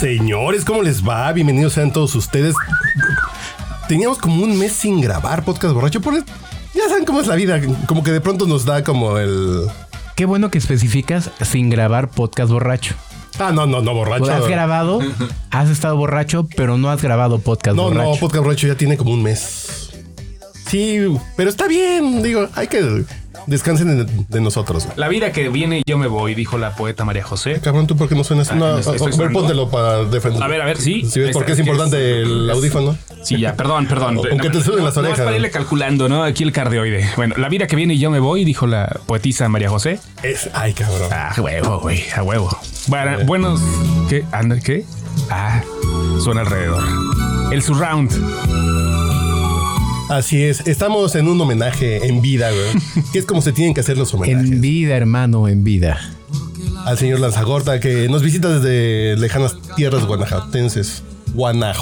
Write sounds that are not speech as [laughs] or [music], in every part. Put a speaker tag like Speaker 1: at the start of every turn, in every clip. Speaker 1: Señores, ¿cómo les va? Bienvenidos sean todos ustedes. Teníamos como un mes sin grabar podcast borracho. Por... Ya saben cómo es la vida. Como que de pronto nos da como el.
Speaker 2: Qué bueno que especificas sin grabar podcast borracho.
Speaker 1: Ah, no, no, no, borracho.
Speaker 2: has [laughs] grabado, has estado borracho, pero no has grabado podcast
Speaker 1: no,
Speaker 2: borracho.
Speaker 1: no, podcast borracho ya tiene como un mes. Sí, pero está bien. Digo, hay que descansen de, de nosotros. güey.
Speaker 3: La vida que viene y yo me voy, dijo la poeta María José.
Speaker 1: Cabrón, tú por qué no suenas.
Speaker 3: Ah,
Speaker 1: No,
Speaker 3: estoy-
Speaker 1: a- a-
Speaker 3: estoy
Speaker 1: a ver,
Speaker 3: sonando.
Speaker 1: póntelo para defender.
Speaker 3: A ver, a ver, sí.
Speaker 1: Si ves por qué es importante el audífono.
Speaker 3: Sí, ya, perdón, perdón.
Speaker 1: Aunque te suenen las
Speaker 3: No, no,
Speaker 1: orejas.
Speaker 3: es para irle calculando, ¿no? Aquí el cardioide. Bueno, la vida que viene y yo me voy, dijo la poetisa María José.
Speaker 1: Es, ay, cabrón.
Speaker 3: Ah, a huevo, güey, a huevo. Bueno, buenos. ¿Qué? ¿Anda? ¿Qué? Ah, suena alrededor. El surround.
Speaker 1: Así es. Estamos en un homenaje en vida,
Speaker 3: [laughs]
Speaker 1: güey. que es como se tienen que hacer los homenajes.
Speaker 2: En vida, hermano, en vida.
Speaker 1: al señor Lanzagorta que nos visita desde lejanas tierras guanajuatenses.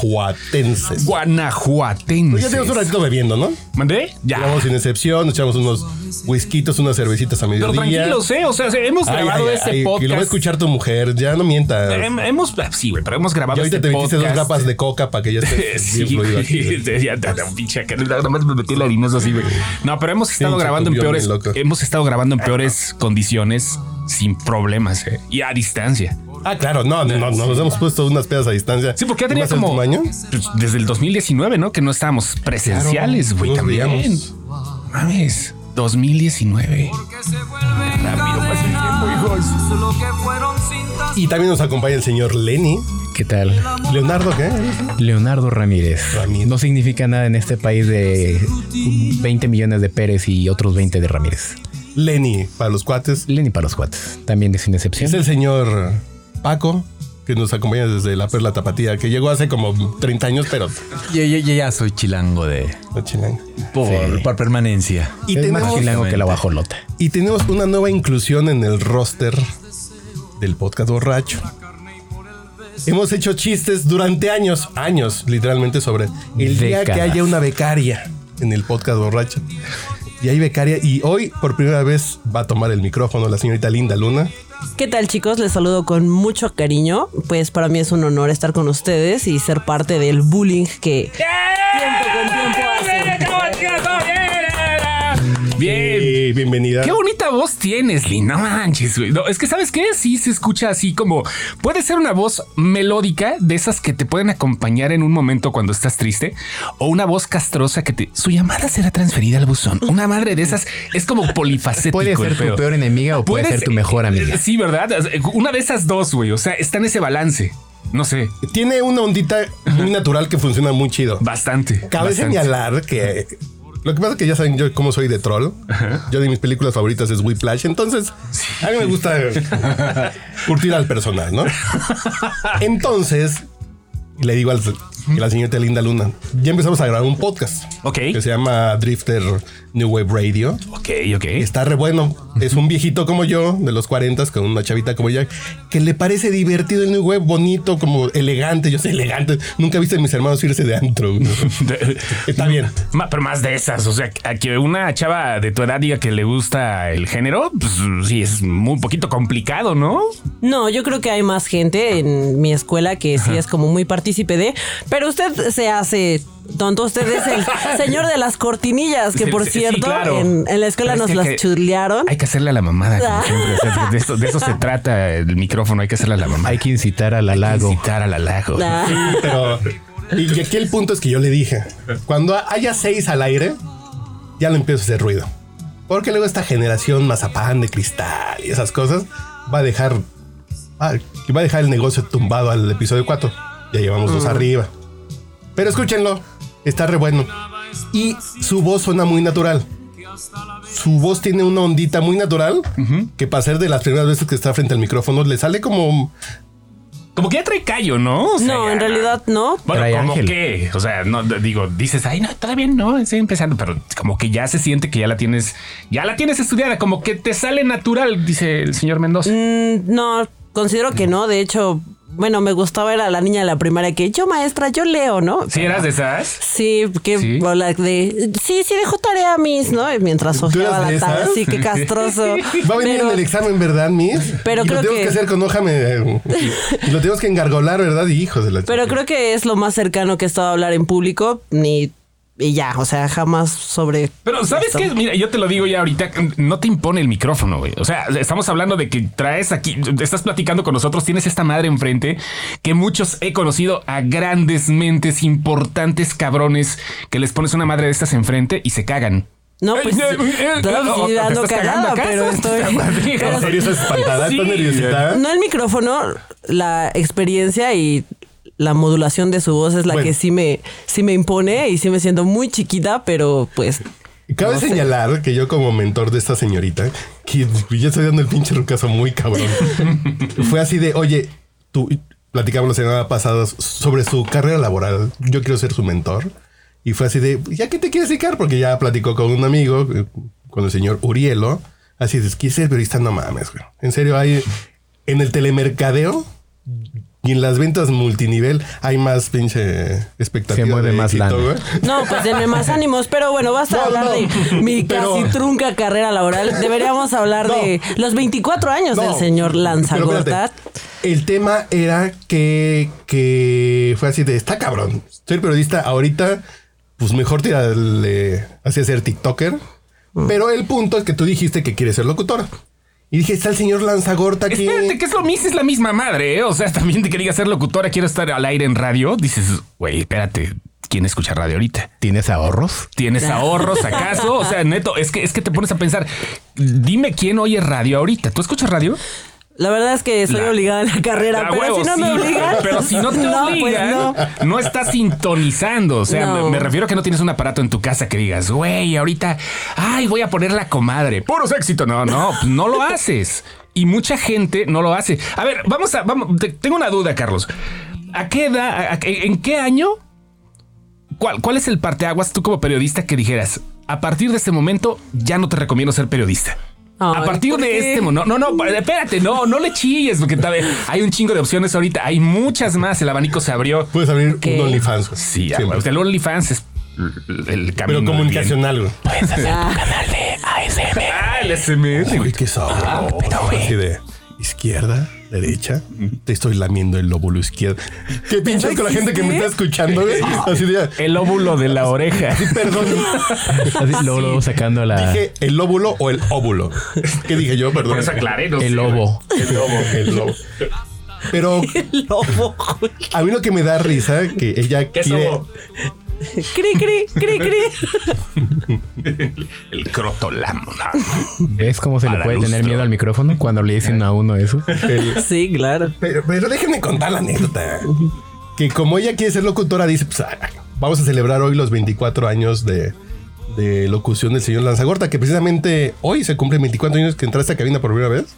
Speaker 1: Guanajuatenses.
Speaker 3: Guanajuatense.
Speaker 1: ya tenemos un ratito bebiendo, ¿no?
Speaker 3: ¿Mandé? Ya.
Speaker 1: Llevamos sin excepción, nos echamos unos whiskitos, unas cervecitas a
Speaker 3: Pero
Speaker 1: mediodía.
Speaker 3: tranquilos, ¿eh? O sea, hemos
Speaker 1: Ay,
Speaker 3: grabado
Speaker 1: ay,
Speaker 3: este
Speaker 1: ay,
Speaker 3: podcast.
Speaker 1: Que lo va a escuchar tu mujer, ya no mientas.
Speaker 3: Hem- Hemos, ah, sí, güey, pero hemos grabado
Speaker 1: Ya ahorita
Speaker 3: este
Speaker 1: te metiste dos
Speaker 3: podcast.
Speaker 1: grapas de coca para que
Speaker 3: [laughs]
Speaker 1: ya estés
Speaker 3: Sí,
Speaker 1: bien fluido aquí.
Speaker 3: güey, [laughs] ya te- te- pinche acá, nada más me metí el harinoso así, güey. No, pero hemos estado
Speaker 1: Pinche
Speaker 3: grabando en
Speaker 1: cumbión,
Speaker 3: peores,
Speaker 1: bien loco.
Speaker 3: hemos estado grabando en peores condiciones, sin problemas, eh, y a distancia.
Speaker 1: Ah, claro, no, no, no, nos hemos puesto unas pedas a distancia.
Speaker 3: Sí, porque ya tenía
Speaker 1: ¿Vas al
Speaker 3: como
Speaker 1: último año?
Speaker 3: pues, desde el 2019, ¿no? Que no estábamos presenciales,
Speaker 1: Claro,
Speaker 3: güey,
Speaker 1: nos
Speaker 3: también.
Speaker 1: veíamos.
Speaker 3: Mames, 2019.
Speaker 4: que se vuelven
Speaker 3: Rápido pasa el tiempo,
Speaker 4: cadenas,
Speaker 3: hijos.
Speaker 4: lo que fueron cintas
Speaker 1: Y también nos acompaña el señor Lenny.
Speaker 2: ¿Qué tal?
Speaker 1: Leonardo, ¿qué?
Speaker 2: Leonardo Ramírez.
Speaker 1: Ramírez.
Speaker 2: No significa nada en este país de 20 millones de Pérez y otros 20 de Ramírez.
Speaker 1: Lenny, para los cuates.
Speaker 2: Lenny para los cuates. También de sin excepción.
Speaker 1: Es el señor Paco, que nos acompaña desde la Perla Tapatía, que llegó hace como 30 años, pero
Speaker 5: Yo, yo- yo ya soy chilango de
Speaker 1: no chingan.
Speaker 5: por, por permanencia.
Speaker 1: Y
Speaker 2: Es más
Speaker 1: tenemos,
Speaker 2: chilango que la guajolota.
Speaker 1: y tenemos una nueva inclusión en el roster del podcast borracho. Hemos hecho chistes durante años, años, literalmente, sobre el día que
Speaker 2: Décadas.
Speaker 1: haya una becaria en el podcast borracho. Y hay becaria, y hoy por primera vez va a tomar el micrófono la señorita Linda Luna.
Speaker 6: ¿Qué tal chicos? Les saludo con mucho cariño. Pues para mí es un honor estar con ustedes y ser parte del bullying que tiempo con tiempo hacen.
Speaker 3: eh, Bien.
Speaker 1: Eh, bienvenida.
Speaker 3: Qué bonita voz tienes, Lin. No manches, güey. No, es que, ¿sabes qué? Sí se escucha así como... Puede ser una voz melódica de esas que te pueden acompañar en un momento cuando estás triste. O una voz castrosa que te... Su llamada será transferida al buzón. Una madre de esas es como polifacético.
Speaker 2: Puede
Speaker 3: el
Speaker 2: ser tu
Speaker 3: pedo.
Speaker 2: peor enemiga o puede
Speaker 3: Puedes- eh,
Speaker 2: ser tu mejor amiga.
Speaker 3: Sí, ¿verdad? Una de esas dos, güey. O sea, está en ese balance. No sé,
Speaker 1: Tiene una ondita muy natural que funciona muy chido.
Speaker 3: bastante.
Speaker 1: Cabe
Speaker 3: bastante.
Speaker 1: señalar que lo que pasa es que ya saben yo cómo soy de troll. Yo de mis películas favoritas es Whiplash, entonces a mí me gusta curtir al personal, ¿no? Entonces le digo al, a la señorita Linda Luna, ya empezamos a grabar un podcast
Speaker 3: Ok.
Speaker 1: que se llama Drifter New Wave Radio.
Speaker 3: Ok, ok.
Speaker 1: Está re bueno. Es un viejito como yo, de los 40, con una chavita como ella, que le parece divertido el New Wave, bonito, como elegante. Yo soy elegante. Nunca viste a mis hermanos irse de antro. güey.
Speaker 3: [laughs]
Speaker 1: Está bien.
Speaker 3: Ma- pero más de esas, o sea, a que una chava de tu edad diga que le gusta el género, pues sí, es un poquito complicado, ¿no?
Speaker 6: No, yo creo que hay más gente en mi escuela que sí es como muy partícipe de, pero usted se hace tonto, usted
Speaker 3: [laughs]
Speaker 6: es el señor de las cortinillas, que
Speaker 3: Sí,
Speaker 6: por
Speaker 3: sí, sí,
Speaker 6: cierto
Speaker 3: claro.
Speaker 6: en, en la escuela
Speaker 3: Pero es
Speaker 6: nos
Speaker 3: que
Speaker 6: las
Speaker 3: hay que-
Speaker 6: chulearon.
Speaker 3: Hay que hacerle a la mamada,
Speaker 6: Ah.
Speaker 3: como siempre. o sea, de, eso, de eso se trata el micrófono, hay que hacerle a la mamada.
Speaker 2: Hay que incitar al halago.
Speaker 3: Incitar al halago.
Speaker 6: Ah.
Speaker 1: Pero. Y aquí el punto es que yo le dije: cuando haya seis al aire, ya le empiezo a hacer ruido. Porque luego esta generación mazapán de cristal y esas cosas va a dejar. ah, que va a dejar el negocio tumbado al episodio 4. Ya llevamos dos arriba. Pero escúchenlo. Está re bueno. Y su voz suena muy natural. Su voz tiene una ondita muy natural que para ser de las primeras veces que está frente al micrófono le sale como...
Speaker 3: Como que ya trae callo, ¿no? O sea,
Speaker 6: No, en
Speaker 3: ya-
Speaker 6: realidad no.
Speaker 3: Bueno,
Speaker 2: Trae
Speaker 3: como
Speaker 2: ángel.
Speaker 3: que, o sea, no d- digo, dices, ay, no, todavía no, estoy empezando, pero como que ya se siente que ya la tienes, ya la tienes estudiada, como que te sale natural, dice el señor Mendoza.
Speaker 6: Mm, No, considero que no. De hecho, bueno, me gustaba era la niña de la primaria que yo, maestra, yo leo, ¿no?
Speaker 3: Si eras de esas.
Speaker 6: Sí, que
Speaker 3: ¿Sí?
Speaker 6: o la de sí, sí dejó tarea mis, ¿no? Y mientras
Speaker 1: eras
Speaker 6: ojeaba
Speaker 1: de
Speaker 6: la
Speaker 1: esas?
Speaker 6: tabla, sí, qué castroso.
Speaker 1: Va a venir
Speaker 6: Pero-
Speaker 1: en el examen, ¿verdad, Miss?
Speaker 6: Pero
Speaker 1: Y
Speaker 6: creo
Speaker 1: lo tenemos
Speaker 6: que-
Speaker 1: que... hacer con hoja... me- eh, Y lo tenemos que engargolar, ¿verdad? Y hijos de la...
Speaker 6: Pero
Speaker 1: chica.
Speaker 6: creo que es lo más cercano que he estado a hablar en público, ni y ya, o sea, jamás sobre.
Speaker 3: Pero ¿sabes
Speaker 6: esto.
Speaker 3: qué? Mira, yo te lo digo ya ahorita, no te impone el micrófono, güey. O sea, estamos hablando de que traes aquí, estás platicando con nosotros, tienes esta madre enfrente, que muchos he conocido a grandes mentes, importantes cabrones, que les pones una madre de estas enfrente y se cagan.
Speaker 6: No, pues,
Speaker 3: Ay, eh, eh,
Speaker 6: no,
Speaker 3: eh,
Speaker 6: sí,
Speaker 3: ¿o te
Speaker 6: ando
Speaker 3: estás
Speaker 6: cagada,
Speaker 3: cagando
Speaker 6: pero
Speaker 3: acaso?
Speaker 6: estoy- [laughs]
Speaker 1: ¿En serio estás espantada?
Speaker 3: Sí.
Speaker 1: ¿Estás nerviosita?
Speaker 6: No el micrófono, la experiencia y la modulación de su voz es la
Speaker 1: Bueno.
Speaker 6: que sí me, sí me impone y sí me siento muy chiquita, pero pues
Speaker 1: Cabe señalar que yo como mentor de esta señorita, que yo estoy dando el pinche rucazo muy
Speaker 2: [laughs]
Speaker 1: cabrón, fue así de, oye, tú platicamos la semana pasada sobre su carrera laboral, yo quiero ser su mentor. Y fue así de, ¿ya qué te quieres dedicar? Porque ya platicó con un amigo, eh, con el señor Urielo, así de, quise ser periodista, no mames, güey. En serio, hay, en el telemercadeo y en las ventas multinivel hay más pinche expectativa.
Speaker 2: Se mueve
Speaker 1: de
Speaker 2: más
Speaker 1: éxito,
Speaker 2: lana.
Speaker 1: güey.
Speaker 6: No, pues denme más ánimos, pero bueno, basta de
Speaker 1: No,
Speaker 6: hablar
Speaker 1: no,
Speaker 6: de mi
Speaker 1: pero-
Speaker 6: casi trunca carrera laboral. Deberíamos hablar
Speaker 1: No.
Speaker 6: de los 24 [laughs] años del
Speaker 1: No,
Speaker 6: señor
Speaker 1: pero
Speaker 6: Lanzagorta.
Speaker 1: espérate. El tema era que, que fue así de está cabrón. Soy periodista ahorita, pues mejor tirarle hacia ser TikToker.
Speaker 6: Mm.
Speaker 1: Pero el punto es que tú dijiste que quieres ser locutora. Y dije, está el señor Lanzagorta aquí.
Speaker 3: Espérate, que es lo mismo, es la misma madre, ¿eh? O sea, [laughs] también te quería ser locutora, quiero estar al aire en radio. Dices, güey, espérate, ¿quién escucha radio ahorita?
Speaker 2: ¿Tienes ahorros?
Speaker 3: ¿Tienes ahorros acaso? O sea, neto, es que, es que te pones a pensar, dime quién oye radio ahorita. ¿Tú escuchas radio?
Speaker 6: La verdad es que soy
Speaker 3: La-
Speaker 6: obligada a la carrera,
Speaker 3: A
Speaker 6: pero
Speaker 3: huevo,
Speaker 6: si no me
Speaker 3: sí,
Speaker 6: obligan.
Speaker 3: Pero si no te
Speaker 6: [laughs] no, pues
Speaker 3: obligan,
Speaker 6: no.
Speaker 3: no. estás sintonizando. O sea,
Speaker 6: No.
Speaker 3: me, me refiero a que no tienes un aparato en tu casa que digas, güey, ahorita, ay, voy a poner la comadre. Puros éxito. No, no, pues, no lo haces. Y mucha gente no lo hace. A ver, vamos a, vamos, te- tengo una duda, Carlos. ¿A qué edad, a- a- en qué año? ¿Cuál, ¿Cuál es el parteaguas tú como periodista que dijeras, a partir de este momento ya no te recomiendo ser periodista? a
Speaker 6: Ay,
Speaker 3: partir
Speaker 6: ¿por
Speaker 3: de
Speaker 6: qué?
Speaker 3: este momento, no, no, no, espérate, no, no le chilles, porque tal vez hay un chingo de opciones ahorita, hay muchas más, el abanico se abrió.
Speaker 1: Puedes abrir
Speaker 6: Ok.
Speaker 1: un OnlyFans. güey.
Speaker 3: Sí, ya,
Speaker 1: Siempre.
Speaker 3: pues, el OnlyFans es el camino.
Speaker 1: Pero
Speaker 3: del
Speaker 1: comunicacional. güey.
Speaker 3: bien. [laughs] Ah, el SMR,
Speaker 1: Uy,
Speaker 3: güey. Ah,
Speaker 1: qué sabroso. Así de izquierda, derecha. Te estoy lamiendo el lóbulo izquierdo. Qué pinche con la gente que me está escuchando. güey. Así de,
Speaker 3: El óvulo de la oreja.
Speaker 1: perdón.
Speaker 2: [laughs] Así, luego, luego sacando la,
Speaker 1: Dije el lóbulo o el óvulo. ¿Qué dije yo? Perdón.
Speaker 3: Por eso Pues aclaré, no sé.
Speaker 2: el lobo.
Speaker 1: El lobo, el lobo. Pero
Speaker 6: Lobo, güey.
Speaker 1: a mí lo que me da risa que ella
Speaker 3: ¿Qué es
Speaker 1: quiere
Speaker 3: lobo?
Speaker 6: Cri, cri, cri, cri.
Speaker 3: El crotolamo.
Speaker 2: ¿Ves cómo se le
Speaker 3: Para
Speaker 2: puede tener
Speaker 3: lustro.
Speaker 2: miedo al micrófono cuando le dicen a uno
Speaker 5: [laughs]
Speaker 2: eso?
Speaker 1: el-
Speaker 6: Sí, claro.
Speaker 1: pero, pero déjenme contar la anécdota. Que como ella quiere ser locutora, dice, pues ah, vamos a celebrar hoy los 24 años de, de locución del señor Lanzagorta, que precisamente hoy se cumplen 24 años que entraste a cabina por primera vez.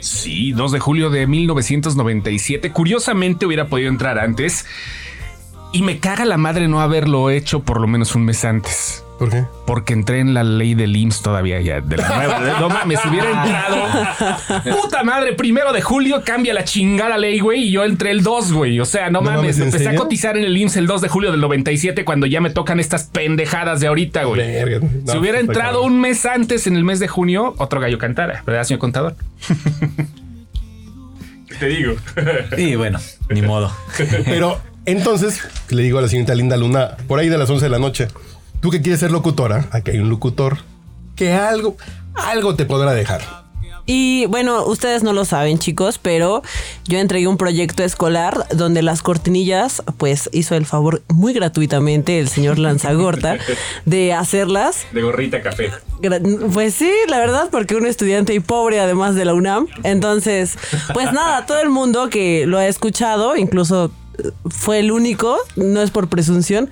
Speaker 3: Sí, 2 de julio de 1997. Curiosamente hubiera podido entrar antes. Y me caga la madre no haberlo hecho por lo menos un mes antes.
Speaker 1: ¿Por qué?
Speaker 3: Porque entré en la ley del IMSS todavía ya de la
Speaker 1: [laughs]
Speaker 3: nueva. No mames, hubiera entrado. Puta madre, primero de julio cambia la chingada ley, güey. Y yo entré el 2, güey. O sea, no,
Speaker 1: No
Speaker 3: mames.
Speaker 1: mames, ¿en
Speaker 3: Empecé
Speaker 1: serio?
Speaker 3: a cotizar en el IMSS el 2 de julio del 97 cuando ya me tocan estas pendejadas de ahorita, güey.
Speaker 1: Verga, no,
Speaker 3: si hubiera
Speaker 1: está
Speaker 3: entrado
Speaker 1: cabrón.
Speaker 3: un mes antes, en el mes de junio, otro gallo cantara, ¿verdad, señor contador? ¿Qué te digo?
Speaker 5: Y bueno, ni modo.
Speaker 1: Pero entonces le digo a la señorita Linda Luna, por ahí de las 11 de la noche, tú que quieres ser locutora, aquí hay un locutor, que algo, algo te podrá dejar.
Speaker 6: Y bueno, ustedes no lo saben, chicos, pero yo entregué un proyecto escolar donde las cortinillas, pues hizo el favor muy gratuitamente el señor Lanzagorta de hacerlas.
Speaker 3: De gorrita café.
Speaker 6: Gra- Pues sí, la verdad, porque un estudiante y pobre además de la UNAM. Entonces, pues nada, todo el mundo que lo ha escuchado, incluso fue el único, no es por presunción,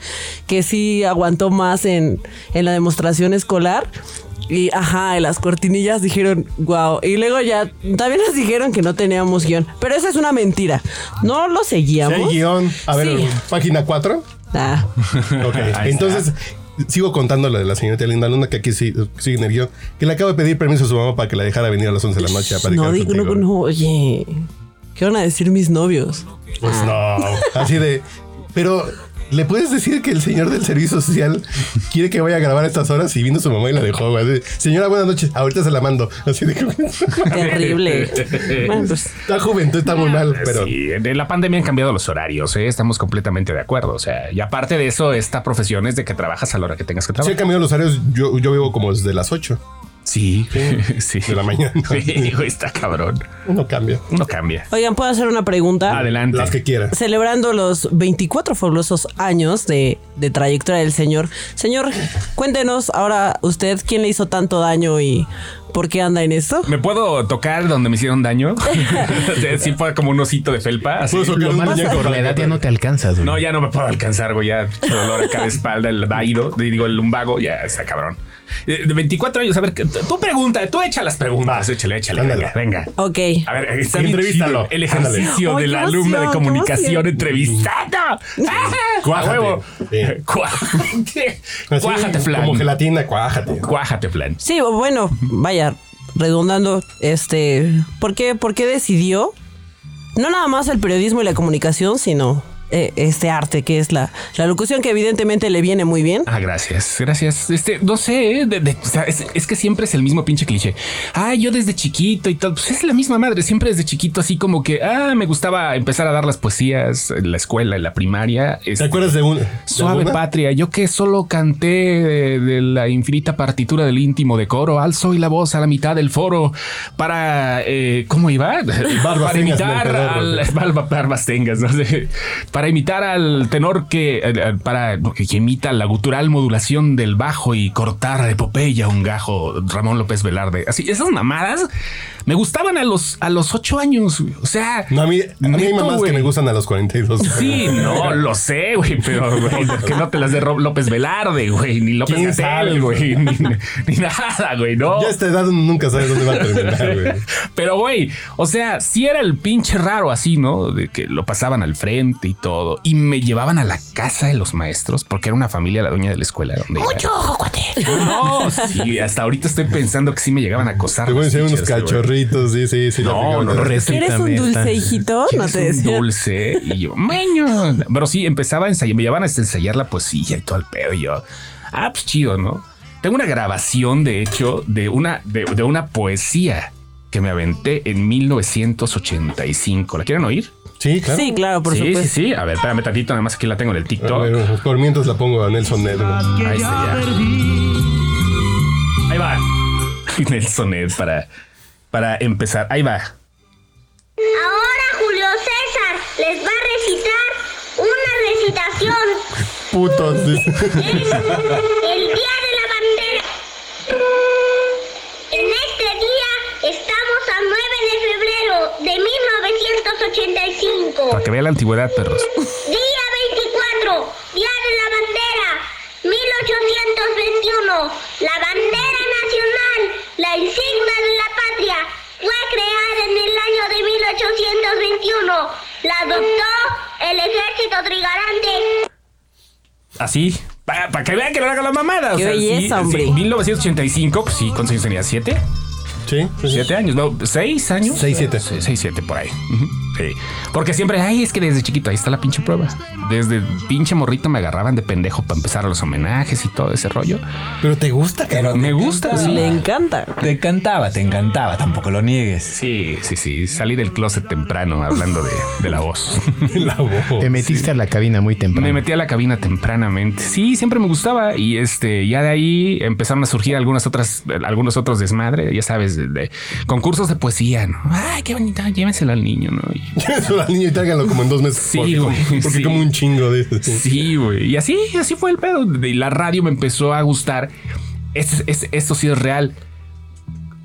Speaker 6: que sí aguantó más en, en la demostración escolar. Y ajá, en las cortinillas dijeron, wow. Y luego ya también nos dijeron que no teníamos guión. Pero esa es una mentira. No lo
Speaker 1: Si hay
Speaker 6: seguíamos.
Speaker 1: guión, a ver,
Speaker 6: Sí.
Speaker 1: página 4.
Speaker 6: Ah.
Speaker 1: Ok, entonces sigo contando la de la señorita Linda Luna, que aquí sí, sigue en el guión, que le acaba de pedir permiso a su mamá para que la dejara venir a las 11 de la noche a platicar
Speaker 6: No digo, no,
Speaker 1: contigo.
Speaker 6: no, oye. ¿Qué van a decir mis novios?
Speaker 1: Pues
Speaker 3: Ah.
Speaker 1: no, así de... Pero... ¿Le puedes decir que el señor del servicio social quiere que vaya a grabar a estas horas y vino su mamá y la dejó? güey. Así de, Señora, buenas noches. Ahorita se la mando. Así de que... [laughs]
Speaker 3: [laughs]
Speaker 6: Terrible. Bueno, pues,
Speaker 1: La juventud está muy mal, pero...
Speaker 3: Sí, en la pandemia han cambiado los horarios, ¿eh? estamos completamente de acuerdo. O sea, y aparte de eso, esta profesión es de que trabajas a la hora que tengas que
Speaker 1: Si he
Speaker 3: trabajar.
Speaker 1: cambiado los horarios, yo, yo vivo como desde las 8
Speaker 3: Sí, [laughs] sí.
Speaker 1: de la mañana. [laughs]
Speaker 3: Sí, güey, está cabrón.
Speaker 1: No cambia.
Speaker 3: No cambia.
Speaker 6: oigan, ¿puedo hacer una pregunta?
Speaker 3: Adelante.
Speaker 1: Las que quiera.
Speaker 6: Celebrando los 24 fabulosos años de, de trayectoria del señor. Señor, cuéntenos ahora usted quién le hizo tanto daño y por qué anda en esto.
Speaker 3: ¿Me puedo tocar donde me hicieron daño?
Speaker 6: [laughs]
Speaker 3: sí, fue como un osito de felpa. así.
Speaker 1: Puedo socar
Speaker 3: Lo
Speaker 1: un
Speaker 3: más-
Speaker 1: muñeco
Speaker 2: Por la edad ya no te alcanzas. güey.
Speaker 3: No, ya no me puedo alcanzar, güey. Ya el dolor acá de espalda, el vaido, digo, el lumbago, ya está cabrón. Eh, De 24 años, a ver, tú pregunta, tú echa las preguntas. Échale, échale.
Speaker 1: Ándale.
Speaker 3: Venga, venga.
Speaker 6: Ok.
Speaker 3: A ver, eh, está bien
Speaker 1: Entrevístalo.
Speaker 3: chido El ejercicio
Speaker 6: Ándale.
Speaker 3: del
Speaker 6: Ay, qué
Speaker 3: alumno de
Speaker 6: emoción,
Speaker 3: comunicación ¡Ah!
Speaker 6: qué emoción.
Speaker 3: entrevistada.
Speaker 1: Cuájate. Sí.
Speaker 3: [laughs] Cuájate.
Speaker 1: Así,
Speaker 3: Cuájate,
Speaker 1: Como
Speaker 3: flan.
Speaker 1: gelatina, cuájate.
Speaker 3: Cuájate, flan.
Speaker 6: Sí, bueno, vaya, redundando, este, ¿por qué, por qué decidió no nada más el periodismo y la comunicación, sino eh, este arte que es la, la locución que evidentemente le viene muy bien?
Speaker 3: Ah, gracias, gracias. Este, no sé, eh, de- de- o sea, es, es que siempre es el mismo pinche cliché. Ah, yo desde chiquito y todo. Pues es la misma madre, siempre desde chiquito, así como que, ah, me gustaba empezar a dar las poesías en la escuela, en la primaria.
Speaker 1: ¿Te
Speaker 3: este,
Speaker 1: acuerdas de un de
Speaker 3: Suave
Speaker 1: alguna?
Speaker 3: patria, yo que solo canté de, de la infinita partitura del íntimo decoro, alzo y la voz a la mitad del foro para eh, ¿cómo
Speaker 1: [laughs]
Speaker 3: iba? para
Speaker 1: tengas,
Speaker 3: imitar
Speaker 1: no,
Speaker 3: al [laughs] barba- barbas tengas, no sé. Para imitar al tenor que eh, para que, que imita la gutural modulación del bajo y cortar a epopeya un gajo Ramón López Velarde. Así esas mamadas me gustaban a los a los ocho años, güey. o sea,
Speaker 1: No, a mí, a mí hay
Speaker 3: neto,
Speaker 1: mamás
Speaker 3: güey.
Speaker 1: que me gustan a los 42. [laughs]
Speaker 3: Sí, no, lo sé, güey, pero güey, que no te las de Rob López Velarde, güey, ni López
Speaker 1: ¿Quién sabe?
Speaker 3: Gatel, güey, ni, ni nada, güey, no.
Speaker 1: Ya a esta edad nunca sabes dónde va a terminar, güey.
Speaker 3: Pero, güey, o sea, sí era el pinche raro así, ¿no? De que lo pasaban al frente y todo. Y me llevaban a la casa de los maestros, porque era una familia la dueña de la escuela. Donde iba.
Speaker 6: Mucho ojo, cuate.
Speaker 3: No, sí, hasta ahorita estoy pensando que sí me llegaban a acosar.
Speaker 1: Te voy a
Speaker 3: los
Speaker 1: enseñar unos
Speaker 3: teachers, güey.
Speaker 1: cachorritos, sí, sí, sí. la
Speaker 3: No,
Speaker 1: figura.
Speaker 3: no, no, res-
Speaker 6: ¿Eres un
Speaker 5: También está.
Speaker 3: [laughs]
Speaker 6: dulce hijito? No
Speaker 3: Es
Speaker 6: te
Speaker 3: un
Speaker 6: decía.
Speaker 3: dulce. Y yo, meño. Pero sí, empezaba a ensayar, me llevaban a ensayar la poesía y todo el pedo. Y yo, ah, pues chido, ¿no? Tengo una grabación, de hecho, de una, de, de una poesía que me aventé en 1985. ¿La quieren oír?
Speaker 1: Sí, claro.
Speaker 6: Sí, claro, por
Speaker 3: sí,
Speaker 6: supuesto.
Speaker 3: sí, sí. A ver, espérame tantito, nada más aquí la tengo en el
Speaker 1: A
Speaker 3: TikTok.
Speaker 1: ver, por mientras la pongo a Nelson Ned. güey.
Speaker 3: Ahí está ya. Ahí va. [laughs] Nelson Ed para, para empezar. Ahí va.
Speaker 7: Ahora Julio César les va a recitar una recitación.
Speaker 1: Putos. dice.
Speaker 7: Es el Día de la Bandera. En este día estamos a 9 de febrero de 1985.
Speaker 3: Para que vea la antigüedad, perros.
Speaker 7: Día 24, Día de la Bandera, 1821. La bandera nacional, la insignia de la patria, fue creada en el año de 1821. La adoptó el ejército trigarante
Speaker 3: Así. Para que vean que no haga la mamada.
Speaker 6: Qué
Speaker 3: sí,
Speaker 6: belleza, hombre.
Speaker 3: sí, 1985, pues sí, ¿cuántos años tenía? ¿Siete?
Speaker 1: Sí, sí, sí. [laughs]
Speaker 3: ¿Siete años? No, ¿seis años?
Speaker 1: Seis, siete.
Speaker 3: Sí, seis, siete, por ahí. Ujú, Sí. Porque siempre, ay, es que desde chiquito, ahí está la pinche prueba. Desde pinche morrito me agarraban de pendejo para empezar a los homenajes y todo ese rollo.
Speaker 5: Pero te gusta, cabrón.
Speaker 3: Me gusta, sí.
Speaker 6: Le encanta.
Speaker 5: Te encantaba, te encantaba, tampoco lo niegues.
Speaker 3: Sí, sí, sí. Salí del closet temprano hablando de, de la voz. [laughs]
Speaker 1: La voz.
Speaker 2: Te metiste a la cabina muy temprano.
Speaker 3: Me metí a la cabina tempranamente. Sí, siempre me gustaba. Y este, ya de ahí empezaron a surgir algunas otras, algunos otros desmadre, ya sabes, de, de concursos de poesía, ¿no? Ay, qué bonita, llévenselo al niño, ¿no? Y-
Speaker 2: [laughs]
Speaker 1: Eso al niño y tráiganlo como en dos meses.
Speaker 3: Sí,
Speaker 1: porque,
Speaker 3: güey,
Speaker 1: como- porque
Speaker 3: sí.
Speaker 1: como un chingo de
Speaker 3: sí, güey. Y así, así fue el pedo. Y la radio me empezó a gustar. Es, es- esto sí es real.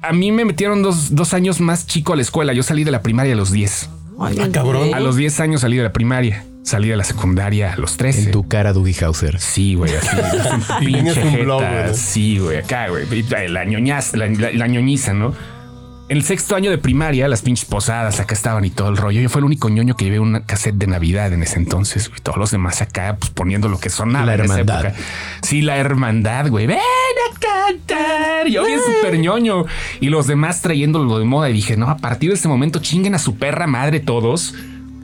Speaker 3: A mí me metieron dos, dos años más chico a la escuela. Yo salí de la primaria a los 10.
Speaker 6: Ay,
Speaker 1: Ah, cabrón.
Speaker 2: ¿Eh?
Speaker 6: ok.
Speaker 3: A los 10 años salí de la primaria. Salí de la secundaria a los 13.
Speaker 2: En tu cara, Dougie Hauser.
Speaker 3: Sí, güey, así.
Speaker 1: [laughs] Y tenías
Speaker 3: pinche
Speaker 1: un blog,
Speaker 3: jeta,
Speaker 1: güey.
Speaker 3: Sí, güey, acá, güey. y eh, La ñoñaza, la, la- la ñoñiza, ¿no? En el sexto año de primaria, las pinches posadas acá estaban y todo el rollo. Yo fui el único ñoño que llevé una cassette de Navidad en ese entonces, güey. Todos los demás acá, pues poniendo lo que sonaba
Speaker 2: La
Speaker 3: en esa
Speaker 2: hermandad.
Speaker 3: época. Sí, la hermandad, güey. Ven a cantar. Yo
Speaker 1: Ah.
Speaker 3: bien súper ñoño. Y los demás trayendo lo de moda. Y dije, no, a partir de este momento chinguen a su perra madre todos.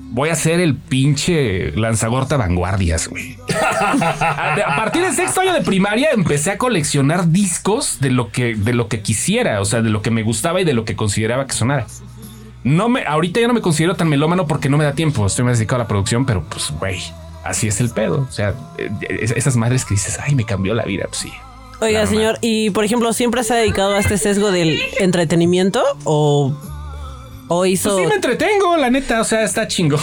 Speaker 3: Voy a ser el pinche lanzagorta vanguardias, güey. A, de- a partir del sexto año de primaria empecé a coleccionar discos de lo que de lo que quisiera, o sea, de lo que me gustaba y de lo que consideraba que sonara. No me, ahorita ya no me considero tan melómano porque no me da tiempo. Estoy más dedicado a la producción, pero pues, güey, así es el pedo. O sea, eh, es- esas madres que dices, ay, me cambió la vida. Pues sí.
Speaker 6: Oiga,
Speaker 3: Claro,
Speaker 6: señor, y por ejemplo, ¿siempre se ha dedicado a este sesgo del entretenimiento o, o hizo...
Speaker 3: Pues sí me entretengo, la neta. O sea, está chingón.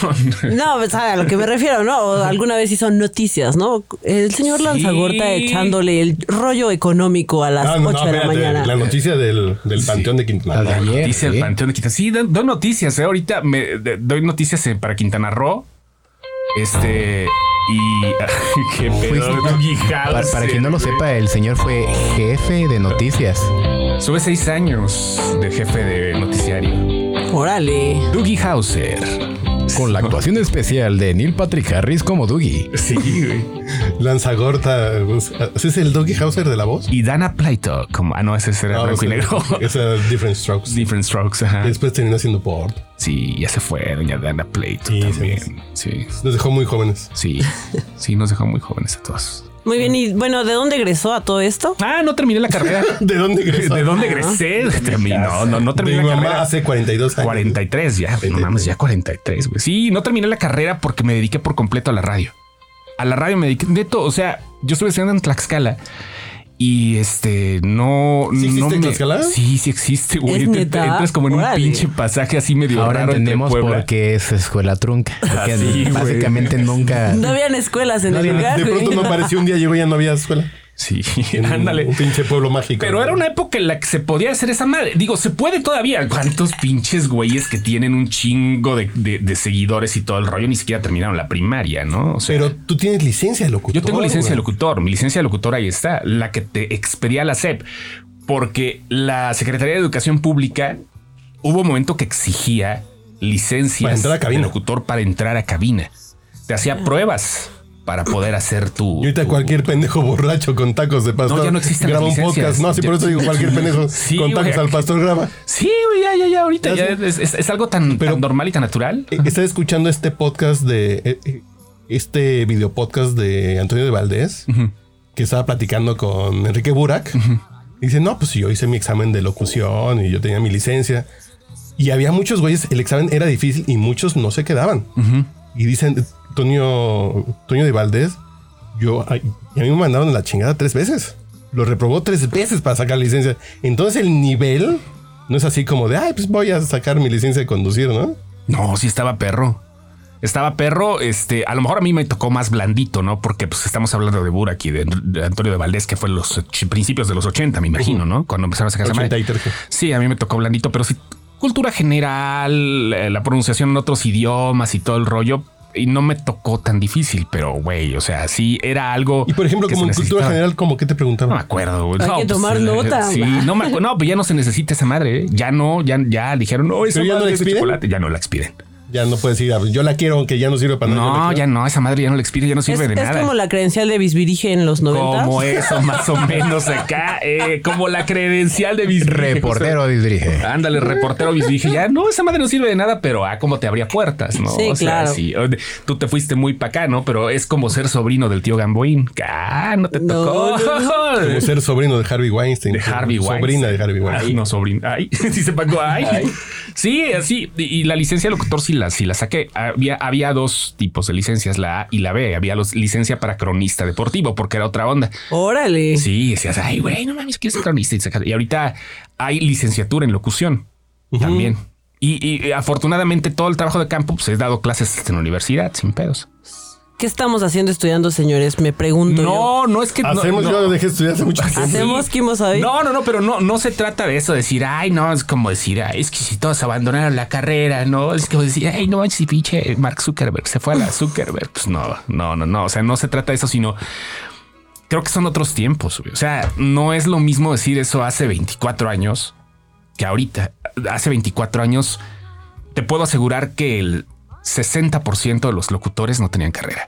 Speaker 6: No, pues, sabe a lo que me refiero, ¿no? O alguna vez hizo noticias, ¿no? El señor
Speaker 3: Sí.
Speaker 6: Lanzagorta echándole el rollo económico a las
Speaker 1: Ah,
Speaker 6: 8
Speaker 1: no, no,
Speaker 6: de la
Speaker 1: espérate,
Speaker 6: mañana.
Speaker 1: La noticia del, del Panteón de Quintana
Speaker 2: Al de
Speaker 1: Roo.
Speaker 2: ayer,
Speaker 3: Dice el
Speaker 2: sí.
Speaker 3: Panteón de Quintana. Sí, dan- doy noticias. eh. Ahorita me de- doy noticias eh, para Quintana Roo. Este. Y. qué pedo, Dougie
Speaker 2: Para,
Speaker 3: Hauser,
Speaker 2: para quien no lo
Speaker 3: güey.
Speaker 2: sepa, el señor fue jefe de noticias.
Speaker 3: Sube seis años de jefe de noticiario.
Speaker 6: Órale.
Speaker 3: Dougie Hauser.
Speaker 2: Con la actuación especial de Neil Patrick Harris como Dougie.
Speaker 3: Sí, güey.
Speaker 1: Lanzagorta. pues, ¿Ese es el Doggy Hauser de la voz?
Speaker 3: Y Dana Plato. Como, ah, no, ese era
Speaker 1: No,
Speaker 3: blanco y negro.
Speaker 1: [laughs] Es el Different Strokes.
Speaker 3: [laughs] Different Strokes. Ajá.
Speaker 1: Después terminó haciendo board.
Speaker 3: Sí, ya se fue, doña Dana Plato
Speaker 1: Sí,
Speaker 3: también. Sí.
Speaker 1: Nos dejó muy jóvenes.
Speaker 3: Sí, sí, nos dejó muy jóvenes a todos.
Speaker 6: Muy bien, y bueno, ¿de dónde egresó a todo esto?
Speaker 3: Ah, no terminé la carrera.
Speaker 1: ¿De dónde egresó?
Speaker 3: ¿De dónde egresé? Terminé- No, no, no terminé
Speaker 1: Mi
Speaker 3: la
Speaker 1: mamá
Speaker 3: carrera.
Speaker 1: hace 42 años.
Speaker 3: 43 ya, no mames, ya 43, güey. Sí, no terminé la carrera porque me dediqué por completo a la radio. A la radio me dediqué, neto, o sea, yo estuve estudiando en Tlaxcala y este, no...
Speaker 1: ¿Sí existe
Speaker 3: no
Speaker 1: en Tlaxcala?
Speaker 3: Sí, sí existe, güey.
Speaker 6: ¿Es
Speaker 3: Te- te
Speaker 6: neta?
Speaker 3: Entras como en un
Speaker 6: Órale.
Speaker 3: pinche pasaje así medio
Speaker 2: Ahora
Speaker 3: raro entre
Speaker 2: entendemos
Speaker 3: Puebla. Ah,
Speaker 2: por qué es escuela trunca. Porque
Speaker 3: sí, güey.
Speaker 2: básicamente nunca.
Speaker 6: [laughs] No habían escuelas en
Speaker 2: No
Speaker 6: el
Speaker 2: habían-
Speaker 6: lugar.
Speaker 1: De pronto Ah, no
Speaker 6: güey.
Speaker 1: apareció un día, llegó y ya no había escuela.
Speaker 3: Sí, [laughs]
Speaker 1: En
Speaker 3: ándale.
Speaker 1: Un pinche pueblo mágico.
Speaker 3: Pero era una época en la que se podía hacer esa madre. Digo, se puede todavía. ¿Cuántos pinches güeyes que tienen un chingo de, de- de seguidores y todo el rollo ni siquiera terminaron la primaria, no? O sea,
Speaker 1: Pero tú tienes licencia de locutor.
Speaker 3: yo tengo licencia de
Speaker 1: güey.
Speaker 3: locutor. Mi licencia de locutor ahí está, la que te expedia la SEP, porque la Secretaría de Educación Pública hubo un momento que exigía licencias
Speaker 1: Para entrar a cabina.
Speaker 3: de locutor para entrar a cabina. Te hacía pruebas para poder hacer tu.
Speaker 1: Y ahorita
Speaker 3: tu-
Speaker 1: cualquier pendejo borracho con tacos de pastor
Speaker 3: No, ya no existen
Speaker 1: graba
Speaker 3: las
Speaker 1: un
Speaker 3: licencias.
Speaker 1: podcast. No, sí, por
Speaker 3: Ya-
Speaker 1: eso digo cualquier
Speaker 3: [laughs]
Speaker 1: pendejo
Speaker 3: Sí,
Speaker 1: con tacos
Speaker 3: güey.
Speaker 1: al pastor graba.
Speaker 3: Sí, güey, ya, ya, ya. Ahorita
Speaker 1: Ya
Speaker 3: ya es, es- es algo tan,
Speaker 1: Pero-
Speaker 3: tan normal y tan natural.
Speaker 1: Eh, Estaba escuchando este podcast de eh, eh, este video podcast de Antonio de Valdés que estaba platicando con Enrique Burak. Y Dice, no, pues yo hice mi examen de locución y yo tenía mi licencia. Y había muchos güeyes, el examen era difícil y muchos no se quedaban. Y dicen, Toño, Toño de Valdés, yo, ay, y a mí me mandaron a la chingada tres veces. Lo reprobó tres veces para sacar licencia. Entonces el nivel no es así como de, ay, pues voy a sacar mi licencia de conducir, ¿no?
Speaker 3: No, sí estaba perro. Estaba perro, este, a lo mejor a mí me tocó más blandito, ¿no? Porque pues estamos hablando de Burak y de, de Antonio de Valdés, que fue los och- principios de los 80, me imagino, ¿no? Cuando empezaron a sacar esa madre.
Speaker 1: 83.
Speaker 3: Sí, a mí me tocó blandito, pero sí, cultura general, eh, la pronunciación en otros idiomas y todo el rollo. Y no me tocó tan difícil, pero güey, o sea, sí era algo.
Speaker 1: Y por ejemplo,
Speaker 3: que
Speaker 1: como
Speaker 3: se
Speaker 1: en cultura
Speaker 3: necesitaba.
Speaker 1: general, como que
Speaker 3: No
Speaker 1: te
Speaker 3: me
Speaker 1: preguntaban.
Speaker 3: acuerdo, güey.
Speaker 6: Hay
Speaker 3: No, pues, eh,
Speaker 6: que tomar nota.
Speaker 3: Sí, no me acuerdo. No, pues ya no se necesita esa madre. ¿eh? Ya no, ya, ya dijeron, no, esa
Speaker 1: ¿Pero ya no
Speaker 3: madre
Speaker 1: la
Speaker 3: es de
Speaker 1: expiden?
Speaker 3: chocolate. Ya no la expiden.
Speaker 1: Ya no puedes ir a- yo la quiero, aunque ya no sirve para nada.
Speaker 3: No,
Speaker 1: yo la
Speaker 3: ya
Speaker 1: quiero.
Speaker 3: no, esa madre ya no la expide, ya no
Speaker 6: Es,
Speaker 3: sirve de
Speaker 6: es
Speaker 3: nada.
Speaker 6: como la credencial de Bisbirige en los 90.
Speaker 3: Como eso, más o menos acá, eh, como la credencial de mis
Speaker 2: Reportero dirige.
Speaker 3: Ándale, reportero bis dije, ya no, esa madre no sirve de nada, pero ah, como te abría puertas, ¿no?
Speaker 6: Sí,
Speaker 3: O sea,
Speaker 6: claro.
Speaker 3: sí. O de- Tú te fuiste muy pa' acá, ¿no? Pero es como ser sobrino del tío Gamboín. que, Ah, no te
Speaker 6: No,
Speaker 3: tocó.
Speaker 6: no,
Speaker 1: Como ser sobrino de Harvey Weinstein.
Speaker 3: De Harvey Weinstein.
Speaker 1: Sobrina de Harvey
Speaker 3: Ay,
Speaker 1: Weinstein.
Speaker 3: no, sobrina. Ay, [laughs] dice Paco. Ay. Sí, así. Y, y la licencia de locutor sí la, sí la saqué. Había, había dos tipos de licencias, la A y la B. Había los, licencia para cronista deportivo, porque era otra onda.
Speaker 6: Órale.
Speaker 3: Sí, decías, ay, güey, no mames, quieres ser cronista. Y, sacas- y ahorita hay licenciatura en locución también. Y, y, eh, afortunadamente todo el trabajo de campo pues, he dado clases en la universidad sin pedos.
Speaker 6: ¿Qué estamos haciendo estudiando, señores? Me pregunto. yo.
Speaker 3: No, no es que no-
Speaker 1: Hacemos,
Speaker 3: no,
Speaker 1: yo lo dejé de estudiar
Speaker 3: [laughs]
Speaker 1: hace mucho tiempo.
Speaker 6: Hacemos quimo sabe.
Speaker 3: No, no, no, pero no, no se trata de eso, decir, ay, no, es como decir, ay, es que si todos abandonaron la carrera, no, es como decir, ay, no manches, y pinche Mark Zuckerberg se fue a la Zuckerberg. Pues no, no, no, no, o sea, no se trata de eso, sino creo que son otros tiempos. güey. O sea, no es lo mismo decir eso hace 24 años que ahorita. Hace 24 años te puedo asegurar que el 60% de los locutores no tenían carrera.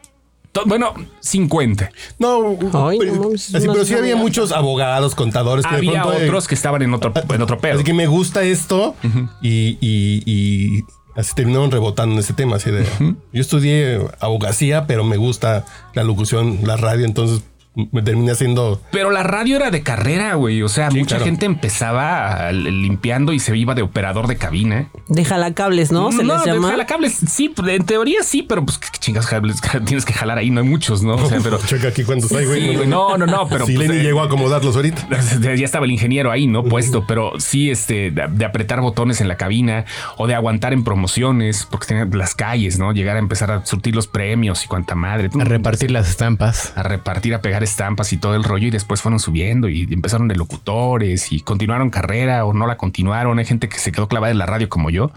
Speaker 3: To- Bueno, 50.
Speaker 1: No,
Speaker 6: Ay,
Speaker 1: pero,
Speaker 6: no mames,
Speaker 1: así,
Speaker 6: es una
Speaker 1: pero sí había
Speaker 6: señal.
Speaker 1: muchos abogados, contadores que de
Speaker 3: Había
Speaker 1: pronto, eh, ah,
Speaker 3: otros que estaban en otro, en otro pedo.
Speaker 1: Así que me gusta esto y, y- y así terminaron rebotando en ese tema. Así de, Yo estudié abogacía, pero me gusta la locución, la radio, entonces me terminé haciendo...
Speaker 3: Pero la radio era de carrera, güey. O sea, mucha
Speaker 1: claro.
Speaker 3: gente empezaba l- limpiando y se iba de operador de cabina.
Speaker 6: De jalacables, ¿no? Se les
Speaker 3: de
Speaker 6: llama.
Speaker 3: jalacables, sí, en teoría sí, pero pues qué chingas cables [laughs] tienes que jalar ahí, no hay muchos, ¿no? O sea, pero.
Speaker 1: [laughs] Checa aquí cuántos hay, güey.
Speaker 3: Sí, güey, no, no, no, pero.
Speaker 1: si
Speaker 3: pues,
Speaker 1: Lenny
Speaker 3: eh, [laughs]
Speaker 1: llegó a acomodarlos ahorita.
Speaker 3: ya estaba el ingeniero ahí, ¿no? Puesto, pero sí, este, de, de apretar botones en la cabina o de aguantar en promociones, porque tenían las calles, ¿no? Llegar a empezar a surtir los premios y cuanta madre.
Speaker 2: A repartir las estampas.
Speaker 3: a repartir, a pegar estampas y todo el rollo y después fueron subiendo y empezaron de locutores y continuaron carrera o no la continuaron. Hay gente que se quedó clavada en la radio como yo.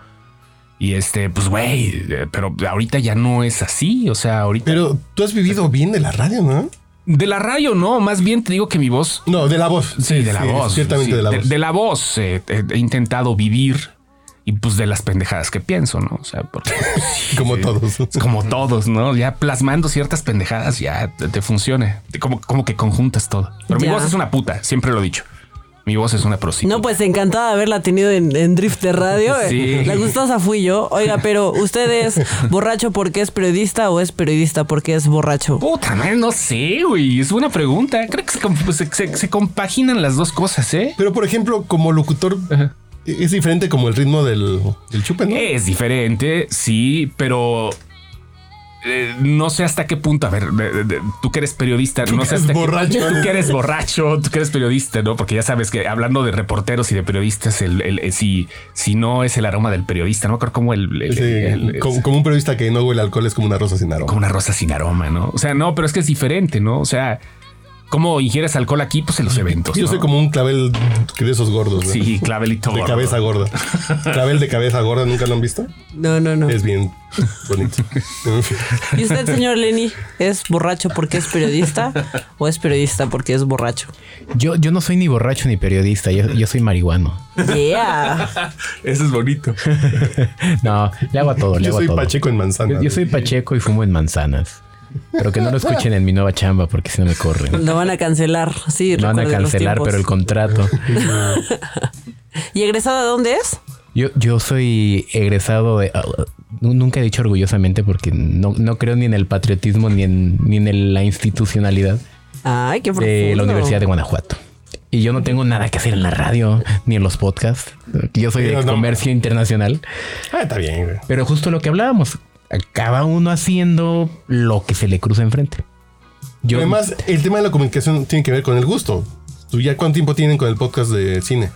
Speaker 3: Y este, pues güey, eh, pero ahorita ya no es así. O sea, ahorita...
Speaker 1: Pero tú has vivido bien de la radio, ¿no?
Speaker 3: De la radio no, más bien te digo que mi voz...
Speaker 1: No, de la voz.
Speaker 3: Sí, de la voz.
Speaker 1: Ciertamente
Speaker 3: sí,
Speaker 1: de la voz.
Speaker 3: De, la voz eh, eh, he intentado vivir y pues de las pendejadas que pienso, ¿no? O sea, porque... pues,
Speaker 1: Como todos.
Speaker 3: Como todos, ¿no? Ya plasmando ciertas pendejadas ya te, te funciona. Te- Como, como que conjuntas todo. Pero mi
Speaker 6: Ya.
Speaker 3: voz es una puta, siempre lo he dicho. Mi voz es una prostituta.
Speaker 6: No, pues encantada de haberla tenido en, en Drift de Radio.
Speaker 3: Sí.
Speaker 6: La gustosa fui yo. Oiga, pero ¿usted es borracho porque es periodista o es periodista porque es borracho?
Speaker 3: Puta, man, no sé, güey. Es buena pregunta. Creo que se, com- se- se- se compaginan las dos cosas, ¿eh?
Speaker 1: Pero, por ejemplo, como locutor, es diferente como el ritmo del, del chupe, ¿no?
Speaker 3: Es diferente, sí, pero... eh, no sé hasta qué punto, a ver, de- de- de- tú que eres periodista, no sé
Speaker 1: eres
Speaker 3: hasta qué-
Speaker 1: borracho.
Speaker 3: tú que eres borracho, tú que eres periodista, ¿no? Porque ya sabes que hablando de reporteros y de periodistas, el, el- eh, si, si no es el aroma del periodista, no me acuerdo cómo el, el-
Speaker 1: Sí,
Speaker 3: el- el-
Speaker 1: como, como un periodista que no huele alcohol es como una rosa sin aroma.
Speaker 3: como una rosa sin aroma, ¿no? O sea, no, pero es que es diferente, ¿no? O sea, ¿cómo ingieres alcohol aquí? Pues en los eventos.
Speaker 1: Yo
Speaker 3: ¿no?
Speaker 1: soy como un clavel que de esos gordos. ¿no?
Speaker 3: Sí, clavelito.
Speaker 1: De
Speaker 3: gordo.
Speaker 1: cabeza gorda.
Speaker 3: [laughs]
Speaker 1: Clavel de cabeza gorda, ¿nunca lo han visto?
Speaker 6: No, no, no.
Speaker 1: Es bien
Speaker 3: [laughs]
Speaker 1: bonito.
Speaker 6: ¿Y usted, señor Lenny, es borracho porque es periodista o es periodista porque es borracho?
Speaker 2: Yo, yo no soy ni borracho ni periodista, yo, yo soy marihuano.
Speaker 6: Yeah.
Speaker 3: Eso es bonito.
Speaker 2: No, le hago a todo, le
Speaker 1: Yo
Speaker 2: hago
Speaker 1: soy
Speaker 2: a todo.
Speaker 1: Pacheco en manzana.
Speaker 2: Yo, yo soy Pacheco y fumo en manzanas. Pero que no lo escuchen en mi nueva chamba porque si no me corren.
Speaker 6: Lo van a cancelar. Sí,
Speaker 2: Lo van a
Speaker 6: recuerden los
Speaker 2: cancelar,
Speaker 6: tiempos.
Speaker 2: pero el contrato.
Speaker 6: ¿Y egresada dónde es?
Speaker 2: Yo, yo soy egresado de... ah, nu- Nunca he dicho orgullosamente porque no, no creo ni en el patriotismo ni en, ni en el- la institucionalidad
Speaker 6: Ay, qué profundo.
Speaker 2: de la Universidad de Guanajuato. Y yo no tengo nada que hacer en la radio ni en los podcasts. Yo soy de
Speaker 1: Pero no.
Speaker 2: comercio internacional.
Speaker 1: Ah, está bien, güey.
Speaker 2: Pero justo lo que hablábamos, acaba uno haciendo lo que se le cruza enfrente. Yo,
Speaker 1: Además, el tema de la comunicación tiene que ver con el gusto. ¿Tú ya cuánto tiempo tienen con el podcast de cine?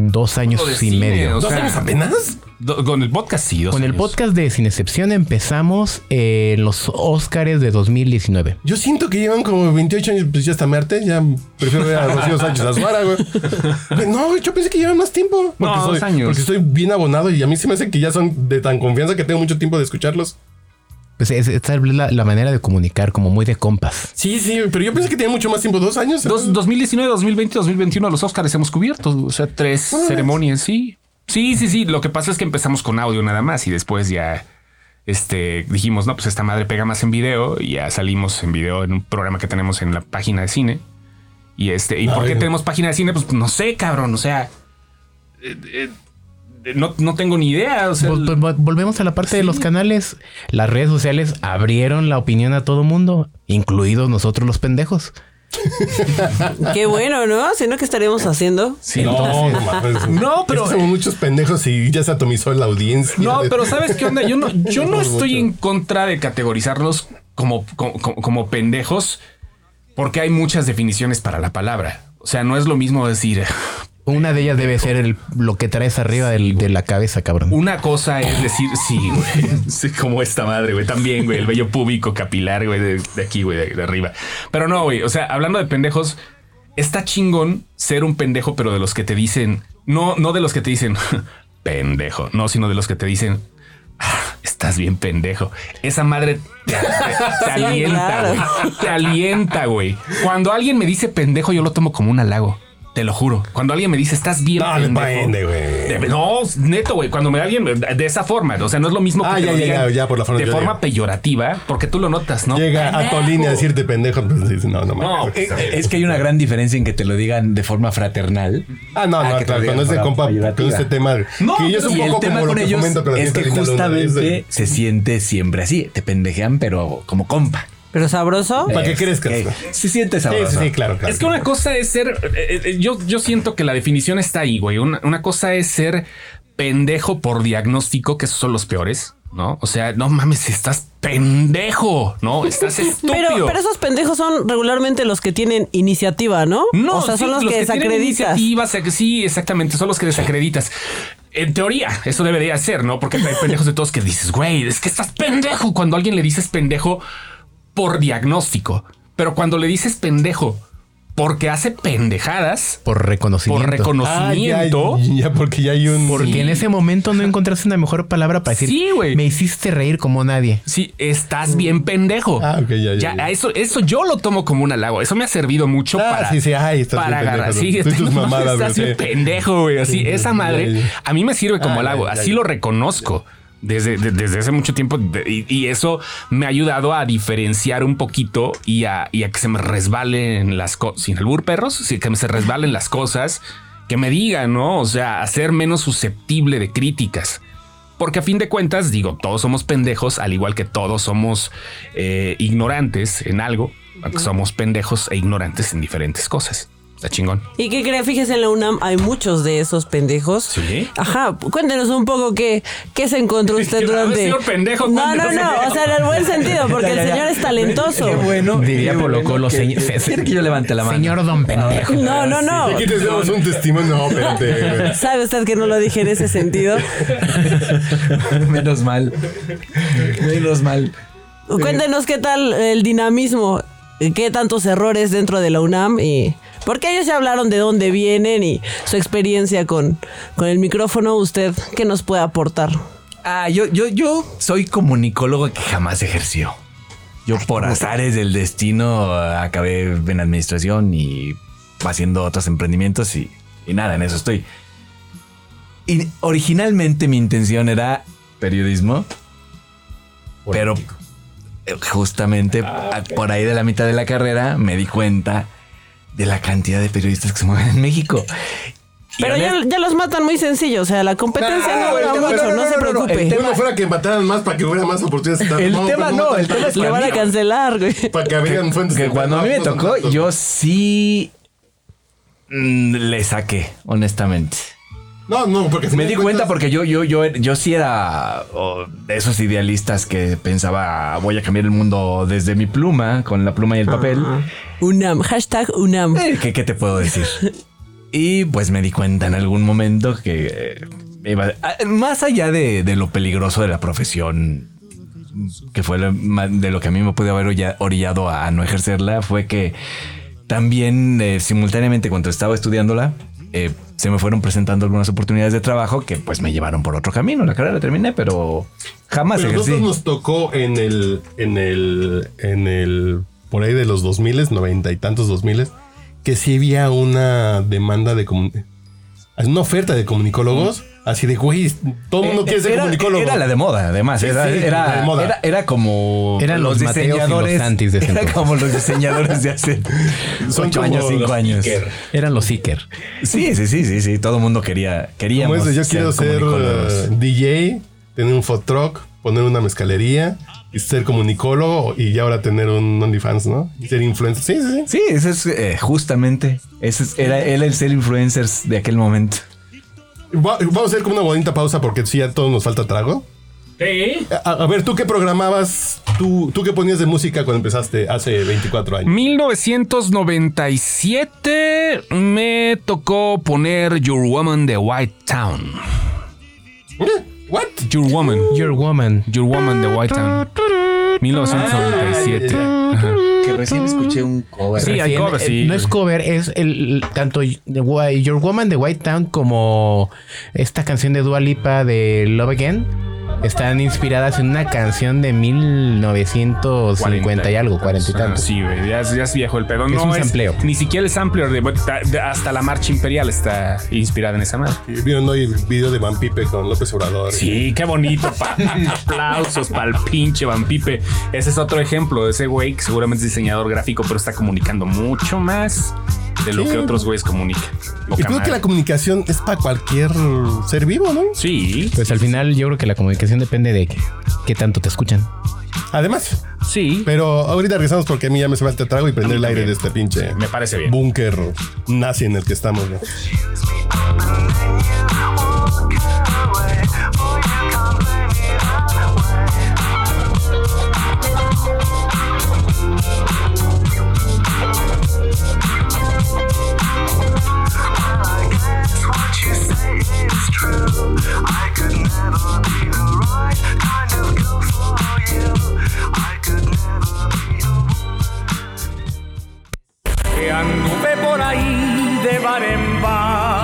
Speaker 2: dos años
Speaker 3: de
Speaker 2: y
Speaker 3: cine,
Speaker 2: medio.
Speaker 3: o
Speaker 1: ¿Dos
Speaker 3: sea,
Speaker 1: años apenas?
Speaker 3: do- con el podcast sí. dos
Speaker 2: Con el
Speaker 3: años.
Speaker 2: podcast de Sin Excepción empezamos eh, los Óscares de 2019.
Speaker 1: Yo siento que llevan como 28 años, pues ya está Marte, ya prefiero ver a Rocío Sánchez Azuara, güey.
Speaker 3: [laughs]
Speaker 1: Güey, No, güey, yo pensé que llevan más tiempo.
Speaker 3: No,
Speaker 1: Porque
Speaker 3: dos
Speaker 1: soy,
Speaker 3: años.
Speaker 1: Porque estoy bien abonado y a mí se me hace que ya son de tan confianza que tengo mucho tiempo de escucharlos.
Speaker 2: Pues es, esta es la, la manera de comunicar, como muy de compas.
Speaker 1: Sí, sí, pero yo pensé que tenía mucho más tiempo, dos años.
Speaker 3: Dos- 2019, 2020, 2021 los Oscars hemos cubierto. O sea, tres ceremonias, sí. Sí, sí, sí. Lo que pasa es que empezamos con audio nada más y después ya este, dijimos, no, pues esta madre pega más en video y ya salimos en video en un programa que tenemos en la página de cine. Y este, ¿y por qué
Speaker 1: bien.
Speaker 3: tenemos página de cine? Pues no sé, cabrón. O sea, eh, eh, eh, no, no tengo ni idea. O sea,
Speaker 2: Vol- vol- volvemos a la parte de los canales. Las redes sociales abrieron la opinión a todo mundo, incluidos nosotros los pendejos.
Speaker 6: Qué bueno, ¿no? Si no, ¿qué estaríamos haciendo?
Speaker 1: Sí, no, no, mames.
Speaker 3: No, pero-
Speaker 1: Es que somos muchos pendejos y ya se atomizó la audiencia.
Speaker 3: No, pero ¿sabes qué onda? Yo no, yo no
Speaker 1: Somos
Speaker 3: estoy
Speaker 1: muchos.
Speaker 3: en contra de categorizarlos como, como, como pendejos, porque hay muchas definiciones para la palabra. O sea, no es lo mismo decir
Speaker 2: Una de ellas debe ser el- lo que traes arriba del- de la cabeza, cabrón.
Speaker 3: Una cosa es decir, sí, güey, [laughs] sí, como esta madre, güey, también, güey, el vello púbico capilar, güey, de, de aquí, güey, de, de arriba. Pero no, güey, o sea, hablando de pendejos, está chingón ser un pendejo, pero de los que te dicen, no, no de los que te dicen, [laughs] pendejo, no, sino de los que te dicen, "Ah, estás bien pendejo. Esa madre te,
Speaker 6: [laughs]
Speaker 3: te- te
Speaker 6: Sí,
Speaker 3: alienta,
Speaker 6: claro.
Speaker 3: güey. Te alienta, güey. Cuando alguien me dice pendejo, yo lo tomo como un halago. Te lo juro. Cuando alguien me dice, estás bien
Speaker 1: [laughs] No,
Speaker 3: pendejo.
Speaker 1: depende, güey.
Speaker 3: De- Eh, No, neto, güey. Cuando me da alguien de esa forma, o sea, no es lo mismo que
Speaker 1: Ah,
Speaker 3: te lo
Speaker 1: ya, ya,
Speaker 3: digan
Speaker 1: ya, ya, por la forma
Speaker 3: de
Speaker 1: que yo
Speaker 3: forma
Speaker 1: digo.
Speaker 3: peyorativa, porque tú lo notas, ¿no?
Speaker 1: Llega a Tolini a decirte pendejo. pues, dices, no,
Speaker 3: No,
Speaker 1: no, mames.
Speaker 3: eh,
Speaker 5: Es que hay una gran diferencia en que te lo digan de forma fraternal.
Speaker 1: Ah, no,
Speaker 5: a
Speaker 1: no,
Speaker 5: que te
Speaker 1: claro,
Speaker 5: lo digan
Speaker 1: cuando es de
Speaker 5: forma
Speaker 1: compa, con
Speaker 5: peyorativa.
Speaker 1: este tema.
Speaker 5: No,
Speaker 1: que yo
Speaker 5: pero
Speaker 1: es un
Speaker 5: sí,
Speaker 1: poco
Speaker 5: el tema
Speaker 1: como lo
Speaker 5: con
Speaker 1: que
Speaker 5: ellos
Speaker 1: comento con la
Speaker 5: es
Speaker 1: señorita
Speaker 5: que
Speaker 1: Linda Luna, es de-
Speaker 5: justamente se siente siempre así. Te pendejean, pero como compa.
Speaker 6: Pero sabroso.
Speaker 3: Eh,
Speaker 1: Para que
Speaker 5: Es
Speaker 1: crezcas.
Speaker 5: Se siente
Speaker 1: Sí,
Speaker 5: sabroso.
Speaker 1: sí, sí, claro, claro.
Speaker 3: Es que una cosa es ser. eh, eh, yo, yo siento que la definición está ahí, güey. Una, una cosa es ser pendejo por diagnóstico, que esos son los peores, ¿no? O sea, no mames, estás pendejo, ¿no? Estás estúpido.
Speaker 6: [laughs] Pero, pero esos pendejos son regularmente los que tienen iniciativa, ¿no? o sea,
Speaker 3: sí,
Speaker 6: son los, que,
Speaker 3: tienen
Speaker 6: desacreditas.
Speaker 3: iniciativas, eh, que sí, exactamente, son los que desacreditas. En teoría, eso debería ser, ¿no? Porque hay pendejos de todos que dices, güey, es que estás pendejo. Cuando a alguien le dices pendejo por diagnóstico, pero cuando le dices pendejo porque hace pendejadas
Speaker 2: Por reconocimiento.
Speaker 3: por
Speaker 1: Ah, ya,
Speaker 3: reconocimiento,
Speaker 1: ya, porque ya hay un.
Speaker 2: Porque en ese momento no encontraste una mejor palabra para decir,
Speaker 3: Sí, güey.
Speaker 2: me hiciste reír como nadie.
Speaker 3: Sí, estás bien pendejo.
Speaker 1: Ah, ok, ya, ya, ya.
Speaker 3: a Eso, eso yo lo tomo como un halago. Eso me ha servido mucho
Speaker 1: Ah,
Speaker 3: para.
Speaker 1: sí, sí, ay, estás
Speaker 3: para
Speaker 1: bien
Speaker 3: agarrar.
Speaker 1: pendejo,
Speaker 3: Sí,
Speaker 1: tú y
Speaker 3: [laughs]
Speaker 1: tus
Speaker 3: estás-
Speaker 1: mamadas,
Speaker 3: estás
Speaker 1: güey,
Speaker 3: bien
Speaker 1: sí.
Speaker 3: pendejo, güey. Así,
Speaker 1: Sí,
Speaker 3: esa
Speaker 1: ya,
Speaker 3: madre
Speaker 1: ya.
Speaker 3: a mí me sirve como
Speaker 1: Ah,
Speaker 3: halago.
Speaker 1: ya, ya,
Speaker 3: Así
Speaker 1: ya.
Speaker 3: lo reconozco. Desde, de- desde hace mucho tiempo de- y, y eso me ha ayudado a diferenciar un poquito y a, y a que se me resbalen las cosas, sin albur perros, sí, que me se resbalen las cosas, que me digan, ¿no? O sea, a ser menos susceptible de críticas. Porque a fin de cuentas, digo, todos somos pendejos, al igual que todos somos eh, ignorantes en algo. aunque Somos pendejos e ignorantes en diferentes cosas. Está chingón.
Speaker 6: ¿Y qué crea? Fíjese en la UNAM hay muchos de esos pendejos.
Speaker 3: Sí.
Speaker 6: Ajá, cuéntenos un poco qué, qué se encontró
Speaker 3: [laughs]
Speaker 6: usted
Speaker 3: Sí, a ver,
Speaker 6: durante.
Speaker 3: señor pendejo,
Speaker 6: no, no,
Speaker 3: cuéntenos.
Speaker 6: no. O sea, en el buen sentido, porque el señor es
Speaker 2: [laughs]
Speaker 6: talentoso.
Speaker 5: Qué bueno.
Speaker 2: Diría
Speaker 5: qué
Speaker 2: Polo
Speaker 5: bueno
Speaker 2: Colo,
Speaker 5: que- [laughs]
Speaker 2: señor-
Speaker 5: Quiere que yo levante
Speaker 3: Ah,
Speaker 5: la mano.
Speaker 2: Señor don pendejo.
Speaker 6: No, no, no.
Speaker 1: Aquí te damos un testimonio. No,
Speaker 5: [laughs]
Speaker 1: espérate. güey.
Speaker 6: Sabe usted que no lo dije en ese sentido.
Speaker 5: [laughs]
Speaker 2: [laughs]
Speaker 5: Menos mal. Menos mal.
Speaker 6: Cuéntenos qué tal el dinamismo, eh, qué tantos errores dentro de la UNAM y porque ellos ya hablaron de dónde vienen y su experiencia con, con el micrófono, usted qué nos puede aportar.
Speaker 5: Ah, yo, yo, yo soy comunicólogo que jamás ejerció. Yo por azares del destino ah, acabé en administración y haciendo otros emprendimientos y, y nada, en eso estoy. Y originalmente mi intención era periodismo, pero eh, justamente a- por ahí de la mitad de la carrera me di cuenta de la cantidad de periodistas que se mueven en México. Y
Speaker 6: Pero ya,
Speaker 5: honest-
Speaker 6: ya los matan muy sencillo, o sea, la competencia
Speaker 1: Ah,
Speaker 6: no dura
Speaker 1: ahorita-
Speaker 6: mucho, no se
Speaker 5: el
Speaker 6: preocupe.
Speaker 1: Bueno, fuera que mataran más para que hubiera más oportunidades.
Speaker 5: El tema no, el tema es
Speaker 6: Lo van a
Speaker 5: Mira.
Speaker 6: cancelar, güey.
Speaker 1: Para que habrían fuentes.
Speaker 5: que cuando Este, a mí me tocó, yo sí mm, le saqué, honestamente.
Speaker 1: No, no, porque. si
Speaker 5: Me
Speaker 1: te
Speaker 5: di
Speaker 1: das
Speaker 5: cuenta
Speaker 1: cuentas-
Speaker 5: porque yo, yo, yo, yo sí era oh, de esos idealistas que pensaba "Ah, voy a cambiar el mundo desde mi pluma, con la pluma y el papel.
Speaker 6: UNAM, hashtag UNAM.
Speaker 5: Eh, ¿Qué, qué te puedo decir? Y pues me di cuenta en algún momento que eh, iba- ah, más allá de, de lo peligroso de la profesión, que fue lo ma- de lo que a mí me pude haber olla- orillado a no ejercerla, fue que también eh, simultáneamente cuando estaba estudiándola, eh, se me fueron presentando algunas oportunidades de trabajo que pues me llevaron por otro camino. La carrera la terminé, pero jamás
Speaker 1: Pero
Speaker 5: ejercí.
Speaker 1: nosotros nos tocó en el, en el, en el, por ahí de los 2000, 90 y tantos 2000, que sí había una demanda de comun- una oferta de comunicólogos, así de, güey, todo el mundo quiere ser
Speaker 5: era,
Speaker 1: comunicólogo.
Speaker 5: era la de moda, además.
Speaker 1: Sí,
Speaker 5: Era,
Speaker 1: sí,
Speaker 5: era-
Speaker 1: la de moda.
Speaker 5: era- era como
Speaker 2: Eran los Mateos y los Santis de ese
Speaker 5: era
Speaker 2: entonces.
Speaker 5: como los diseñadores de [laughs] hace
Speaker 1: Son
Speaker 5: ocho
Speaker 1: como
Speaker 5: años,
Speaker 1: los
Speaker 5: cinco años.
Speaker 1: Iker.
Speaker 2: Eran los Iker.
Speaker 5: Sí, sí, sí, sí, sí. Todo el mundo quería,
Speaker 1: Como
Speaker 5: queríamos
Speaker 1: eso, yo quiero ser
Speaker 5: comunicólogos.
Speaker 1: eh, DJ, tener un food truck, poner una mezcalería, y ser comunicólogo y ya ahora tener un OnlyFans, ¿no? Y ser influencer. Sí, sí, sí.
Speaker 5: Sí, ese es eh, justamente. Ese es- era él el ser influencers de aquel momento.
Speaker 1: Va- Vamos a hacer como una bonita pausa porque sí, ya todos nos falta trago.
Speaker 3: Sí.
Speaker 1: A, a ver, ¿tú qué programabas? ¿Tú, ¿Tú qué ponías de música cuando empezaste hace 24 años?
Speaker 3: 1997 me tocó poner Your Woman de White Town.
Speaker 1: ¿Eh? ¿What?
Speaker 3: Your Woman.
Speaker 2: Your Woman.
Speaker 3: Your Woman de White Town. 1997. Ajá.
Speaker 5: Que recién escuché un cover.
Speaker 3: Sí, hay
Speaker 2: Recién,
Speaker 3: cover,
Speaker 2: eh,
Speaker 3: sí.
Speaker 2: No es cover, es el tanto de Why- Your Woman de White Town como esta canción de Dua Lipa de Love Again. Están inspiradas en una canción de 1950 y algo, 40 y
Speaker 3: Ah,
Speaker 2: tantos.
Speaker 3: Sí, güey, ya, es- ya es viejo el pedo.
Speaker 2: Es
Speaker 3: no
Speaker 2: un sampleo.
Speaker 3: Ni siquiera el sampler de, de- hasta la marcha imperial está inspirada en esa madre.
Speaker 1: Vieron hoy el video de Van Pipe con López Obrador.
Speaker 3: Mm. Sí, qué bonito. pa- [laughs] Aplausos para el pinche Van Pipe. Ese es otro ejemplo de ese güey que seguramente es diseñador gráfico, pero está comunicando mucho más de lo
Speaker 1: Sí.
Speaker 3: que otros güeyes comunican.
Speaker 1: Y
Speaker 3: Poca
Speaker 1: creo que
Speaker 3: madre.
Speaker 1: la comunicación es para cualquier ser vivo, ¿no?
Speaker 3: Sí,
Speaker 2: Pues al final yo creo que la comunicación depende de qué, qué tanto te escuchan.
Speaker 1: Además.
Speaker 3: sí.
Speaker 1: Pero ahorita regresamos porque a mí ya me se va este trago y prender el aire de este pinche
Speaker 3: Me parece bien.
Speaker 1: búnker nazi en el que estamos. ¿no?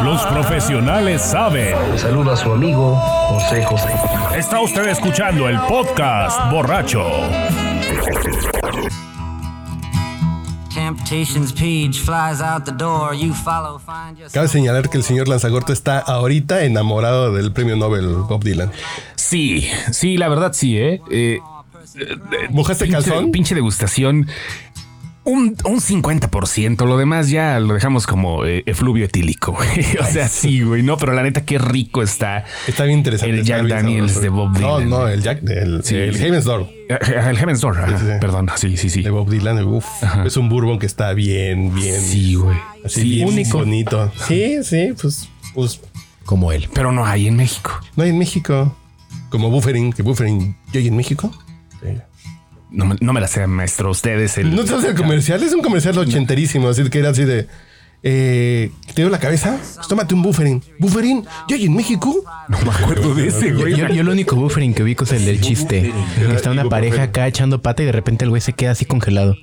Speaker 8: Los profesionales saben.
Speaker 9: saluda a su amigo José José.
Speaker 8: Está usted escuchando el podcast borracho.
Speaker 4: Temptation's page flies out the door. You follow, find yourself.
Speaker 1: Cabe señalar que el señor Lanzagorta está ahorita enamorado del premio Nobel Bob Dylan.
Speaker 3: Sí, sí, la verdad sí, ¿eh? eh
Speaker 1: ¿Mojaste
Speaker 3: pinche,
Speaker 1: este calzón?
Speaker 3: Pinche degustación. Un, un 50%, lo demás ya lo dejamos como eh, efluvio etílico. güey. [laughs] O sea, sí, güey. No, pero la neta, qué rico está.
Speaker 1: Está bien interesante.
Speaker 3: El
Speaker 1: está
Speaker 3: Jack
Speaker 1: bien
Speaker 3: Daniels
Speaker 1: sabroso.
Speaker 3: de Bob Dylan.
Speaker 1: No, no, el Jack, el,
Speaker 3: Sí,
Speaker 1: el
Speaker 3: sí.
Speaker 1: Heaven's Door
Speaker 3: Eh, El Heaven's Door, ajá,
Speaker 1: Sí, sí, sí.
Speaker 3: perdón. Sí, sí, sí.
Speaker 1: de Bob Dylan. Uf, es un bourbon que está bien, bien.
Speaker 3: Sí, güey.
Speaker 1: así
Speaker 3: Sí,
Speaker 1: bien
Speaker 3: único.
Speaker 1: bonito. Sí, sí, pues, pues
Speaker 2: Como él.
Speaker 3: Pero no hay en México.
Speaker 1: no hay en México. Como Buffering, que Buffering, yo hay en México. Eh,
Speaker 3: No, me- no me la sean, maestro. Ustedes el.
Speaker 1: No te hace el comercial, es un comercial ochenterísimo, así que era así de. eh, ¿Te dio la cabeza? Pues tómate un buffering. ¿Buffering? ¿Yo hay en México?
Speaker 3: No me acuerdo de ese,
Speaker 2: Yo,
Speaker 3: güey.
Speaker 2: yo- yo el único buffering que ubico es el del chiste. Está una pareja acá echando pata y de repente el güey se queda así congelado.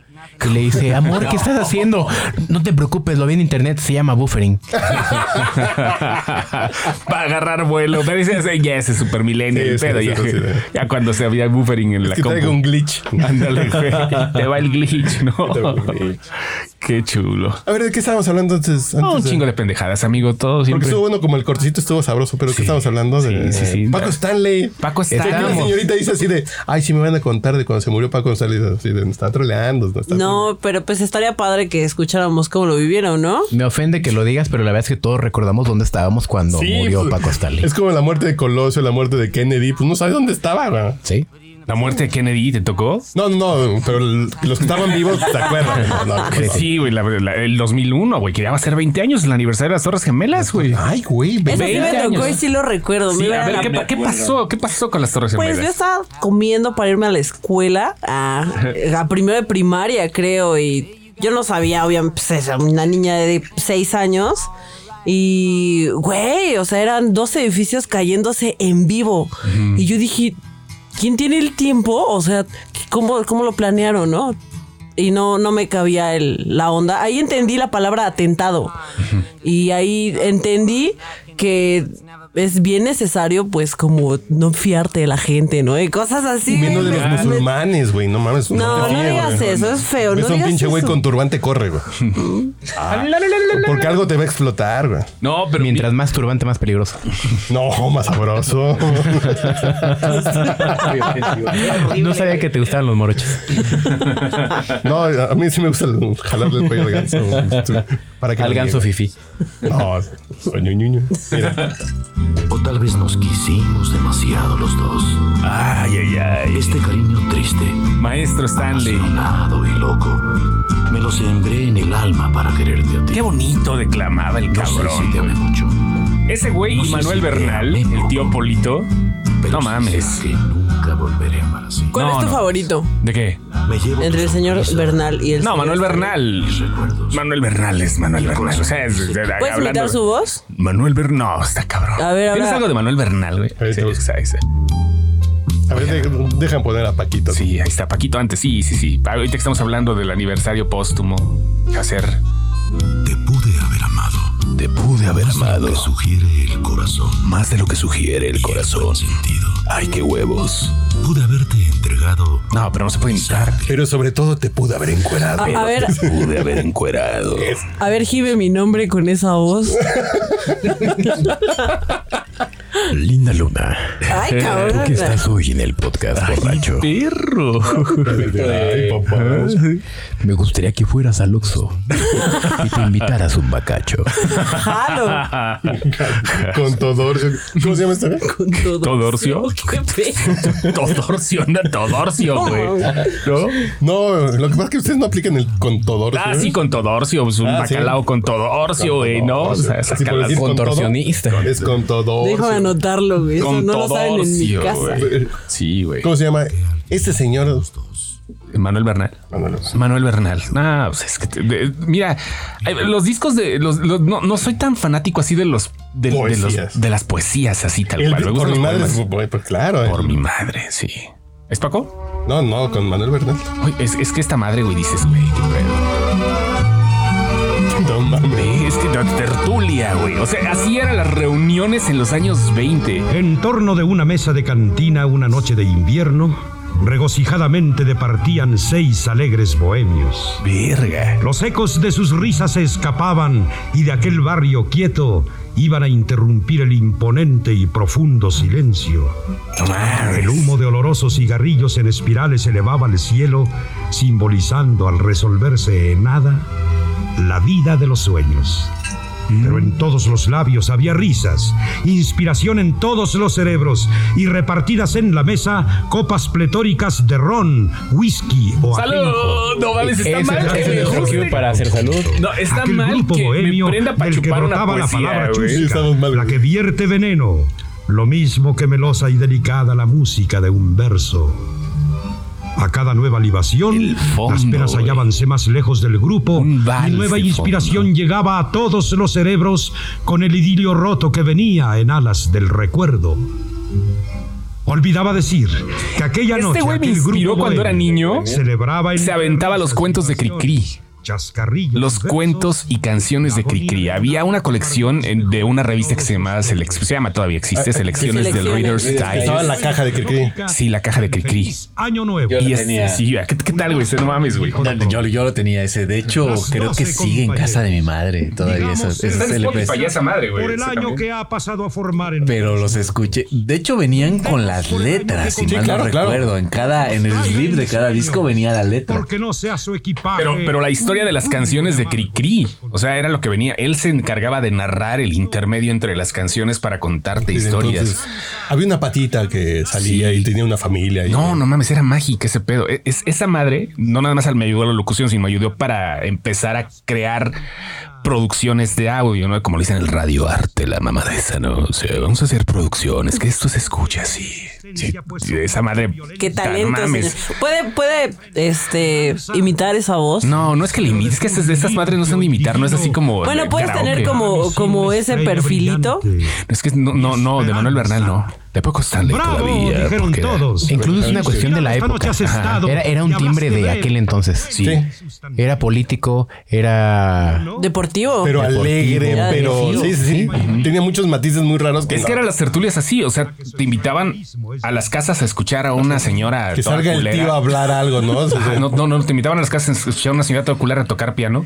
Speaker 2: Y le dice, amor, ¿qué estás haciendo? No te preocupes, lo vi en internet, se llama buffering.
Speaker 3: [laughs] Va a agarrar vuelo. Pero ese, ese ya ese super milenio.
Speaker 1: Sí,
Speaker 3: el
Speaker 1: sí,
Speaker 3: pedo,
Speaker 1: sí,
Speaker 3: ya,
Speaker 1: sí, sí.
Speaker 3: ya cuando se había buffering en la
Speaker 1: Que traigo
Speaker 3: compu.
Speaker 1: un glitch.
Speaker 3: Ándale, güey. [laughs] Te va el glitch,
Speaker 9: [laughs]
Speaker 3: ¿no? Qué chulo.
Speaker 1: A ver, ¿de qué estábamos hablando entonces?
Speaker 3: No, un
Speaker 1: Antes de-
Speaker 3: chingo de pendejadas, amigo. Todo
Speaker 1: Porque
Speaker 3: siempre.
Speaker 1: estuvo bueno como el cortecito estuvo sabroso, pero ¿qué estábamos hablando? De,
Speaker 3: sí, sí.
Speaker 1: Paco Stanley.
Speaker 3: Paco
Speaker 1: Sé que La
Speaker 3: estábamos.
Speaker 1: señorita dice así de, ay, si me van a contar de cuando se murió Paco Stanley. Así de, nos está troleando. nos está
Speaker 6: No, pero pues estaría padre que escucháramos cómo lo vivieron, ¿no?
Speaker 2: Me ofende que lo digas, pero la verdad es que todos recordamos dónde estábamos cuando
Speaker 1: troleando". Sí,
Speaker 2: murió
Speaker 1: pues,
Speaker 2: Paco Stanley.
Speaker 1: Es como la muerte de Colosio, la muerte de Kennedy. Pues no sabes dónde estaba, güey.
Speaker 2: Sí.
Speaker 3: La muerte de Kennedy, ¿te tocó?
Speaker 1: No, no, no, pero el- los que estaban vivos se acuerdan. No, no, no,
Speaker 9: Ah,
Speaker 1: no.
Speaker 9: pues
Speaker 3: Sí, güey, la- la- el 2001, güey, que ya va a ser 20 años el aniversario de las Torres
Speaker 9: Ah,
Speaker 3: Gemelas, güey.
Speaker 1: Ay, güey, ve-
Speaker 6: Eso sí
Speaker 3: 20
Speaker 6: me tocó
Speaker 3: años.
Speaker 6: y sí lo recuerdo. Me
Speaker 3: Sí,
Speaker 6: iba
Speaker 3: a
Speaker 6: a
Speaker 3: ver,
Speaker 6: la-
Speaker 3: ¿qué, pa- qué pasó? ¿Qué pasó con las Torres
Speaker 6: Pues yo
Speaker 3: Gemelas?
Speaker 6: estaba comiendo para irme a la escuela, a, a primero de primaria, creo, y yo no sabía, obviamente, pues, era una niña de seis años. Y, güey, o sea, eran dos edificios cayéndose en vivo. Y yo dije, ¿quién tiene el tiempo? O sea, ¿cómo, cómo lo planearon, no? Y no, no me cabía el- la onda. Ahí entendí la palabra atentado. Y ahí entendí que es bien necesario, pues, como no fiarte de la gente, ¿no? Y cosas así.
Speaker 1: Viendo de los
Speaker 6: Me-
Speaker 1: musulmanes, güey. No mames.
Speaker 6: No,
Speaker 1: te
Speaker 6: no
Speaker 1: fíes,
Speaker 6: digas
Speaker 1: güey.
Speaker 6: eso, es feo.
Speaker 1: Ves
Speaker 6: No
Speaker 1: a un
Speaker 6: digas
Speaker 1: pinche güey
Speaker 6: eso. Mm.
Speaker 1: con turbante corre, güey. Ah, Porque algo te va a explotar, güey.
Speaker 3: No, pero
Speaker 2: Mientras más turbante, más peligroso.
Speaker 1: No, más sabroso.
Speaker 2: No sabía que te gustaban los morochos.
Speaker 1: No, a mí sí me gusta el- jalarle el cuello al ganso. güey. Para que
Speaker 2: Al
Speaker 1: no
Speaker 2: ganso
Speaker 1: llegue.
Speaker 2: fifi.
Speaker 1: No, soy ñuñuño. Mira,
Speaker 9: O tal vez nos quisimos demasiado los dos.
Speaker 3: Ay, ay, ay.
Speaker 9: Este cariño triste,
Speaker 3: Maestro Stanley.
Speaker 9: apasionado y loco, me lo sembré en el alma para quererte a ti.
Speaker 3: Qué bonito declamaba el
Speaker 9: No sé si
Speaker 3: cabrón.
Speaker 9: te amé mucho,
Speaker 3: Ese güey
Speaker 9: No
Speaker 3: y
Speaker 9: sé
Speaker 3: Manuel
Speaker 9: si te
Speaker 3: Bernal,
Speaker 9: amé
Speaker 3: el tío
Speaker 9: poco.
Speaker 3: Polito.
Speaker 9: pero
Speaker 3: No mames.
Speaker 9: sé que nunca nunca volveré a embarazar.
Speaker 6: ¿Cuál
Speaker 3: No,
Speaker 6: es tu
Speaker 3: no.
Speaker 6: favorito?
Speaker 3: ¿De qué?
Speaker 9: Me llevo
Speaker 6: Entre el
Speaker 9: tus
Speaker 6: señor
Speaker 9: sonrisas,
Speaker 6: Bernal y el
Speaker 3: No,
Speaker 6: señor
Speaker 3: Manuel
Speaker 6: este. Ferrer.
Speaker 3: Bernal.
Speaker 9: mis recuerdos.
Speaker 3: Manuel Bernal es Manuel Bernal. O sea, es- es-
Speaker 6: ¿Puedes imitar su voz?
Speaker 3: Manuel Bernal. No, está cabrón.
Speaker 6: A ver, a
Speaker 3: ¿Tienes
Speaker 6: ver.
Speaker 3: algo de Manuel Bernal, güey?
Speaker 1: Ahí te
Speaker 3: Sí,
Speaker 1: busco.
Speaker 3: ahí está.
Speaker 1: A ver, de- dejan poner a Paquito.
Speaker 3: Sí, ahí está. Paquito antes. Sí, sí, sí. Ahorita que estamos hablando del aniversario póstumo. ¿Qué hacer?
Speaker 9: Te pude haber amado.
Speaker 8: Te pude haber
Speaker 9: Lo
Speaker 8: amado
Speaker 9: que sugiere el corazón.
Speaker 8: más de lo que sugiere el corazón.
Speaker 9: Sentido.
Speaker 8: Ay, qué huevos.
Speaker 9: Pude haberte entregado.
Speaker 3: No, pero no se puede imitar.
Speaker 1: Pero sobre todo te pude haber encuerado.
Speaker 6: A, a ver,
Speaker 8: Te pude haber encuerado.
Speaker 6: a ver, gibe mi nombre con esa voz.
Speaker 8: Linda luna.
Speaker 1: Eh,
Speaker 6: Ay, cabrón.
Speaker 8: ¿Qué estás hoy en el podcast, borracho? [laughs]
Speaker 3: Perro.
Speaker 1: Ay, papá.
Speaker 8: Me gustaría que fueras al Oxxo y te invitaras un bacacho.
Speaker 6: Jalo
Speaker 1: Con todo. ¿Cómo se llama este?
Speaker 6: con todo.
Speaker 3: Todorcio.
Speaker 6: [laughs] Qué pedo.
Speaker 3: [laughs] Todorcio, anda Todorcio, güey. ¿No?
Speaker 1: No, lo que pasa es que ustedes no aplican el contador.
Speaker 3: Ah, sí, con Todorcio. pues, un
Speaker 1: Ah, sí.
Speaker 3: bacalao con Todorcio, güey, ¿no? O sea,
Speaker 1: Sí,
Speaker 3: esa
Speaker 1: por
Speaker 3: calada-
Speaker 1: decir con todo,
Speaker 2: Contorsionista.
Speaker 1: Es con todo.
Speaker 6: Déjame anotarlo, güey. Eso no lo saben en mi
Speaker 3: Todorcio,
Speaker 6: casa.
Speaker 3: güey. Sí, güey.
Speaker 1: ¿Cómo se llama? Este señor.
Speaker 3: Manuel Bernal.
Speaker 1: Manolo.
Speaker 3: Manuel Bernal. Ah, pues es que te- de- mira, eh, los discos de los, los- no, no soy tan fanático así de los de, de los-
Speaker 1: Poesías.
Speaker 3: de las poesías así tal
Speaker 1: El-
Speaker 3: cual. Me
Speaker 1: por
Speaker 3: gustan
Speaker 1: mi
Speaker 3: los
Speaker 1: madre.
Speaker 3: poemas.
Speaker 1: pues, pues, claro. eh.
Speaker 3: Por mi madre, sí. ¿Es Paco?
Speaker 1: No, no, con Manuel Bernal.
Speaker 3: Uy, es, es que esta madre, güey, dices, güey, qué pedo.
Speaker 1: No mames.
Speaker 3: Ve, Es que la tertulia, güey. O sea, así eran las reuniones en los años 20.
Speaker 10: En torno de una mesa de cantina una noche de invierno, regocijadamente departían seis alegres bohemios.
Speaker 3: Verga.
Speaker 10: Los ecos de sus risas se escapaban y de aquel barrio quieto iban a interrumpir el imponente y profundo silencio.
Speaker 3: No mames.
Speaker 10: El humo de olorosos cigarrillos en espirales elevaba al cielo, simbolizando al resolverse en nada la vida de los sueños. Pero en todos los labios había risas, inspiración en todos los cerebros y repartidas en la mesa copas pletóricas de ron, whisky o ajenjo.
Speaker 3: ¡Salud! No vales, está
Speaker 2: Ese
Speaker 3: mal
Speaker 2: es
Speaker 3: que
Speaker 2: el
Speaker 3: me
Speaker 2: ejercicio
Speaker 3: guste.
Speaker 2: para hacer salud.
Speaker 3: No, está
Speaker 10: Aquel
Speaker 3: mal
Speaker 10: grupo
Speaker 3: que me
Speaker 10: bohemio
Speaker 3: prenda para
Speaker 10: del que
Speaker 3: chupar una
Speaker 10: brotaba
Speaker 3: poesía,
Speaker 10: la palabra
Speaker 3: güey.
Speaker 1: Sí,
Speaker 10: chusca,
Speaker 1: estamos mal,
Speaker 10: la
Speaker 1: güey.
Speaker 10: que vierte veneno, lo mismo que melosa y delicada la música de un verso. A cada nueva libación,
Speaker 3: El fondo,
Speaker 10: las penas
Speaker 3: güey.
Speaker 10: hallábanse más lejos del grupo
Speaker 3: Un vals
Speaker 10: y nueva
Speaker 3: de
Speaker 10: inspiración
Speaker 3: fondo.
Speaker 10: llegaba a todos los cerebros con el idilio roto que venía en alas del recuerdo. Olvidaba decir que aquella
Speaker 3: Este
Speaker 10: noche
Speaker 3: güey me
Speaker 10: aquel grupo
Speaker 3: inspiró cuando era
Speaker 10: bohemio
Speaker 3: niño.
Speaker 10: celebraba el
Speaker 3: Se aventaba los cuentos de Cricri.
Speaker 10: Chascarrillos,
Speaker 3: Los
Speaker 10: versos,
Speaker 3: cuentos y canciones de Cricri. Había una colección en- de una revista que se llamaba Selec- se llama todavía existe Selecciones del Reader's
Speaker 1: Estaba en la
Speaker 3: Digest.
Speaker 1: caja de Cricri.
Speaker 3: Sí, la caja de Cricri.
Speaker 10: Feliz Año nuevo.
Speaker 5: Yo
Speaker 3: Y
Speaker 5: la
Speaker 3: es,
Speaker 5: tenía.
Speaker 3: sí, ¿qué, qué tal, güey? No mames, güey.
Speaker 5: Yo, yo lo tenía ese. De hecho,
Speaker 10: Las
Speaker 5: creo que
Speaker 10: doce
Speaker 5: sigue en casa de mi
Speaker 10: compañeros.
Speaker 5: madre todavía
Speaker 10: Digamos,
Speaker 5: esos, esos
Speaker 10: está en
Speaker 5: LPs.
Speaker 3: Spotify esa madre, güey.
Speaker 10: Por el
Speaker 3: ese
Speaker 10: año
Speaker 3: también.
Speaker 10: que ha pasado a formar en
Speaker 5: Pero los escuché. De hecho, venían con las letras, si
Speaker 1: Sí,
Speaker 5: mal
Speaker 1: claro,
Speaker 5: no
Speaker 1: claro.
Speaker 5: recuerdo. En cada, en el slip de cada disco venía la letra.
Speaker 10: porque no sea su equipaje.
Speaker 3: Pero, pero la historia de las canciones de Cricri, o sea, era lo que venía. Él se encargaba de narrar el intermedio entre las canciones para contarte
Speaker 1: Desde
Speaker 3: historias.
Speaker 1: entonces, había una patita que salía y tenía una familia. y-
Speaker 3: No, no mames, era mágica ese pedo. E- es- esa madre no nada más me ayudó a la locución, sino me ayudó para empezar a crear producciones de audio, ¿no? Como le dicen el radioarte, la mamá de esa, ¿no? O sea, vamos a hacer producciones, que esto se escucha así. Sí,
Speaker 10: pues,
Speaker 3: sí, esa madre.
Speaker 6: Qué
Speaker 3: puta, no
Speaker 6: talento,
Speaker 3: mames.
Speaker 6: señor. Puede, puede, este, imitar esa voz.
Speaker 3: No, no es que le imites, es que estas- de estas madres no son de imitar, no es así como.
Speaker 6: Bueno,
Speaker 3: de
Speaker 6: puedes
Speaker 3: karaoke.
Speaker 6: tener como, como ese perfilito.
Speaker 3: Es que no, no, no, de Manuel Bernal no. De Paco Stanley
Speaker 10: Bravo,
Speaker 3: todavía.
Speaker 10: dijeron
Speaker 3: porque-
Speaker 10: todos.
Speaker 2: Incluso es una cuestión de la
Speaker 10: Esta noche
Speaker 2: época.
Speaker 10: has estado
Speaker 2: Era, era
Speaker 10: y
Speaker 2: un
Speaker 10: hablaste
Speaker 2: timbre de
Speaker 10: él.
Speaker 2: aquel entonces.
Speaker 3: Sí.
Speaker 2: Era político, era...
Speaker 6: Deportivo.
Speaker 1: Pero
Speaker 2: Deportivo.
Speaker 1: alegre,
Speaker 2: Ya,
Speaker 1: pero sí,
Speaker 2: sí,
Speaker 1: sí, sí. Tenía muchos matices muy raros.
Speaker 3: Es que
Speaker 1: no.
Speaker 3: eran las tertulias así, o sea, te invitaban a las casas a escuchar a una señora
Speaker 1: que
Speaker 3: toda
Speaker 1: salga el
Speaker 3: culera.
Speaker 1: tío a hablar algo, ¿no? O sea,
Speaker 3: Ah, No, no, no, te invitaban a las casas a escuchar a una señora toda culera a tocar piano.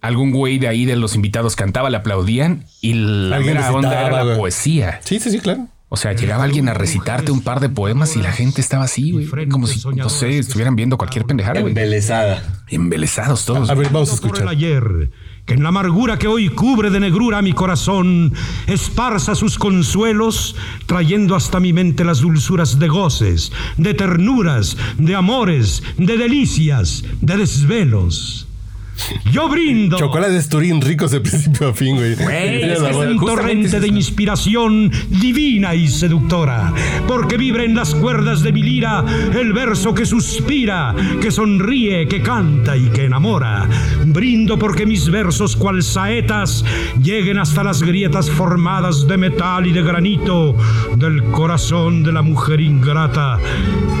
Speaker 3: Algún güey de ahí de los invitados cantaba, le aplaudían y la
Speaker 1: Alguien
Speaker 3: mera
Speaker 1: recitaba,
Speaker 3: onda era la
Speaker 1: güey.
Speaker 3: poesía.
Speaker 1: Sí, sí, sí, claro.
Speaker 3: O sea, llegaba alguien a recitarte un par de poemas y la gente estaba así, güey, como si, no sé, estuvieran viendo cualquier pendejada, güey.
Speaker 5: Embelesada.
Speaker 3: Embelezados todos.
Speaker 1: A ver, vamos a
Speaker 10: Por el
Speaker 1: escuchar.
Speaker 10: ayer, que en la amargura que hoy cubre de negrura mi corazón, esparza sus consuelos, trayendo hasta mi mente las dulzuras de goces, de ternuras, de amores, de delicias, de desvelos. Yo brindo.
Speaker 1: Chocolates Turín ricos de principio a fin, güey.
Speaker 10: Güey,
Speaker 1: Tienes
Speaker 10: es
Speaker 1: la
Speaker 10: que es
Speaker 1: buena.
Speaker 10: un torrente de inspiración divina y seductora, porque vibra en las cuerdas de mi lira el verso que suspira, que sonríe, que canta y que enamora. Brindo porque mis versos, cual saetas, lleguen hasta las grietas formadas de metal y de granito del corazón de la mujer ingrata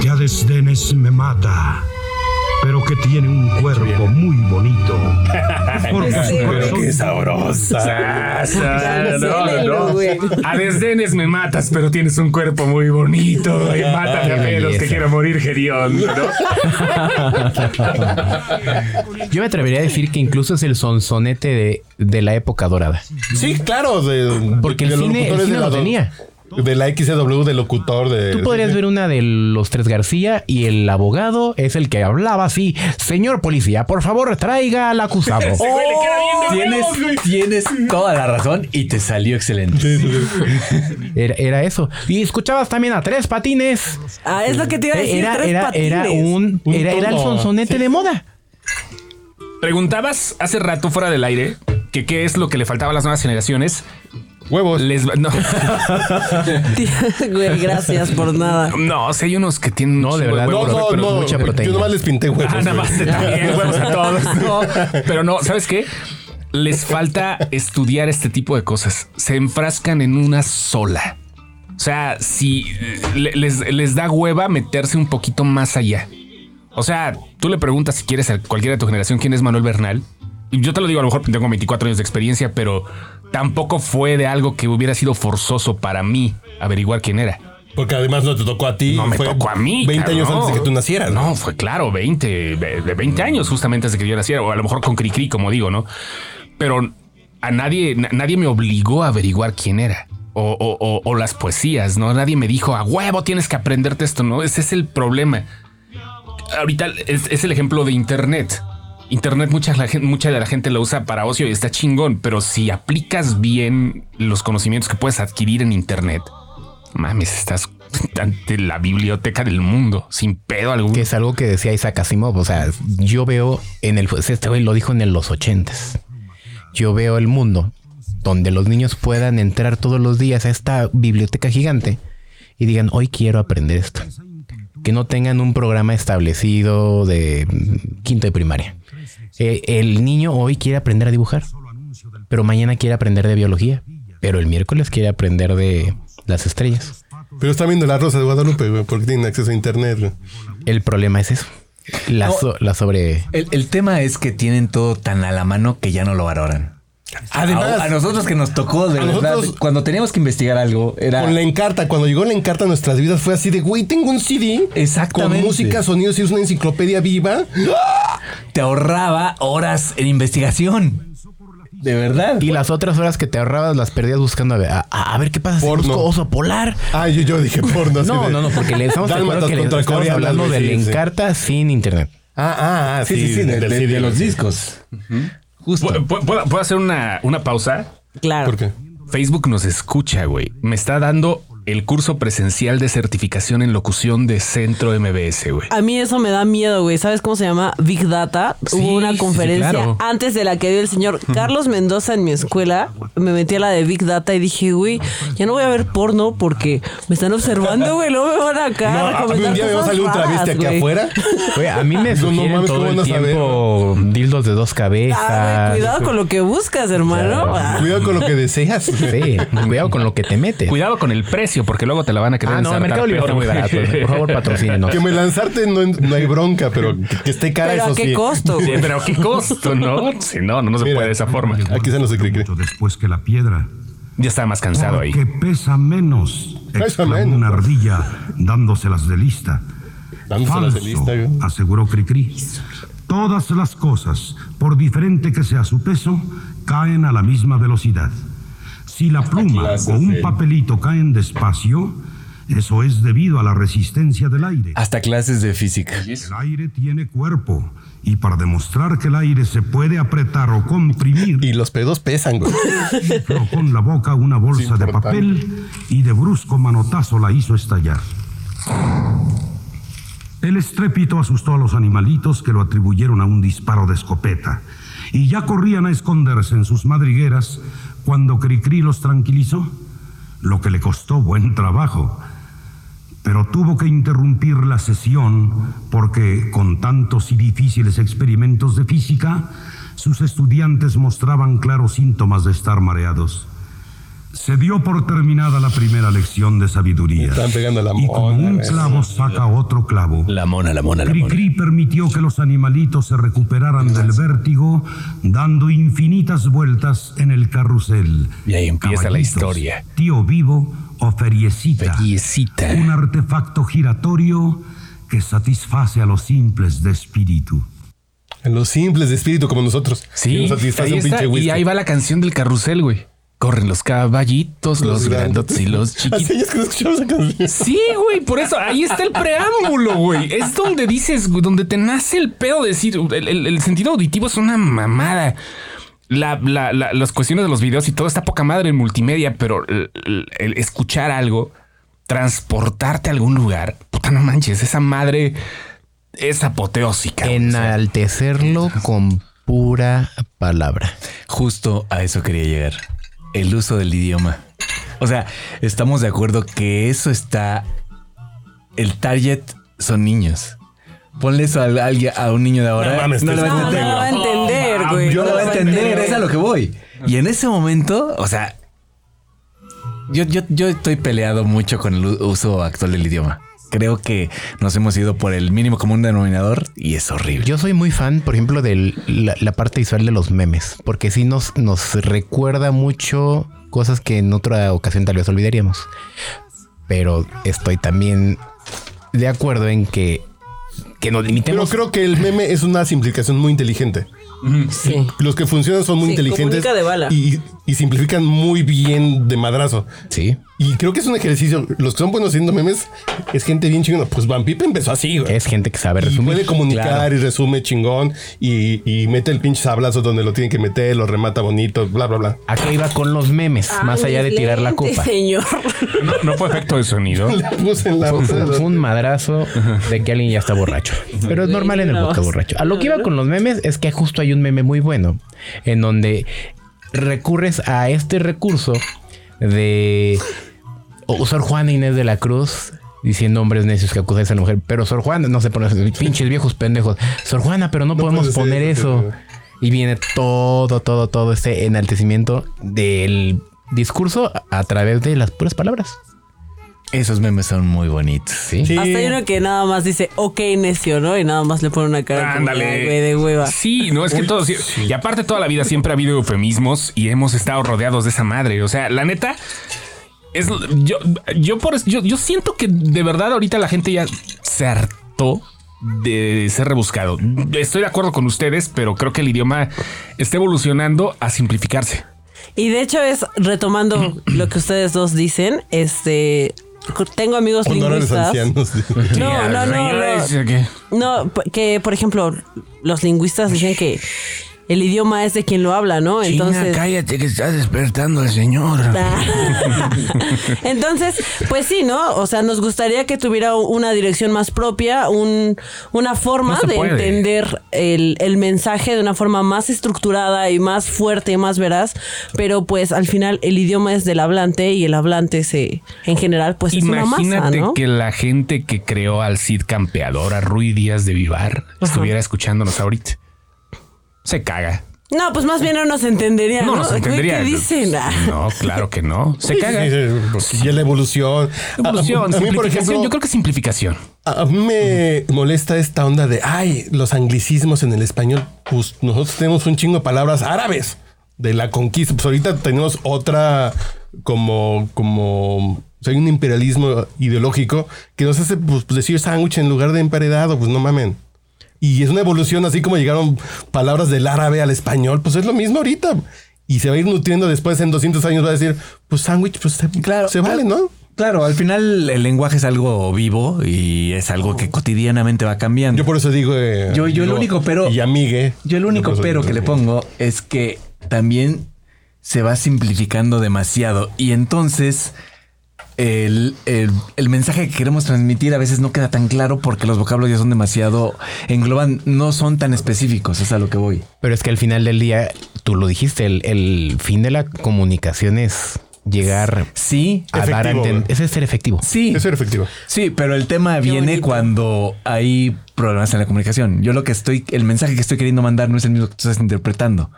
Speaker 10: que a desdenes me mata. Pero que tiene un cuerpo muy [laughs] bonito. Porque su corazón
Speaker 3: sabrosa.
Speaker 6: Cancélelo, güey.
Speaker 3: A desdenes me matas, pero tienes un cuerpo muy bonito. Y mátame a menos que quiero morir, Gerión.
Speaker 2: [laughs] Yo me atrevería a decir que incluso es el sonsonete de, de la época dorada.
Speaker 1: Sí, claro. de-
Speaker 2: Porque el
Speaker 1: de los
Speaker 2: cine- el
Speaker 1: locutores
Speaker 2: cine
Speaker 1: de
Speaker 2: lo
Speaker 1: la-
Speaker 2: tenía.
Speaker 1: De la XW, del locutor de.
Speaker 2: Tú podrías ver una de los tres García y el abogado es el que hablaba así, señor policía, por favor traiga al acusado.
Speaker 3: [laughs] Oh.
Speaker 5: Tienes, tienes toda la razón y te salió excelente.
Speaker 2: Era, era eso. Y escuchabas también a tres patines.
Speaker 6: Ah, es lo que te iba a decir.
Speaker 2: Era,
Speaker 6: tres
Speaker 2: era, era
Speaker 6: patines.
Speaker 2: un,
Speaker 1: Un
Speaker 2: era, era el
Speaker 1: tono.
Speaker 2: sonsonete de moda.
Speaker 3: Preguntabas hace rato fuera del aire que qué es lo que le faltaba a las nuevas generaciones.
Speaker 1: Huevos.
Speaker 3: Les va- no, [laughs]
Speaker 6: [laughs] Güey, gracias por nada.
Speaker 3: no, si hay unos que tienen
Speaker 2: No, de
Speaker 3: un chingo
Speaker 2: verdad,
Speaker 3: huevos,
Speaker 1: no,
Speaker 2: pero-
Speaker 1: no,
Speaker 2: pero
Speaker 1: no.
Speaker 2: mucha proteína.
Speaker 1: Yo nomás les pinté huevos.
Speaker 3: Ah, nada más
Speaker 1: güey.
Speaker 3: también, huevos a todos. No, pero no, ¿sabes qué? Les falta estudiar este tipo de cosas. Se enfrascan en una sola. O sea, si eh, le- les, les da hueva meterse un poquito más allá. O sea, tú le preguntas si quieres a cualquiera de tu generación quién es Manuel Bernal. Y Yo te lo digo, a lo mejor tengo 24 años de experiencia, pero tampoco fue de algo que hubiera sido forzoso para mí averiguar quién era.
Speaker 1: Porque además no te tocó a ti.
Speaker 3: No me
Speaker 1: fue
Speaker 3: tocó a mí.
Speaker 1: 20 años
Speaker 3: cabrón.
Speaker 1: antes de que tú nacieras.
Speaker 3: No, fue claro, 20, ve- de 20 años justamente antes de que yo naciera, o a lo mejor con Cricri, como digo, ¿no? Pero a nadie, na- nadie me obligó a averiguar quién era. O, o- o- o las poesías, ¿no? Nadie me dijo, a huevo tienes que aprenderte esto, ¿no? Ese es el problema. Ahorita es, es el ejemplo de Internet. Internet mucha, la gen- mucha de la gente lo usa para ocio y está chingón, pero si aplicas bien los conocimientos que puedes adquirir en Internet, Mames, estás ante la biblioteca del mundo, sin pedo alguno.
Speaker 2: Que es algo que decía Isaac Asimov. O sea, yo veo en el. Este güey lo dijo en el- los ochentas. Yo veo el mundo donde los niños puedan entrar todos los días a esta biblioteca gigante y digan, hoy quiero aprender esto. Que no tengan un programa establecido de mm, quinto de primaria. Eh, el niño hoy quiere aprender a dibujar, pero mañana quiere aprender de biología, pero el miércoles quiere aprender de las estrellas.
Speaker 1: Pero está viendo la Rosa de Guadalupe, güey, porque tienen acceso a internet. güey.
Speaker 2: El problema es eso. La,
Speaker 5: No.
Speaker 2: so- la sobre...
Speaker 5: El, el tema es que tienen todo tan a la mano que ya no lo valoran.
Speaker 1: Además-
Speaker 5: a, a nosotros que nos tocó, de
Speaker 1: A
Speaker 5: verdad,
Speaker 1: nosotros-
Speaker 5: cuando teníamos que investigar algo, era
Speaker 1: Con la encarta, cuando llegó la encarta a nuestras vidas fue así de, güey, tengo un CD.
Speaker 5: Exactamente.
Speaker 1: Con música, sonidos y es una enciclopedia viva.
Speaker 5: te ahorraba horas en investigación. De verdad.
Speaker 2: Y las otras horas que te ahorrabas las perdías buscando a ver, a, a ver qué pasa si
Speaker 1: Porno.
Speaker 2: busco oso polar.
Speaker 1: Ah, yo, yo dije porno. así
Speaker 2: No,
Speaker 1: de-
Speaker 2: no, no, porque le estamos, de acuerdo
Speaker 1: Dálmatas
Speaker 2: que le-
Speaker 1: contra
Speaker 2: estamos
Speaker 1: coreanas,
Speaker 2: hablando
Speaker 1: güey,
Speaker 2: de la
Speaker 1: sí, sí.
Speaker 2: encarta sin internet.
Speaker 1: Ah, ah, ah, sí, sí, sí, del CD, sí.
Speaker 5: discos. Justo.
Speaker 3: ¿Puedo, puedo- puedo hacer una, una pausa?
Speaker 6: Claro.
Speaker 1: ¿Por qué?
Speaker 3: Facebook nos escucha, güey. Me está dando el curso presencial de certificación en locución de Centro MBS, güey.
Speaker 6: A mí eso me da miedo, güey. ¿Sabes cómo se llama? Big Data.
Speaker 3: Sí,
Speaker 6: Hubo una
Speaker 3: sí,
Speaker 6: conferencia
Speaker 3: claro.
Speaker 6: antes de la que dio el señor Carlos Mendoza en mi escuela. Me metí a la de Big Data y dije, güey, ya no voy a ver porno porque me están observando, güey. No me van acá.
Speaker 1: No, a mí
Speaker 6: recomendar
Speaker 1: Ah, pues, un día me va a
Speaker 6: cosas
Speaker 1: salir un
Speaker 6: raras,
Speaker 1: travesti aquí
Speaker 6: güey.
Speaker 1: afuera.
Speaker 2: Oye, a mí me
Speaker 1: No, no
Speaker 2: sugieren
Speaker 1: mames,
Speaker 2: todo
Speaker 1: ¿cómo
Speaker 2: el
Speaker 1: van a saber?
Speaker 2: tiempo dildos de dos
Speaker 6: Ah,
Speaker 2: cabezas.
Speaker 6: güey, cuidado con lo que buscas, hermano. Ah.
Speaker 1: Cuidado con lo que deseas.
Speaker 2: Sí, cuidado con lo que te metes.
Speaker 3: Cuidado con el precio, porque luego te la van a querer
Speaker 2: Ah, no,
Speaker 3: ensartar
Speaker 2: Mercado Libre
Speaker 3: peor,
Speaker 2: está muy
Speaker 3: güey.
Speaker 2: barato. Por favor, patrocínenos.
Speaker 1: Que me lanzarte no, no hay bronca, pero que, que esté cara
Speaker 6: Pero
Speaker 1: eso
Speaker 6: a qué
Speaker 1: sí.
Speaker 6: costo,
Speaker 3: Sí,
Speaker 6: güey.
Speaker 3: pero qué costo, ¿no? Si no, no, no se
Speaker 1: Mira,
Speaker 3: puede de esa forma.
Speaker 1: Aquí se nos cree.
Speaker 10: mucho después que la piedra.
Speaker 3: Ya estaba más cansado ahí.
Speaker 10: Porque pesa menos.
Speaker 1: Pesa
Speaker 10: exclamó
Speaker 1: menos.
Speaker 10: una ardilla dándoselas de lista.
Speaker 1: Dándoselas de lista, güey.
Speaker 10: aseguró Cricri. Todas las cosas, por diferente que sea su peso, caen a la misma velocidad. Si la pluma
Speaker 1: clases
Speaker 10: o un
Speaker 1: de-
Speaker 10: papelito caen despacio, eso es debido a la resistencia del aire.
Speaker 5: Hasta clases de física.
Speaker 10: El aire tiene cuerpo y para demostrar que el aire se puede apretar o comprimir,
Speaker 1: Y los pedos pesan, güey.
Speaker 10: infló con la boca una bolsa de
Speaker 1: importante.
Speaker 10: papel y de brusco manotazo la hizo estallar. El estrépito asustó a los animalitos que lo atribuyeron a un disparo de escopeta. y ya corrían a esconderse en sus madrigueras cuando Cricri los tranquilizó, lo que le costó buen trabajo. Pero tuvo que interrumpir la sesión porque, con tantos y difíciles experimentos de física, sus estudiantes mostraban claros síntomas de estar mareados. Se dio por terminada la primera lección de sabiduría.
Speaker 1: Están pegando la ¿eh?
Speaker 10: Y como
Speaker 1: mona,
Speaker 10: un
Speaker 1: güey.
Speaker 10: clavo saca otro clavo.
Speaker 5: La mona, la mona, la mona.
Speaker 10: Cricri permitió que los animalitos se recuperaran del vértigo, dando infinitas vueltas en el carrusel.
Speaker 3: Y ahí empieza la
Speaker 10: Caballitos,
Speaker 3: historia.
Speaker 10: Tío vivo o feriecita.
Speaker 3: Feriecita.
Speaker 10: Un artefacto giratorio que satisface a los simples de espíritu.
Speaker 1: En los simples de espíritu como nosotros. Que
Speaker 3: Sí,
Speaker 1: nos satisface
Speaker 3: ahí
Speaker 1: un
Speaker 3: está,
Speaker 1: pinche whisky.
Speaker 3: y ahí va la canción del carrusel, güey. Corren los caballitos, los, grandotes y los chiquitos.
Speaker 1: Hace años que no escuchamos esa canción.
Speaker 3: Sí, güey, por eso ahí está el preámbulo, güey. Es donde dices, güey, donde te nace el pedo de decir, el, el- el sentido auditivo es una mamada. La- la- la- las cuestiones de los videos y todo está poca madre en multimedia, pero el, el- el escuchar algo, transportarte a algún lugar, puta no manches, esa madre es apoteósica. güey. O sea,
Speaker 2: Enaltecerlo con pura palabra.
Speaker 5: Justo a eso quería llegar. El uso del idioma. O sea, estamos de acuerdo que eso está. El target son niños. Ponle eso a, alguien- a un niño de ahora.
Speaker 1: No mames,
Speaker 5: no
Speaker 1: te
Speaker 5: lo va
Speaker 6: No,
Speaker 5: a
Speaker 6: no
Speaker 5: entender.
Speaker 6: lo va a entender, güey.
Speaker 5: Yo
Speaker 6: no
Speaker 5: lo voy a entender, es a lo que voy. Y en ese momento, o sea, yo, yo, yo estoy peleado mucho con el u- uso actual del idioma. Creo que nos hemos ido por el mínimo común denominador y es horrible.
Speaker 2: Yo soy muy fan, por ejemplo, de la, la parte visual de los memes, porque sí nos, nos recuerda mucho cosas que en otra ocasión tal vez olvidaríamos. Pero estoy también de acuerdo en que, que nos
Speaker 1: Pero
Speaker 2: limitemos.
Speaker 1: creo que el meme es una simplificación muy inteligente.
Speaker 6: Sí.
Speaker 1: Los que funcionan son muy
Speaker 6: Sí,
Speaker 1: inteligentes
Speaker 6: comunica de bala.
Speaker 1: Y, y simplifican muy bien de madrazo.
Speaker 2: Sí,
Speaker 1: Y creo que es un ejercicio. Los que son buenos haciendo memes es gente bien chingona. Pues Van Pipe empezó así, güey.
Speaker 2: es gente que sabe
Speaker 1: Y
Speaker 2: resumir.
Speaker 1: puede comunicar y resume chingón y, y mete el pinche sablazo donde lo tiene que meter, lo remata bonito, bla, bla, bla.
Speaker 2: ¿A qué iba con los memes?
Speaker 6: Ah,
Speaker 2: más allá de tirar la copa.
Speaker 6: señor.
Speaker 3: no, no fue efecto de sonido.
Speaker 1: [laughs] Le puse en la
Speaker 2: Fue, fue- fue un madrazo de que alguien ya está borracho. Pero es normal en el podcast borracho. A lo que iba con los memes es que justo hay un meme muy bueno en donde recurres a este recurso de o Sor Juana Inés de la Cruz diciendo hombres necios que acusáis a la mujer. Pero Sor Juana, no se pone pinches viejos pendejos. Sor Juana, pero no podemos
Speaker 1: puede ser
Speaker 2: poner
Speaker 1: eso,
Speaker 2: eso.
Speaker 1: pero-
Speaker 2: Y viene todo, todo, todo este enaltecimiento del discurso a través de las puras palabras.
Speaker 5: Esos memes son muy bonitos.
Speaker 2: Sí.
Speaker 1: Sí.
Speaker 6: Hasta hay uno que nada más dice, ok, necio, ¿no? Y nada más le pone una cara como,
Speaker 3: Ándale.
Speaker 6: "Ay, güey, de hueva.
Speaker 3: Sí, no es que todo. Y aparte, toda la vida siempre ha habido eufemismos y hemos estado rodeados de esa madre. O sea, la neta. Es, yo, yo, por, es- yo, yo siento que de verdad ahorita la gente ya se hartó de ser rebuscado. Estoy de acuerdo con ustedes, pero creo que el idioma está evolucionando a simplificarse.
Speaker 6: Y de hecho es retomando lo que ustedes dos dicen, este tengo amigos
Speaker 1: Honores
Speaker 6: lingüistas.
Speaker 1: ancianos.
Speaker 6: [laughs] No, no, no, no. No, p- que por ejemplo, los lingüistas dicen que el idioma es de quien lo habla, ¿no? Entonces,
Speaker 9: cállate que está despertando el señor.
Speaker 6: [laughs] Entonces, pues sí, ¿no? O sea, nos gustaría que tuviera una dirección más propia, un, una forma
Speaker 3: No se
Speaker 6: de
Speaker 3: puede.
Speaker 6: entender el, el mensaje de una forma más estructurada y más fuerte y más veraz, pero pues al final el idioma es del hablante y el hablante se, en general, pues es una masa,
Speaker 3: Imagínate
Speaker 6: ¿no?
Speaker 3: que la gente que creó al Cid campeador, a Rui Díaz de Vivar, estuviera escuchándonos ahorita. Se caga.
Speaker 6: No, pues más bien no nos
Speaker 3: [laughs]
Speaker 6: entendería.
Speaker 3: No nos
Speaker 6: Güey,
Speaker 3: entendería.
Speaker 6: ¿Qué dicen? Ah.
Speaker 3: No, claro que no. Se caga.
Speaker 1: Y la evolución.
Speaker 3: Evolución,
Speaker 1: A- a- a mí, por
Speaker 3: simplificación.
Speaker 1: ejemplo,
Speaker 3: Yo creo que simplificación.
Speaker 1: A mí me molesta esta onda de, ay, los anglicismos en el español, pues nosotros tenemos un chingo de palabras árabes de la conquista. Pues ahorita tenemos otra como, como, o sea, hay un imperialismo ideológico que nos hace pues, decir sándwich en lugar de emparedado, pues no mamen. Y es una evolución, así como llegaron palabras del árabe al español, pues es lo mismo ahorita. Y se va a ir nutriendo después en 200 años, va a decir, pues sándwich, pues se, se vale, ¿no?
Speaker 5: Claro, al final el lenguaje es algo vivo y es algo que cotidianamente va cambiando.
Speaker 1: Yo por eso digo. eh,
Speaker 5: Yo- yo el
Speaker 1: digo,
Speaker 5: único pero-
Speaker 1: Y amigue.
Speaker 5: Yo el único
Speaker 1: por eso
Speaker 5: pero
Speaker 1: digo,
Speaker 5: que le pongo es que también se va simplificando demasiado y entonces el, el- el mensaje que queremos transmitir a veces no queda tan claro porque los vocablos ya son demasiado engloban, no son tan específicos, es a lo que voy.
Speaker 2: Pero es que al final del día, tú lo dijiste, el, el fin de la comunicación es llegar
Speaker 5: Sí,
Speaker 2: a dar a
Speaker 1: Efectivo,
Speaker 2: enten-
Speaker 1: güey.
Speaker 2: Ese es ser efectivo.
Speaker 5: sí.
Speaker 1: Eso era efectivo.
Speaker 5: Sí, pero el tema viene
Speaker 6: bonito.
Speaker 5: cuando hay problemas en la comunicación. Yo lo que estoy, el mensaje que estoy queriendo mandar no es el mismo que tú estás interpretando.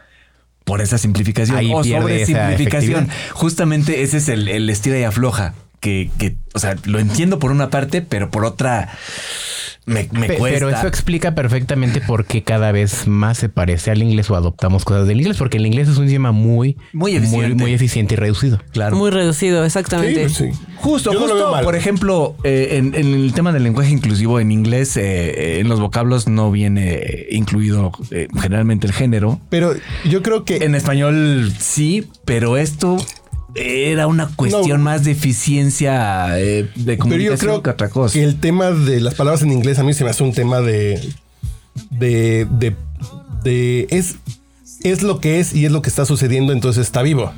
Speaker 5: Por esa simplificación
Speaker 2: Ahí
Speaker 5: o
Speaker 2: pierde
Speaker 5: sobre
Speaker 2: esa
Speaker 5: simplificación.
Speaker 2: efectividad.
Speaker 5: Justamente ese es el, el estira y afloja. Que, que, o sea, lo entiendo por una parte, pero por otra me, me
Speaker 2: Pe-
Speaker 5: cuesta.
Speaker 2: Pero eso explica perfectamente por qué cada vez más se parece al inglés o adoptamos cosas del inglés, porque el inglés es un idioma muy,
Speaker 5: Muy eficiente.
Speaker 2: muy eficiente y reducido.
Speaker 5: claro.
Speaker 6: Muy reducido,
Speaker 1: Sí,
Speaker 6: exactamente.
Speaker 1: pues sí.
Speaker 5: Justo,
Speaker 1: Yo no lo veo
Speaker 5: justo,
Speaker 1: mal.
Speaker 5: por ejemplo, eh, en, en el tema del lenguaje inclusivo en inglés, eh, eh, en los vocablos no viene eh, incluido eh, generalmente el género.
Speaker 1: Pero yo creo que
Speaker 5: En español sí, pero esto era una cuestión
Speaker 1: No.
Speaker 5: más de eficiencia eh, de
Speaker 1: Pero yo
Speaker 5: comunicación
Speaker 1: creo
Speaker 5: que otra cosa.
Speaker 1: que el tema de las palabras en inglés a mí se me hace un tema de. de. de. de- es, es lo que es y es lo que está sucediendo, entonces está vivo.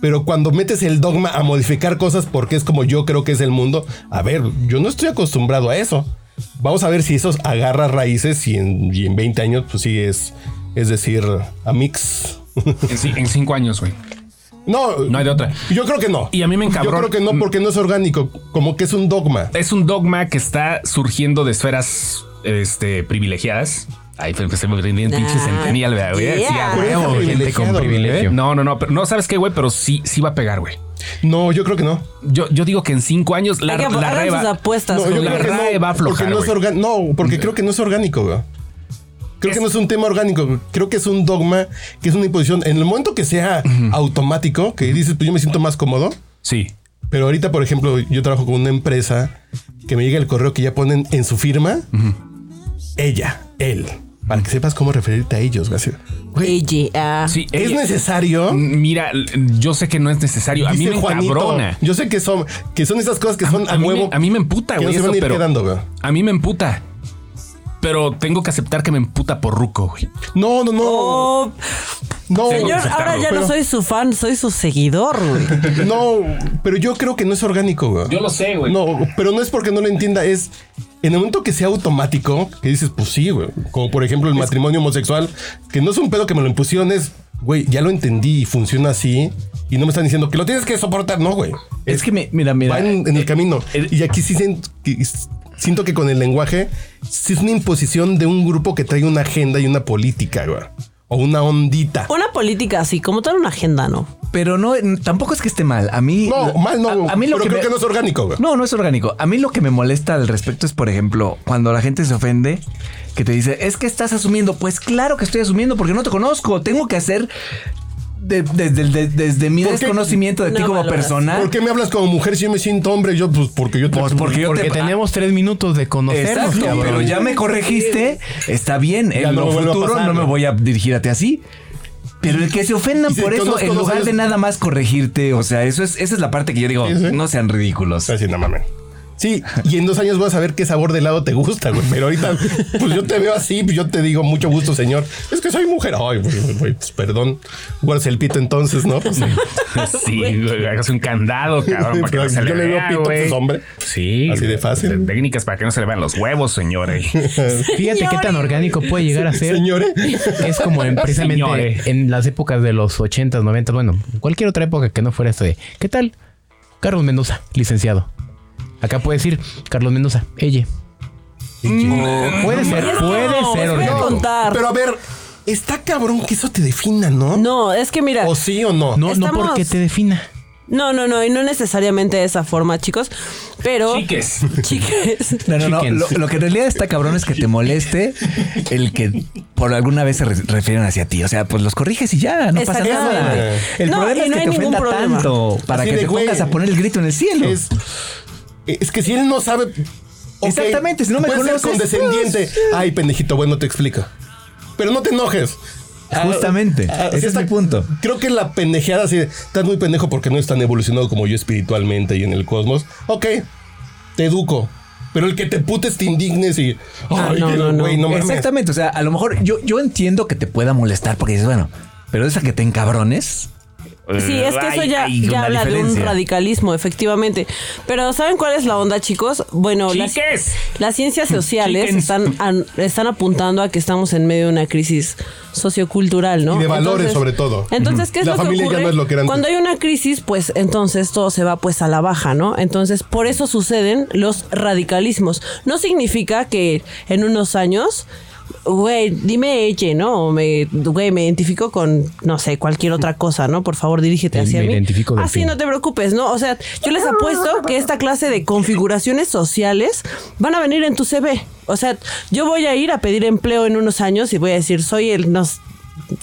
Speaker 1: Pero cuando metes el dogma a modificar cosas porque es como yo creo que es el mundo, a ver, yo no estoy acostumbrado a eso. Vamos a ver si eso agarra raíces y en, y en 20 años, pues sí es. Es decir, a mix. [laughs]
Speaker 3: En, ci- en cinco años, güey.
Speaker 1: No,
Speaker 3: No hay de otra.
Speaker 1: Yo creo que no.
Speaker 3: Y a mí me encabrona-
Speaker 1: Yo creo que no, porque no es orgánico, como que es un dogma.
Speaker 3: Es un dogma que está surgiendo de esferas este, privilegiadas. Ahí fue que se me venía un pinche
Speaker 6: Ah,
Speaker 3: centennial, ¿verdad, güey? Sí, a
Speaker 6: yeah.
Speaker 3: huevo,
Speaker 1: Pero es
Speaker 3: gente con
Speaker 1: privilegiado,
Speaker 3: privilegio. No, no, no, pero no sabes qué, güey, pero sí, sí va a pegar, güey.
Speaker 1: No, yo creo que no.
Speaker 3: Yo, yo digo que en cinco años la,
Speaker 6: Hay que-
Speaker 3: la
Speaker 6: hagan
Speaker 3: reba-
Speaker 6: sus apuestas.
Speaker 3: No, yo
Speaker 6: Julio.
Speaker 3: la creo RAE va a aflojar,
Speaker 1: Porque no, es
Speaker 3: güey.
Speaker 1: orga- no, porque creo que no es orgánico, güey. Creo que no es un tema orgánico, güey. creo que es un dogma, que es una imposición. En el momento que sea automático, que dices, pues yo me siento más cómodo,
Speaker 3: Sí.
Speaker 1: pero ahorita, por ejemplo, yo trabajo con una empresa que me llega el correo que ya ponen en su firma, ella, él, para que sepas cómo referirte a ellos, güey. Así, güey,
Speaker 6: AGA.
Speaker 3: Sí,
Speaker 1: Es
Speaker 3: ella-
Speaker 1: necesario.
Speaker 3: Mira, yo sé que no es necesario. A mí
Speaker 1: Dice
Speaker 3: me
Speaker 1: Juanito,
Speaker 3: encabrona.
Speaker 1: Yo sé que son, que son esas cosas que son a,
Speaker 3: mí
Speaker 1: huevo.
Speaker 3: me- a mí me emputa,
Speaker 1: que no
Speaker 3: güey,
Speaker 1: se van
Speaker 3: eso,
Speaker 1: a ir
Speaker 3: pero-
Speaker 1: quedando, güey.
Speaker 3: A mí me emputa. Pero tengo que aceptar que me emputa por ruco, güey.
Speaker 1: No, no, no.
Speaker 6: Oh,
Speaker 1: no.
Speaker 6: señor, ahora ya no
Speaker 1: Pero-
Speaker 6: soy su fan, soy su seguidor, güey.
Speaker 1: [laughs] No, pero yo creo que no es orgánico, güey.
Speaker 3: lo sé, [laughs]
Speaker 1: No, pero no es porque no lo entienda, es en el momento que sea automático, que dices, pues sí, güey. Como por ejemplo el matrimonio homosexual, que no es un pedo que me lo impusieron, es, güey, ya lo entendí y funciona así. Y no me están diciendo que lo tienes que soportar, no, güey.
Speaker 5: es que mi- mira, mira.
Speaker 1: Va en,
Speaker 6: eh,
Speaker 1: en el camino. Y aquí sí sen- que- s- siento que con el lenguaje sí es una imposición de un grupo que trae una agenda y una política, güey. O una ondita.
Speaker 6: Una política así, como tal una agenda, ¿no?
Speaker 5: Pero no, n- tampoco es que esté mal. A mí.
Speaker 1: No, mal no,
Speaker 5: A, a mí lo
Speaker 1: pero
Speaker 5: que
Speaker 1: creo
Speaker 5: me-
Speaker 1: que no es orgánico, güey.
Speaker 5: No, no es orgánico. A mí lo que me molesta al respecto es, por ejemplo, cuando la gente se ofende, que te dice, es que estás asumiendo. Pues claro que estoy asumiendo porque no te conozco. Tengo que hacer de- desde, desde- desde mi
Speaker 1: ¿Por qué?
Speaker 5: desconocimiento de ti
Speaker 6: No
Speaker 5: como
Speaker 6: valoras.
Speaker 5: persona.
Speaker 1: ¿Por qué me hablas como mujer si yo me siento hombre? Yo, pues, porque yo te...
Speaker 5: ¿Ah? Pues porque yo
Speaker 2: Porque
Speaker 5: te-
Speaker 2: tenemos tres minutos de conocernos,
Speaker 5: Exacto,
Speaker 2: cabrón.
Speaker 5: pero ya me corregiste, está bien,
Speaker 1: Ya
Speaker 5: en
Speaker 1: no
Speaker 5: lo
Speaker 1: me vuelve a
Speaker 5: futuro
Speaker 1: pasar,
Speaker 5: no me
Speaker 1: ¿no?
Speaker 5: voy a dirigir a ti así. Pero el que se ofendan
Speaker 1: Y si
Speaker 5: por
Speaker 1: te
Speaker 5: eso,
Speaker 1: conozco
Speaker 5: en
Speaker 1: dos
Speaker 5: lugar de
Speaker 1: años-
Speaker 5: nada más corregirte, o sea, eso es, esa es la parte que yo digo,
Speaker 1: Sí, Pues, sí.
Speaker 5: no sean ridículos.
Speaker 1: Así, no mames. Sí, y en dos años vas a ver qué sabor de helado te gusta, güey. Pero ahorita, pues yo te veo así, pues, yo te digo mucho gusto, señor. Es que soy mujer. Ay, güey, güey, güey, pues, perdón. Guardas el pito entonces, ¿no?
Speaker 5: [laughs]
Speaker 1: Pues,
Speaker 3: Sí, Ah, güey, hágase un
Speaker 1: [laughs]
Speaker 3: candado, cabrón, para que no se
Speaker 1: Yo
Speaker 3: le
Speaker 1: le veo
Speaker 3: vea,
Speaker 1: pito,
Speaker 3: güey.
Speaker 1: pues, hombre.
Speaker 3: Sí.
Speaker 1: Así de fácil.
Speaker 3: Técnicas para que no se le vean los huevos, eh. señores.
Speaker 1: [laughs]
Speaker 2: Fíjate qué tan orgánico puede llegar a ser.
Speaker 1: Señores.
Speaker 2: Es como en- precisamente
Speaker 3: Señore.
Speaker 2: en las épocas de los 80s, 90 bueno, cualquier otra época que no fuera esta de ¿qué tal? Carlos Mendoza, licenciado. Acá puede decir Carlos Mendoza, ella.
Speaker 5: Mm,
Speaker 2: Puede ser, puede
Speaker 6: no,
Speaker 2: ser
Speaker 6: es que
Speaker 2: orgánico.
Speaker 6: contar.
Speaker 1: Pero a ver, está cabrón que eso te defina, ¿no?
Speaker 6: No, es que mira.
Speaker 1: ¿O sí o no?
Speaker 2: No, no
Speaker 6: Estamos-
Speaker 2: porque te defina.
Speaker 6: No, no, no, y no necesariamente de esa forma, chicos. Pero.
Speaker 3: Chiques.
Speaker 6: [laughs] Chiques.
Speaker 5: No, no, no. Lo,
Speaker 2: Chickens.
Speaker 5: lo que en realidad está cabrón es que te moleste el que por alguna vez se re- refieren hacia ti. O sea, pues los corriges y ya, no pasa
Speaker 6: Exactamente.
Speaker 5: nada. El
Speaker 6: No,
Speaker 5: problema
Speaker 6: y
Speaker 5: es
Speaker 6: no
Speaker 5: que
Speaker 6: hay
Speaker 5: te ofenda
Speaker 6: ningún problema.
Speaker 5: tanto para
Speaker 1: Así
Speaker 5: que
Speaker 1: de,
Speaker 5: te
Speaker 1: güey,
Speaker 5: pongas a poner el grito en el cielo.
Speaker 1: Es, es que si él no sabe. ok,
Speaker 5: Exactamente, si no me
Speaker 1: puede ser
Speaker 5: conoces,
Speaker 1: condescendiente.
Speaker 5: pues,
Speaker 1: Ay, pendejito, bueno, te explico. Pero no te enojes.
Speaker 5: Justamente.
Speaker 1: Ah, sí
Speaker 5: ese es
Speaker 1: está-
Speaker 5: mi punto.
Speaker 1: Creo que la pendejeada así de, estás muy pendejo porque no es tan evolucionado como yo espiritualmente y en el cosmos. Ok, te educo. Pero el que te putes te indignes y.
Speaker 6: Ah,
Speaker 1: Ay,
Speaker 6: no,
Speaker 1: que-
Speaker 6: no, no.
Speaker 1: güey, no mames.
Speaker 5: Exactamente. O sea, a lo mejor yo, yo entiendo que te pueda molestar porque dices, bueno, pero esa que te encabrones.
Speaker 6: Sí, es que eso
Speaker 5: Eh, Hay-
Speaker 6: ya,
Speaker 5: hay
Speaker 6: ya
Speaker 5: una
Speaker 6: habla de un
Speaker 5: diferencia.
Speaker 6: radicalismo, efectivamente. Pero ¿saben cuál es la onda, chicos? Bueno, las,
Speaker 3: Chiques.
Speaker 6: las ciencias
Speaker 1: Hmm,
Speaker 6: sociales
Speaker 3: Chickens.
Speaker 6: están, an- están apuntando a que estamos en medio de una crisis sociocultural, ¿no?
Speaker 1: Y de valores, sobre todo.
Speaker 6: Entonces, ¿qué es
Speaker 1: La
Speaker 6: lo que
Speaker 1: familia ya
Speaker 6: ocurre?
Speaker 1: no es lo que era antes.
Speaker 6: Cuando hay una crisis, pues entonces todo se va pues a la baja, ¿no? Entonces, por eso suceden los radicalismos. No significa que en unos años güey, dime Eche, ¿no? O me, güey, me identifico con, no sé, cualquier otra cosa, ¿no? Por favor, dirígete
Speaker 8: Me-
Speaker 6: hacia
Speaker 8: me
Speaker 6: mí.
Speaker 8: identifico del
Speaker 6: Así
Speaker 8: fin.
Speaker 6: no te preocupes, ¿no? O sea, yo les apuesto que esta clase de configuraciones sociales van a venir en tu CV. O sea, yo voy a ir a pedir empleo en unos años y voy a decir, soy el... Nos,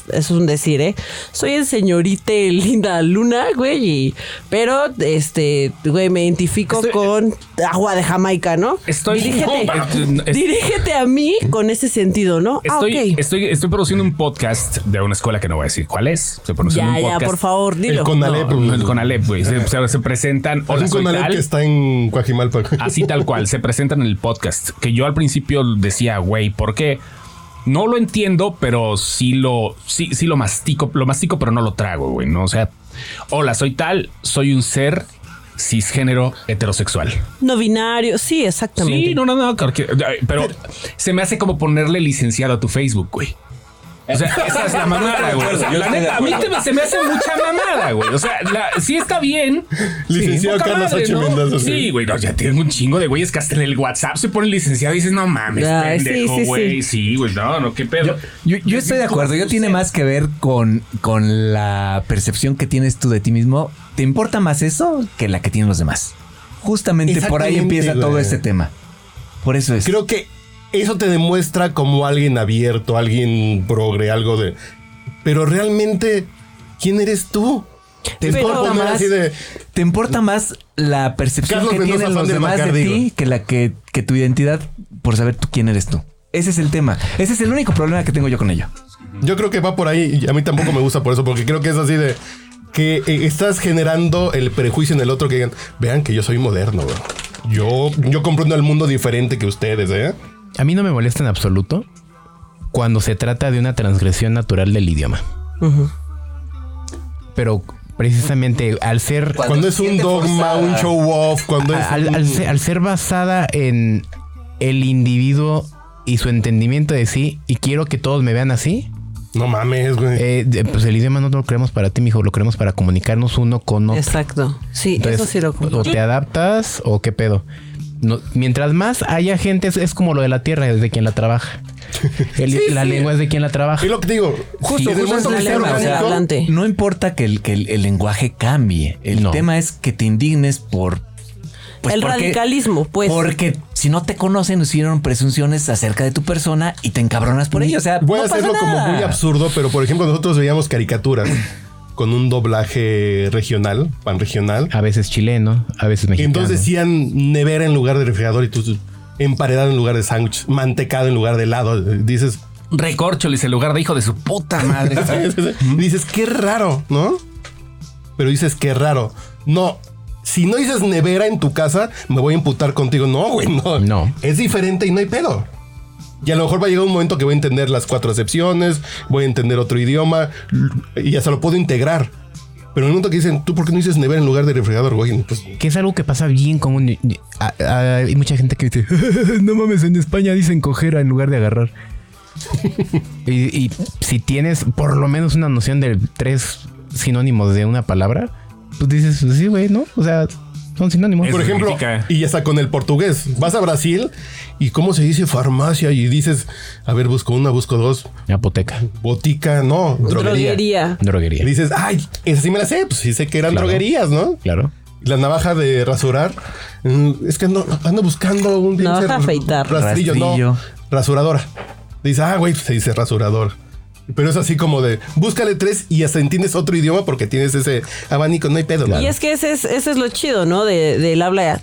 Speaker 6: eso es un decir, ¿eh? Soy el señorite Linda Luna, güey, y- pero, este, güey, me identifico con agua de Jamaica, ¿no?
Speaker 3: Estoy-
Speaker 6: Dirígete,
Speaker 3: No, es-
Speaker 6: dirígete a mí con ese sentido, ¿no? Ah,
Speaker 3: Estoy,
Speaker 6: ok.
Speaker 3: estoy, estoy produciendo un podcast de una escuela que no voy a decir cuál es. Estoy produciendo
Speaker 6: Ya,
Speaker 3: un
Speaker 6: ya,
Speaker 3: podcast.
Speaker 6: por favor, dilo.
Speaker 1: El Conalep.
Speaker 3: No, no, el Conalep, güey. Se, se- se presentan.
Speaker 1: Es
Speaker 3: Hola,
Speaker 1: un
Speaker 3: soy
Speaker 1: Conalep
Speaker 3: tal.
Speaker 1: que está en Coajimalpa.
Speaker 3: Así tal cual, se presentan en el podcast. Que yo al principio decía, güey, ¿por qué? No lo entiendo, pero sí lo, sí, sí lo mastico, lo mastico, pero no lo trago, güey. ¿no? O sea, hola, soy tal, soy un ser cisgénero heterosexual.
Speaker 6: No binario, sí, exactamente.
Speaker 3: Sí, no, no, no, porque- pero se me hace como ponerle licenciado a tu Facebook, güey. O sea, esa es la mamada,
Speaker 1: [laughs]
Speaker 3: güey. O sea, la neta, a mí te- se me hace mucha mamada, güey. O sea, la- sí está bien.
Speaker 1: Licenciado
Speaker 3: poca
Speaker 1: Carlos H.
Speaker 3: ¿no?
Speaker 1: Mendoza, sí.
Speaker 3: Sí, güey, no, ya tienen un chingo de güeyes que hasta en el WhatsApp se ponen licenciado y dices, no mames,
Speaker 5: Ah,
Speaker 6: Ay, sí,
Speaker 3: pendejo,
Speaker 6: sí, sí.
Speaker 3: güey. Sí, güey, no, no, qué pedo.
Speaker 5: Yo, yo estoy de acuerdo. Yo tiene más que ver con, con la percepción que tienes tú de ti mismo. Te importa más eso que la que tienen los demás. Justamente por ahí
Speaker 1: Exactamente,
Speaker 5: empieza todo
Speaker 1: güey.
Speaker 5: este tema. Por eso es.
Speaker 1: Creo que eso te demuestra como alguien abierto, alguien progre, algo de. Pero realmente, ¿quién eres tú?
Speaker 5: te
Speaker 6: Pero-
Speaker 5: importa
Speaker 1: poner
Speaker 5: más.
Speaker 1: así de-
Speaker 5: Te importa más la percepción
Speaker 1: Carlos
Speaker 5: que
Speaker 1: Mendoza,
Speaker 5: tienen
Speaker 1: fan
Speaker 5: los
Speaker 1: del
Speaker 5: demás
Speaker 1: Bacardi,
Speaker 5: de
Speaker 1: güey.
Speaker 5: ti que la que, que tu identidad por saber tú quién eres tú. Ese es el tema. Ese es el único problema que tengo yo con ello.
Speaker 1: Yo creo que va por ahí y a mí tampoco me gusta por eso, porque creo que es así de que eh, estás generando el prejuicio en el otro que digan, vean que yo soy moderno, bro. Yo, yo comprendo el mundo diferente que ustedes, ¿eh?
Speaker 2: A mí no me molesta en absoluto cuando se trata de una transgresión natural del idioma. Pero precisamente al ser
Speaker 1: Cuando, es un dogma, un show off, cuando es.
Speaker 2: al,
Speaker 1: un-
Speaker 2: al ser, al ser basada en el individuo y su entendimiento de sí y quiero que todos me vean así,
Speaker 1: No mames, güey.
Speaker 2: eh, de- pues el idioma no lo creemos para ti, mijo, lo creemos para comunicarnos uno con otro.
Speaker 6: Exacto. Sí,
Speaker 2: Entonces,
Speaker 6: eso sí lo
Speaker 2: o te adaptas o qué pedo. No, mientras más haya gente, es, es como lo de la tierra, es de quien la trabaja. El- la lengua es de quien la trabaja.
Speaker 1: Y lo que te digo, justo,
Speaker 5: Sí,
Speaker 1: de momento
Speaker 5: justo es
Speaker 1: que
Speaker 5: el
Speaker 1: sea
Speaker 5: tema, o sea,
Speaker 1: orgánico,
Speaker 6: adelante.
Speaker 5: No importa que el, que el, el lenguaje cambie. El
Speaker 2: No.
Speaker 5: tema es que te indignes por. pues,
Speaker 6: El radicalismo, pues.
Speaker 5: Porque si no te conocen, hicieron presunciones acerca de tu persona y te encabronas por ello. O sea,
Speaker 1: Voy
Speaker 5: no
Speaker 1: a
Speaker 5: pasa
Speaker 1: hacerlo como
Speaker 5: nada.
Speaker 1: muy absurdo, pero por ejemplo, nosotros veíamos caricaturas con un doblaje regional, pan regional.
Speaker 2: A veces chileno, a veces
Speaker 1: Y
Speaker 2: mexicano.
Speaker 1: entonces decían nevera en lugar de refrigerador y tú tú, emparedado en lugar de sándwich, mantecado en lugar de helado. Dices,
Speaker 3: Recorcholis en lugar de hijo de su puta madre.
Speaker 1: dices, qué raro, ¿no? Pero dices, qué raro. No, si no dices nevera en tu casa, me voy a imputar contigo. No, güey, no.
Speaker 2: No.
Speaker 1: Es diferente y no hay pedo. Y a lo mejor va a llegar un momento que voy a entender las cuatro acepciones, voy a entender otro idioma y hasta lo puedo integrar. Pero en el momento que dicen, ¿tú por qué no dices nevera en lugar de refrigerador, güey? Pues,
Speaker 2: Que es algo que pasa bien común. Ah, ah, Hay mucha gente que dice, [laughs] no mames, en España dicen cojera en lugar
Speaker 3: [laughs]
Speaker 2: de agarrar. y, y si tienes por lo menos una noción de tres sinónimos de una palabra, pues dices, sí, güey, ¿no? O sea, son sinónimos.
Speaker 1: Por
Speaker 3: Eso
Speaker 1: ejemplo,
Speaker 3: significa-
Speaker 1: y hasta con el portugués. Vas a Brasil y cómo se dice farmacia y dices, a ver, busco una, busco dos,
Speaker 2: Apoteca,
Speaker 1: botica, no, droguería.
Speaker 6: Droguería.
Speaker 1: Y
Speaker 2: droguería.
Speaker 1: dices, ay, esa sí me la sé, pues sí sé que eran
Speaker 2: Claro.
Speaker 1: droguerías, ¿no?
Speaker 2: Claro.
Speaker 1: La navaja de rasurar, mm, es que ando, ando buscando un
Speaker 6: Navaja
Speaker 1: pinche
Speaker 6: de afeitar.
Speaker 1: Rastrillo,
Speaker 5: Rastrillo.
Speaker 1: no, rasuradora. Dices, ah, güey, se dice rasurador. Pero es así como de, búscale tres y hasta entiendes otro idioma porque tienes ese abanico, no hay pedo. ¿no?
Speaker 6: Y es que ese es, ese es lo chido, ¿no? De, del habla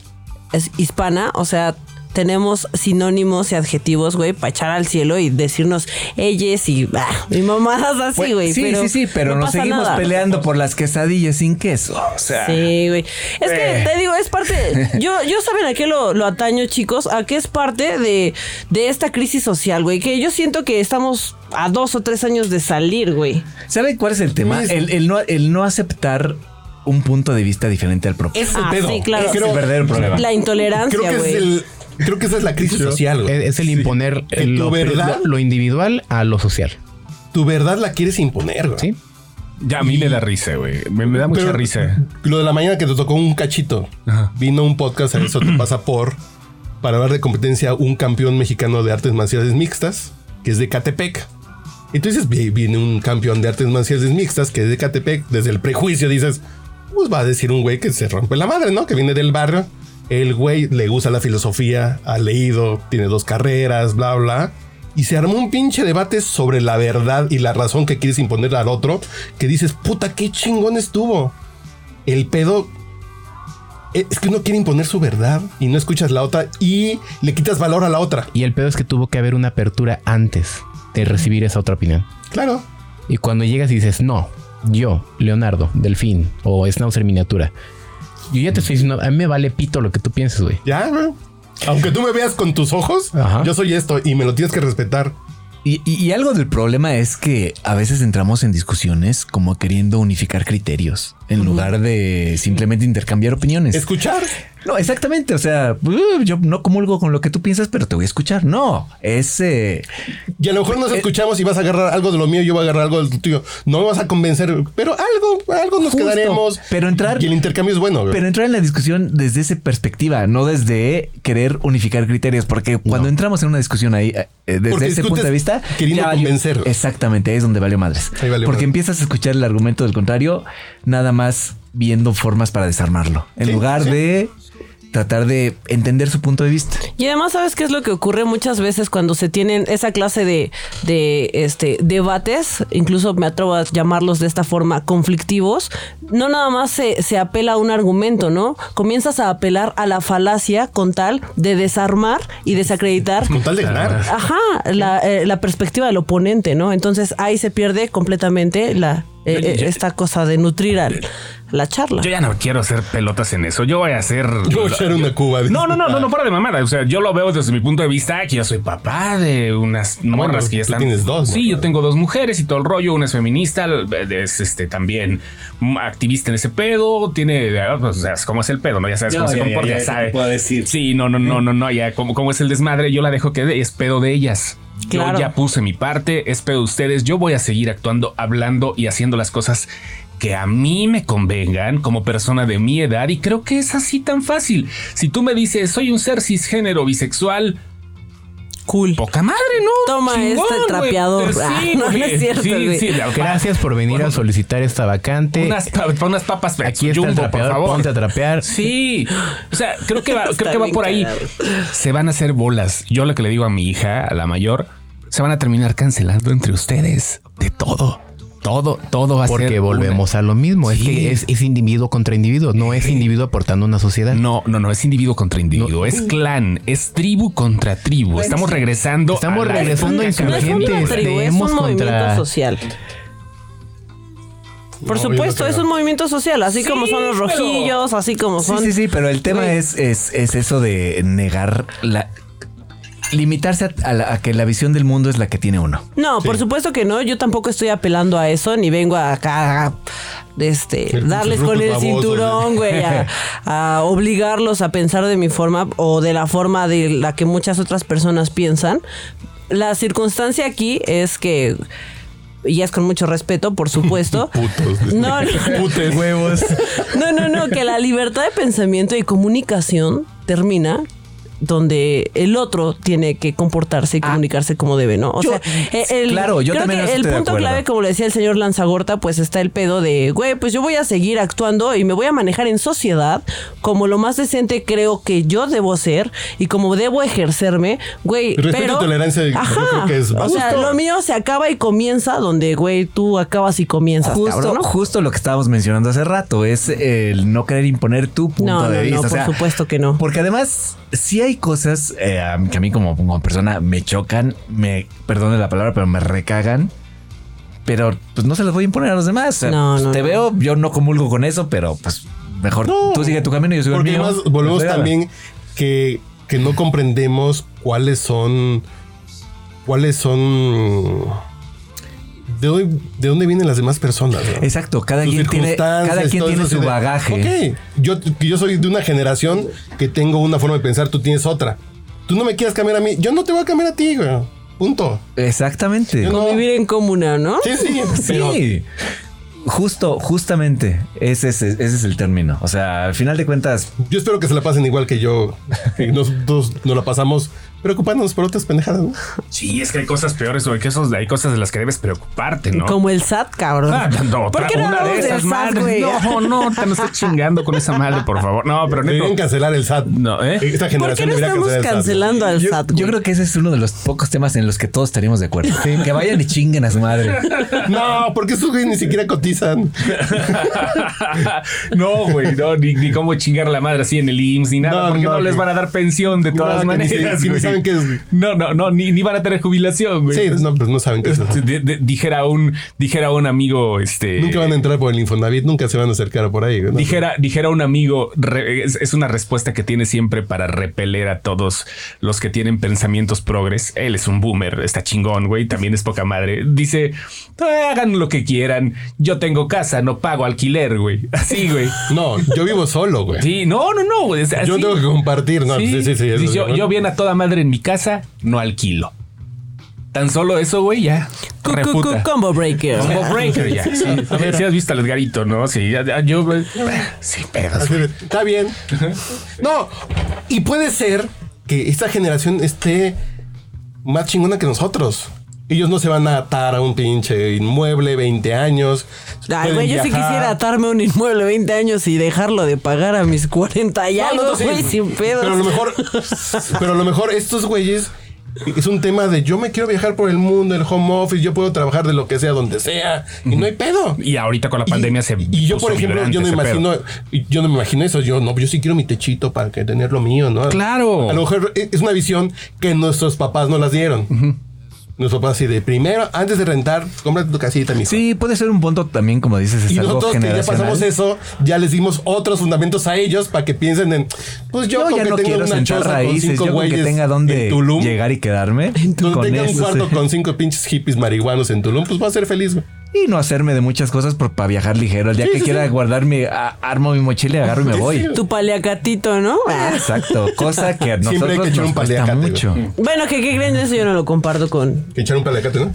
Speaker 6: es- hispana. O sea, tenemos sinónimos y adjetivos, güey, para echar al cielo y decirnos ellas y bah, mi mamadas así, güey.
Speaker 5: Pues, sí,
Speaker 6: pero
Speaker 5: sí, sí, pero
Speaker 6: no
Speaker 5: nos
Speaker 6: pasa
Speaker 5: seguimos
Speaker 6: nada.
Speaker 5: peleando por las quesadillas sin queso. O sea,
Speaker 6: Sí, güey. Es que
Speaker 5: Eh.
Speaker 6: te digo, es
Speaker 5: [laughs]
Speaker 6: parte. Yo, yo saben a qué lo, lo ataño, chicos, a qué es parte de, de esta crisis social, güey. Que yo siento que estamos a dos o tres años de salir, güey.
Speaker 5: ¿saben cuál es el tema? El, el no, el no aceptar un punto de vista diferente al propio.
Speaker 1: Es el
Speaker 6: Ah,
Speaker 1: pedo.
Speaker 6: sí, claro.
Speaker 1: Creo-
Speaker 5: Ese es el verdadero problema.
Speaker 6: La
Speaker 1: creo
Speaker 6: intolerancia,
Speaker 1: que es
Speaker 6: güey.
Speaker 1: el- creo que esa es la crisis social. güey.
Speaker 2: Es, es el
Speaker 1: Sí.
Speaker 2: imponer
Speaker 1: Que
Speaker 2: lo,
Speaker 1: tu verdad,
Speaker 2: lo individual a lo social.
Speaker 1: tu verdad la quieres imponer. güey.
Speaker 2: Sí.
Speaker 3: Ya a mí me da risa, güey. Me, me da mucha
Speaker 1: Pero
Speaker 3: risa.
Speaker 1: Lo de la mañana que te tocó un cachito.
Speaker 3: Ajá.
Speaker 1: Vino un podcast a eso te pasa por para hablar de competencia un campeón mexicano de artes marciales mixtas que es de Catepec. Entonces vi- viene un campeón de artes marciales mixtas que es de Catepec. Desde el prejuicio dices, pues va a decir un güey que se rompe la madre, ¿no? Que viene del barrio. El güey le gusta la filosofía, ha leído, tiene dos carreras, bla, bla. Y se armó un pinche debate sobre la verdad y la razón que quieres imponer al otro, que dices, puta, qué chingón estuvo. El pedo eh, es que uno quiere imponer su verdad y no escuchas la otra y le quitas valor a la otra.
Speaker 2: Y el pedo es que tuvo que haber una apertura antes de recibir esa otra opinión.
Speaker 1: Claro.
Speaker 2: Y cuando llegas y dices, no, yo, Leonardo, Delfín o Schnauzer Miniatura, yo ya te estoy diciendo, a mí me vale pito lo que tú pienses, güey.
Speaker 1: Ya, güey. Aunque tú me veas con tus ojos,
Speaker 2: Ajá.
Speaker 1: yo soy esto y me lo tienes que respetar.
Speaker 5: Y, y- y algo del problema es que a veces entramos en discusiones como queriendo unificar criterios en lugar de simplemente intercambiar opiniones.
Speaker 1: Escuchar.
Speaker 5: No, exactamente. O sea, "Uh, yo no comulgo con lo que tú piensas, pero te voy a escuchar. No, es eh,
Speaker 1: Y a lo mejor nos escuchamos y vas a agarrar algo de lo mío, yo voy a agarrar algo del tuyo. No me vas a convencer, pero algo, algo nos
Speaker 5: Justo.
Speaker 1: quedaremos.
Speaker 5: Pero entrar-
Speaker 1: Y el intercambio es bueno, güey.
Speaker 5: Pero entrar en la discusión desde esa perspectiva, no desde querer unificar criterios, porque cuando entramos en una discusión ahí, eh, eh, desde
Speaker 1: Porque
Speaker 5: ese
Speaker 1: discutes
Speaker 5: punto de vista,
Speaker 1: queriendo
Speaker 5: ya valió-
Speaker 1: convencer.
Speaker 5: Exactamente, ahí es donde vale madres.
Speaker 1: Ahí valió
Speaker 5: porque
Speaker 1: madres.
Speaker 5: empiezas a escuchar el argumento del contrario, nada más viendo formas para desarmarlo, en
Speaker 1: Sí,
Speaker 5: lugar
Speaker 1: sí.
Speaker 5: de tratar de entender su punto de vista.
Speaker 6: Y además, ¿sabes qué es lo que ocurre muchas veces cuando se tienen esa clase de, de este, debates? Incluso me atrevo a llamarlos de esta forma, conflictivos. No nada más se, se apela a un argumento, ¿no? Comienzas a apelar a la falacia con tal de desarmar y desacreditar
Speaker 1: Con tal de ganar.
Speaker 6: Ajá, la, eh, la perspectiva del oponente, ¿no? Entonces ahí se pierde completamente la eh, eh, esta cosa de nutrir al- la charla.
Speaker 3: Yo ya no quiero hacer pelotas en eso. Yo voy a hacer.
Speaker 1: Yo voy a echar una cuba.
Speaker 3: No, no, no, no, no, para de mamada. O sea, yo lo veo desde mi punto de vista que yo soy papá de unas morras
Speaker 1: Ah, bueno,
Speaker 3: que ya
Speaker 1: tú
Speaker 3: están.
Speaker 1: tienes dos,
Speaker 3: Sí,
Speaker 1: ¿no?
Speaker 3: yo tengo dos mujeres y todo el rollo. Una es feminista, es este también mm, activista en ese pedo. Tiene, eh, o sea, cómo es el pedo, ¿no? Ya sabes
Speaker 5: Ya,
Speaker 3: cómo se
Speaker 5: ya, ya,
Speaker 3: comporta,
Speaker 5: ya,
Speaker 3: ya
Speaker 5: ya
Speaker 3: sabe.
Speaker 5: te puedo decir.
Speaker 3: Sí, no, no, no, no, no, ya como, como es el desmadre, yo la dejo que es pedo de ellas.
Speaker 6: Claro.
Speaker 3: Yo ya puse mi parte, es pedo de ustedes. Yo voy a seguir actuando, hablando y haciendo las cosas que a mí me convengan como persona de mi edad y creo que es así tan fácil. Si tú me dices, soy un ser cisgénero bisexual,
Speaker 6: Cool.
Speaker 3: poca madre, ¿no?
Speaker 6: Toma este
Speaker 3: güey.
Speaker 6: trapeador. Ah, [laughs] no, no es
Speaker 3: güey.
Speaker 6: cierto, güey.
Speaker 3: la-
Speaker 2: Gracias por venir a solicitar esta vacante.
Speaker 3: Unas, pa- unas papas
Speaker 2: Aquí está el
Speaker 3: Jumbo, por
Speaker 2: trapeador,
Speaker 3: favor.
Speaker 2: ponte a trapear.
Speaker 3: Sí, o sea, creo
Speaker 6: [laughs]
Speaker 3: que va, creo
Speaker 6: Está
Speaker 3: que va
Speaker 6: bien
Speaker 3: por ahí.
Speaker 6: cagado.
Speaker 3: Se van a hacer bolas. Yo lo que le digo a mi hija, a la mayor, se van a terminar cancelando entre ustedes de todo. Todo, todo va a ser.
Speaker 2: Porque
Speaker 3: una-
Speaker 2: volvemos a lo mismo. Es
Speaker 3: Sí.
Speaker 2: que es, es individuo contra individuo, no es individuo aportando una sociedad.
Speaker 3: No, no, no es individuo contra individuo, es clan, es tribu contra tribu. Estamos regresando.
Speaker 2: Estamos
Speaker 3: a la
Speaker 2: regresando
Speaker 3: época,
Speaker 6: No es una
Speaker 2: Gente,
Speaker 6: tribu, es un
Speaker 2: tenemos
Speaker 6: movimiento
Speaker 2: contra-
Speaker 6: social. Por
Speaker 1: No, yo
Speaker 6: supuesto,
Speaker 1: no
Speaker 6: es
Speaker 1: creo.
Speaker 6: un movimiento social, así como son los
Speaker 3: pero-
Speaker 6: rojillos, así como
Speaker 5: Sí,
Speaker 6: son.
Speaker 5: sí, sí, pero el tema
Speaker 6: Güey.
Speaker 5: es, es, es eso de negar la... Limitarse a- a la- a que la visión del mundo es la que tiene uno.
Speaker 6: No, por supuesto que no. Yo tampoco estoy apelando a eso, ni vengo acá a este,
Speaker 1: Ser
Speaker 6: darles
Speaker 1: pinches
Speaker 6: con el
Speaker 1: rucos babosos,
Speaker 6: cinturón,
Speaker 1: [laughs]
Speaker 6: güey, a, a obligarlos a pensar de mi forma o de la forma de la que muchas otras personas piensan. La circunstancia aquí es que, y es con mucho respeto, por supuesto.
Speaker 1: [laughs] Putos.
Speaker 6: No,
Speaker 1: Putes. Huevos.
Speaker 6: no, no, no, que la libertad de pensamiento y comunicación termina donde el otro tiene que comportarse y comunicarse como debe, ¿no? O
Speaker 5: Ah. Yo-
Speaker 6: sea, eh, el,
Speaker 5: claro, yo
Speaker 6: creo
Speaker 5: también
Speaker 6: que el
Speaker 5: estoy de
Speaker 6: punto
Speaker 5: acuerdo.
Speaker 6: clave, como le decía el señor Lanzagorta, pues está el pedo de, güey, pues yo voy a seguir actuando y me voy a manejar en sociedad como lo más decente creo que yo debo ser y como debo ejercerme, güey.
Speaker 1: Respeto y
Speaker 6: pero,
Speaker 1: tolerancia, yo
Speaker 6: Ajá.
Speaker 1: creo que es
Speaker 6: o sea,
Speaker 1: justo.
Speaker 6: lo mío se acaba y comienza donde, güey, tú acabas y comienzas,
Speaker 5: Justo,
Speaker 6: cabrón, ¿no?
Speaker 5: justo lo que estábamos mencionando hace rato es el no querer imponer tu punto
Speaker 6: No,
Speaker 5: de
Speaker 6: no,
Speaker 5: vista.
Speaker 6: no,
Speaker 5: o
Speaker 6: por
Speaker 5: sea,
Speaker 6: supuesto que no.
Speaker 5: Porque además sí hay cosas eh, a mí- que a mí como, como persona me chocan, me perdone la palabra, pero me recagan. Pero pues no se las voy a imponer a los demás. O sea,
Speaker 6: No,
Speaker 5: pues,
Speaker 6: no,
Speaker 5: te
Speaker 6: no.
Speaker 5: veo, yo no comulgo con eso, pero pues mejor
Speaker 1: No,
Speaker 5: tú sigue tu camino y yo sigo el
Speaker 1: Porque
Speaker 5: mío.
Speaker 1: además volvemos
Speaker 5: Espérame.
Speaker 1: también que, que no comprendemos cuáles son. cuáles son. De, dónde- de dónde vienen las demás personas. ¿no?
Speaker 5: Exacto, cada
Speaker 1: Sus
Speaker 5: quien tiene,
Speaker 1: circunstancias,
Speaker 5: cada quien
Speaker 1: todo
Speaker 5: tiene
Speaker 1: eso,
Speaker 5: su
Speaker 1: así de,
Speaker 5: bagaje.
Speaker 1: Ok, yo, yo soy de una generación que tengo una forma de pensar, tú tienes otra. Tú no me quieres cambiar a mí, yo no te voy a cambiar a ti, güey. Punto.
Speaker 5: Exactamente.
Speaker 1: Yo no-
Speaker 6: Convivir en comuna, ¿no?
Speaker 1: Sí, sí, pero
Speaker 5: [laughs] Sí. Justo, justamente, ese es, ese es el término. O sea, al final de cuentas,
Speaker 1: yo espero que se la pasen igual que
Speaker 5: [laughs]
Speaker 1: yo. Y Nosotros nos la pasamos preocupándonos por otras pendejadas. ¿no?
Speaker 3: Sí, es que hay cosas peores, güey, que esos, hay cosas de las que debes preocuparte, ¿no?
Speaker 6: Como el SAT, cabrón.
Speaker 3: Ah, no,
Speaker 6: ¿Por qué no
Speaker 3: una
Speaker 6: hablamos
Speaker 3: de
Speaker 6: del
Speaker 3: esas
Speaker 6: SAT,
Speaker 3: madres.
Speaker 6: güey?
Speaker 3: No, no, te no estés chingando con esa madre, por favor. No, pero
Speaker 1: Deberían
Speaker 3: neto.
Speaker 1: cancelar el SAT.
Speaker 3: No, ¿eh?
Speaker 1: Esta
Speaker 6: ¿Por qué
Speaker 1: generación
Speaker 6: no
Speaker 1: debería
Speaker 6: estamos
Speaker 1: cancelar el SAT.
Speaker 6: cancelando al
Speaker 5: yo,
Speaker 6: SAT?
Speaker 5: yo
Speaker 6: güey?
Speaker 5: creo que ese es uno de los pocos temas en los que todos estaríamos de acuerdo. Que vayan y chinguen a su madre.
Speaker 1: No, porque esos güeyes ni siquiera cotizan.
Speaker 3: [laughs] no, güey, no, ni, ni cómo chingar a la madre así en el IMSS ni nada,
Speaker 1: No,
Speaker 3: porque no,
Speaker 1: no,
Speaker 3: les
Speaker 1: que-
Speaker 3: van a dar pensión de todas
Speaker 1: No, que ni-
Speaker 3: maneras.
Speaker 1: que ni
Speaker 3: güey.
Speaker 1: saben qué es, güey.
Speaker 3: No, no, no, ni, ni van a tener jubilación, güey.
Speaker 1: Sí, no, pues no saben qué es eso.
Speaker 3: De- de- dijera un dijera un amigo este
Speaker 1: Nunca van a entrar por el Infonavit, nunca se van a acercar por ahí. ¿no?
Speaker 3: Dijera, dijera un amigo, re- es, es una respuesta que tiene siempre para repeler a todos los que tienen pensamientos progres. Él es un boomer, está chingón, güey, también es poca madre. Dice, "Ah, hagan lo que quieran, yo tengo casa, no pago alquiler, güey. [laughs] Así, güey.
Speaker 1: No, yo vivo solo, güey.
Speaker 3: Sí, no, no, no, güey. es
Speaker 1: yo
Speaker 3: así.
Speaker 1: tengo que compartir. No, sí, sí, sí. eso
Speaker 3: Sí,
Speaker 1: sí,
Speaker 3: yo,
Speaker 1: ¿no?
Speaker 3: yo bien a toda madre en mi casa, no alquilo. Tan solo eso, güey, ya.
Speaker 6: Cu- cu- cu-
Speaker 3: refuta.
Speaker 6: Combo
Speaker 3: [laughs]
Speaker 6: breaker.
Speaker 3: Combo breaker ya. Sí, a ver, si has visto al Edgarito, ¿no? Sí, ya, ya, yo. Sí, pedos.
Speaker 1: Así de, Está bien. No, y puede ser que esta generación esté más chingona que nosotros. Ellos no se van a atar a un pinche inmueble 20 años.
Speaker 6: Ay,
Speaker 1: Pueden
Speaker 6: güey, yo sí
Speaker 1: viajar.
Speaker 6: quisiera atarme a un inmueble 20 años y dejarlo de pagar a mis 40 y
Speaker 1: No, no,
Speaker 6: algo,
Speaker 1: no, sí.
Speaker 6: güey, sin pedos.
Speaker 1: Pero a lo
Speaker 6: [laughs]
Speaker 1: mejor, pero a lo mejor estos güeyes es un tema de yo me quiero viajar por el mundo, el home office, yo puedo trabajar de lo que sea, donde sea, y no hay pedo.
Speaker 3: Y ahorita con la pandemia
Speaker 1: y,
Speaker 3: se.
Speaker 1: y yo
Speaker 3: puso
Speaker 1: por ejemplo
Speaker 3: vibrante
Speaker 1: yo no
Speaker 3: ese
Speaker 1: imagino
Speaker 3: pedo.
Speaker 1: yo no me imagino eso yo no yo sí quiero mi techito para que tener lo mío no
Speaker 3: Claro.
Speaker 1: a lo mejor e, es una visión que nuestros papás no las dieron nuestros papás así de primero antes de rentar cómprate tu casita mijo.
Speaker 5: Sí, puede ser un punto también, como dices, es
Speaker 1: y
Speaker 5: algo
Speaker 1: nosotros que ya
Speaker 5: generacional.
Speaker 1: pasamos eso ya les dimos otros fundamentos a ellos para que piensen en pues yo,
Speaker 5: Yo
Speaker 1: con
Speaker 5: ya
Speaker 1: que
Speaker 5: no
Speaker 1: tenga
Speaker 5: quiero
Speaker 1: una
Speaker 5: sentar
Speaker 1: choza con
Speaker 5: raíces,
Speaker 1: cinco
Speaker 5: yo con que
Speaker 1: güeyes
Speaker 5: tenga
Speaker 1: en
Speaker 5: dónde
Speaker 1: Tulum [laughs]
Speaker 5: llegar y quedarme.
Speaker 1: donde
Speaker 5: Con
Speaker 1: tenga un
Speaker 5: eso,
Speaker 1: cuarto
Speaker 5: sí.
Speaker 1: con cinco pinches hippies marihuanos en Tulum pues va a ser feliz güey.
Speaker 5: Y no hacerme de muchas cosas por, para viajar ligero. El día
Speaker 1: Sí,
Speaker 5: que
Speaker 1: sí,
Speaker 5: quiera
Speaker 1: sí.
Speaker 5: guardar mi, a- armo mi mochila, agarro y me voy.
Speaker 6: Tu paleacatito, ¿no? Ah.
Speaker 5: Exacto. Cosa que a
Speaker 1: Siempre hay que
Speaker 5: nosotros
Speaker 1: echar
Speaker 5: nos
Speaker 1: un
Speaker 5: cuesta
Speaker 1: paliacate,
Speaker 5: mucho.
Speaker 6: Bueno, que qué creen? Eso yo no lo comparto con.
Speaker 1: que echar un palacate no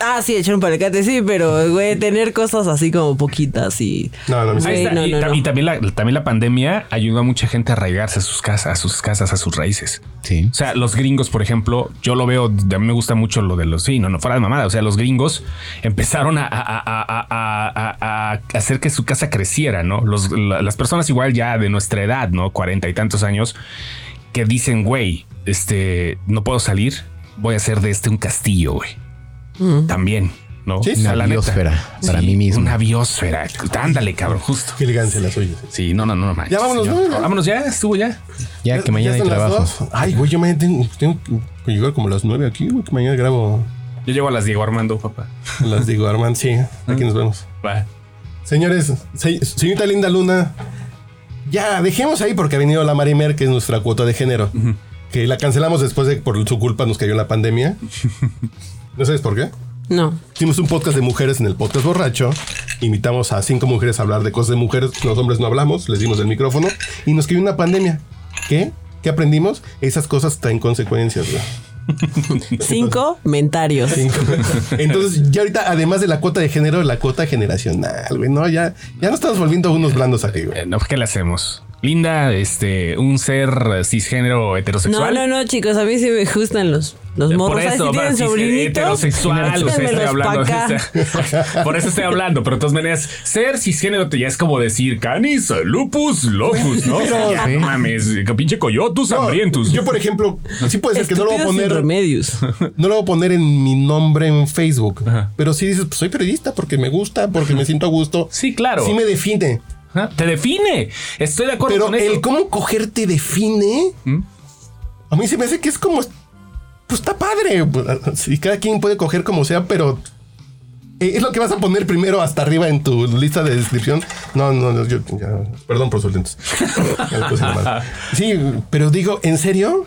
Speaker 6: Ah, sí, echar un palacate, sí, pero, güey, tener cosas así como poquitas y.
Speaker 1: No, no, no.
Speaker 3: Ahí
Speaker 6: Güey,
Speaker 3: está.
Speaker 6: no,
Speaker 3: y,
Speaker 6: no,
Speaker 3: ta-
Speaker 6: no.
Speaker 3: y también la, también la pandemia ayudó a mucha gente a arraigarse a sus casas, a sus casas, a sus raíces.
Speaker 2: Sí.
Speaker 3: O sea, los gringos, por ejemplo, yo lo veo, a mí me gusta mucho lo de los, sí, no, no, fuera de mamada. O sea, los gringos empezaron a, a- a- a- a- a- a hacer que su casa creciera, ¿no? Los- la- las personas igual ya de nuestra edad, ¿no? Cuarenta y tantos años, que dicen, güey, este, no puedo salir, voy a hacer de este un castillo, güey. También, ¿no?
Speaker 1: Sí,
Speaker 3: O sea,
Speaker 1: una
Speaker 3: la neta.
Speaker 2: biosfera para mí mismo.
Speaker 3: Una biosfera. Ándale, cabrón, justo.
Speaker 1: qué elegancia la suya
Speaker 3: Sí, no, no, no, no manches,
Speaker 1: Ya vámonos,
Speaker 3: señor.
Speaker 1: ¿no?
Speaker 3: Vámonos ya, estuvo ya.
Speaker 2: Ya que mañana hay
Speaker 1: son las
Speaker 2: trabajo.
Speaker 1: dos. Ay, güey, yo mañana tengo, tengo que llegar como a las nueve aquí, güey, que mañana grabo.
Speaker 3: Yo llego a las Diego Armando, papá.
Speaker 1: Las digo, Armand, sí, aquí nos vemos.
Speaker 3: Va.
Speaker 1: Señores, se- señorita Linda Luna, ya dejemos ahí porque ha venido la Marimer, que es nuestra cuota de género, que la cancelamos después de que por su culpa nos cayó la pandemia. ¿No sabes por qué?
Speaker 6: No.
Speaker 1: Hicimos un podcast de mujeres en el podcast borracho. Invitamos a cinco mujeres a hablar de cosas de mujeres. Los hombres no hablamos, les dimos el micrófono y nos cayó una pandemia. ¿Qué? ¿Qué aprendimos? Esas cosas traen consecuencias, güey.
Speaker 6: Cinco mentarios.
Speaker 1: Entonces, ya ahorita, además de la cuota de género, la cuota generacional, güey. No, ya, ya no estamos volviendo unos blandos aquí, güey.
Speaker 3: Eh, no, ¿qué le hacemos? Linda, este, un ser eh, cisgénero
Speaker 6: No,
Speaker 3: heterosexual.
Speaker 6: no, no, chicos, a mí sí me gustan los, los
Speaker 3: Eh,
Speaker 6: morros.
Speaker 3: Por
Speaker 6: Ay,
Speaker 3: eso,
Speaker 6: si
Speaker 3: va,
Speaker 6: tienen
Speaker 3: cis-
Speaker 6: sobrinitos,
Speaker 3: heterosexual, o sea,
Speaker 6: échenmelos
Speaker 3: estoy hablando.
Speaker 6: pa' acá.
Speaker 3: [laughs] o
Speaker 1: [laughs]
Speaker 3: sea, por eso estoy hablando, pero de todas maneras, ser cisgénero te- ya es como decir canis, lupus, locus, ¿no? O sea, ya, no mames, pinche coyotus,
Speaker 1: No,
Speaker 3: hambrientos.
Speaker 1: yo, por ejemplo, sí puede ser que no lo voy a
Speaker 6: Estúpidos sin
Speaker 1: poner, [laughs]
Speaker 6: remedios.
Speaker 1: no lo voy a poner en mi nombre en Facebook, pero sí dices, pues, soy periodista porque me gusta, porque me siento a gusto.
Speaker 3: Sí, claro.
Speaker 1: Sí me define.
Speaker 3: Ajá, Te define. Estoy de acuerdo
Speaker 1: Pero
Speaker 3: con eso. ¿Mm?
Speaker 1: el cómo coger te define. A mí se me hace que es como. Pues está padre. Si cada quien puede coger como sea, pero. eh, Es lo que vas a poner primero hasta arriba en tu lista de descripción. No, no, no, yo ya- perdón por sus lentes. Ya lo puse mal. Sí, pero digo, ¿en serio?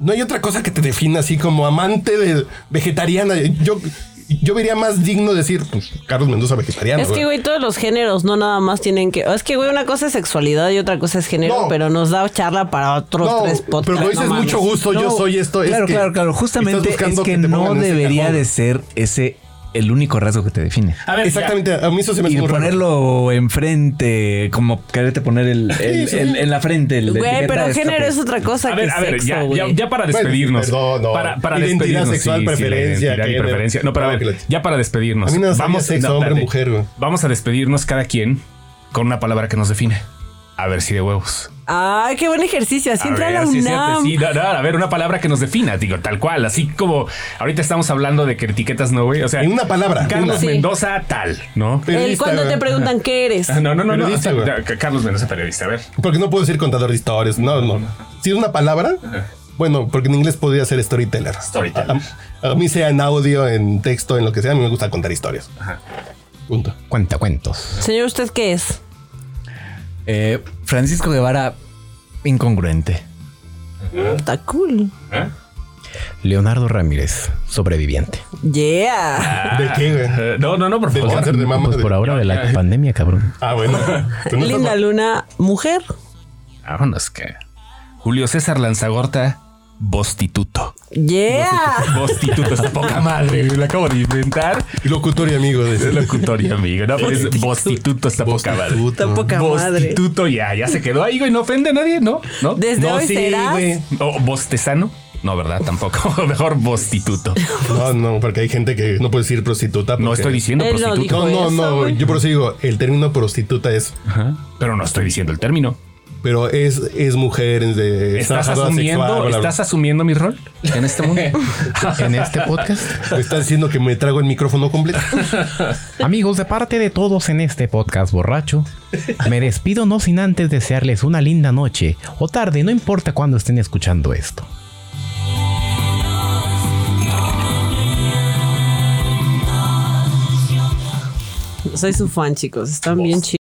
Speaker 1: No hay otra cosa que te defina así como amante de vegetariana. Yo, yo vería más digno decir pues, Carlos Mendoza vegetariano.
Speaker 6: Es que, güey, todos los géneros no nada más tienen que. Es que, güey, una cosa es sexualidad y otra cosa es género,
Speaker 1: No.
Speaker 6: pero nos da charla para otros
Speaker 1: No,
Speaker 6: tres podcasts.
Speaker 1: pero lo dices
Speaker 6: no mames.
Speaker 1: mucho gusto, yo soy esto. es
Speaker 5: Claro,
Speaker 1: que
Speaker 5: claro, claro. Justamente
Speaker 1: estás
Speaker 5: es
Speaker 1: buscando
Speaker 5: que,
Speaker 1: te
Speaker 5: no
Speaker 1: pongan en ese
Speaker 5: debería
Speaker 1: cajón.
Speaker 5: de ser ese el único rasgo que te define.
Speaker 3: A ver,
Speaker 1: Exactamente, a mí eso se me hace
Speaker 5: Y
Speaker 1: muy raro.
Speaker 5: ponerlo enfrente, como quererte poner el,
Speaker 1: [laughs]
Speaker 5: el-
Speaker 1: Sí, sí.
Speaker 5: el- en la frente. el de
Speaker 6: Güey,
Speaker 5: etiqueta
Speaker 6: pero
Speaker 5: esta
Speaker 6: género
Speaker 5: que-
Speaker 6: es otra cosa
Speaker 3: A ver,
Speaker 6: que
Speaker 3: a ver,
Speaker 6: sexo,
Speaker 3: ya,
Speaker 6: güey.
Speaker 3: ya, ya para despedirnos.
Speaker 1: perdón, no.
Speaker 3: Para, para
Speaker 1: Identidad
Speaker 3: despedirnos. sí,
Speaker 1: sexual,
Speaker 3: sí, la
Speaker 1: preferencia,
Speaker 3: identidad y
Speaker 1: que-
Speaker 3: preferencia. No, pero a ver, ya para despedirnos.
Speaker 1: A mí no me sabía
Speaker 3: vamos,
Speaker 1: sexo,
Speaker 3: no,
Speaker 1: hombre,
Speaker 3: espérate.
Speaker 1: mujer, güey.
Speaker 3: Vamos a despedirnos cada quien con una palabra que nos define. A ver si de huevos.
Speaker 6: Ay, qué buen ejercicio. Así
Speaker 3: A
Speaker 6: entra la
Speaker 3: ver, sí, es cierto,
Speaker 6: UNAM.
Speaker 3: sí, no, no, a ver, una palabra que nos defina, digo, tal cual. Así como ahorita estamos hablando de que etiquetas no, güey. O sea,
Speaker 1: En una palabra.
Speaker 3: Carlos
Speaker 1: una.
Speaker 6: Sí.
Speaker 3: Mendoza, tal, ¿no?
Speaker 6: El
Speaker 1: Periodista,
Speaker 6: cuando
Speaker 1: güey.
Speaker 6: te preguntan qué eres.
Speaker 3: Ah, No, no, no, no.
Speaker 1: Periodista,
Speaker 3: sí,
Speaker 1: güey.
Speaker 3: no, Carlos Mendoza, periodista. A ver.
Speaker 1: Porque no puedo decir contador de historias. No, no. Si es una palabra, bueno, porque en inglés podría ser storyteller.
Speaker 3: Storyteller.
Speaker 1: A, a mí sea en audio, en texto, en lo que sea, a mí me gusta contar historias. Punto.
Speaker 2: Cuenta cuentos.
Speaker 6: Señor, ¿usted qué es?
Speaker 5: Eh, Francisco Guevara, incongruente.
Speaker 3: Ah.
Speaker 6: Está cool.
Speaker 2: Leonardo Ramírez, sobreviviente.
Speaker 6: Yeah.
Speaker 1: ¿De qué, güey?
Speaker 3: Eh, no, no, no, por
Speaker 1: Del
Speaker 3: favor.
Speaker 1: cáncer de mama.
Speaker 2: Pues
Speaker 1: de-
Speaker 2: por ahora de [laughs] la pandemia, cabrón.
Speaker 3: [laughs]
Speaker 1: Ah, bueno. Tú no
Speaker 6: Linda
Speaker 1: estás-
Speaker 6: Luna, mujer.
Speaker 3: Vámonos Ah, que. Julio César Lanzagorta, Bostituto.
Speaker 6: Yeah.
Speaker 3: Bostituto, está poca madre, güey, lo acabo de inventar.
Speaker 1: Locutor y amigo de [laughs]
Speaker 3: Es locutor y amigo, ¿no? Pero es Bostituto, está poca madre.
Speaker 1: Bostituto.
Speaker 6: Está poca madre.
Speaker 3: Bostituto, ya, ya se quedó ahí, güey, no ofende a nadie, ¿no? ¿No?
Speaker 6: Desde
Speaker 1: No,
Speaker 6: hoy
Speaker 1: sí,
Speaker 6: serás.
Speaker 1: güey.
Speaker 3: ¿O bostezano? No, ¿verdad? Tampoco. [laughs] Mejor Bostituto.
Speaker 1: No, no, porque hay gente que no puede decir prostituta.
Speaker 3: No
Speaker 1: porque-
Speaker 3: estoy diciendo
Speaker 6: Él lo
Speaker 3: prostituto.
Speaker 6: dijo.
Speaker 1: No, no,
Speaker 6: eso,
Speaker 1: no.
Speaker 6: güey.
Speaker 1: Yo prosigo. El término prostituta es,
Speaker 3: Ajá. Pero no estoy diciendo el término.
Speaker 1: pero es, es mujer, es de es
Speaker 3: ¿Estás
Speaker 1: trabajadora
Speaker 3: asumiendo,
Speaker 1: sexual, bla, bla, bla.
Speaker 3: ¿Estás asumiendo mi rol en este mundo?
Speaker 2: En este podcast.
Speaker 1: Me estás diciendo que me trago el micrófono completo.
Speaker 2: Amigos, de parte de todos en este podcast borracho, me despido no sin antes desearles una linda noche o tarde, no importa cuándo estén escuchando esto.
Speaker 6: Soy su fan, um chicos. Están bien chidos.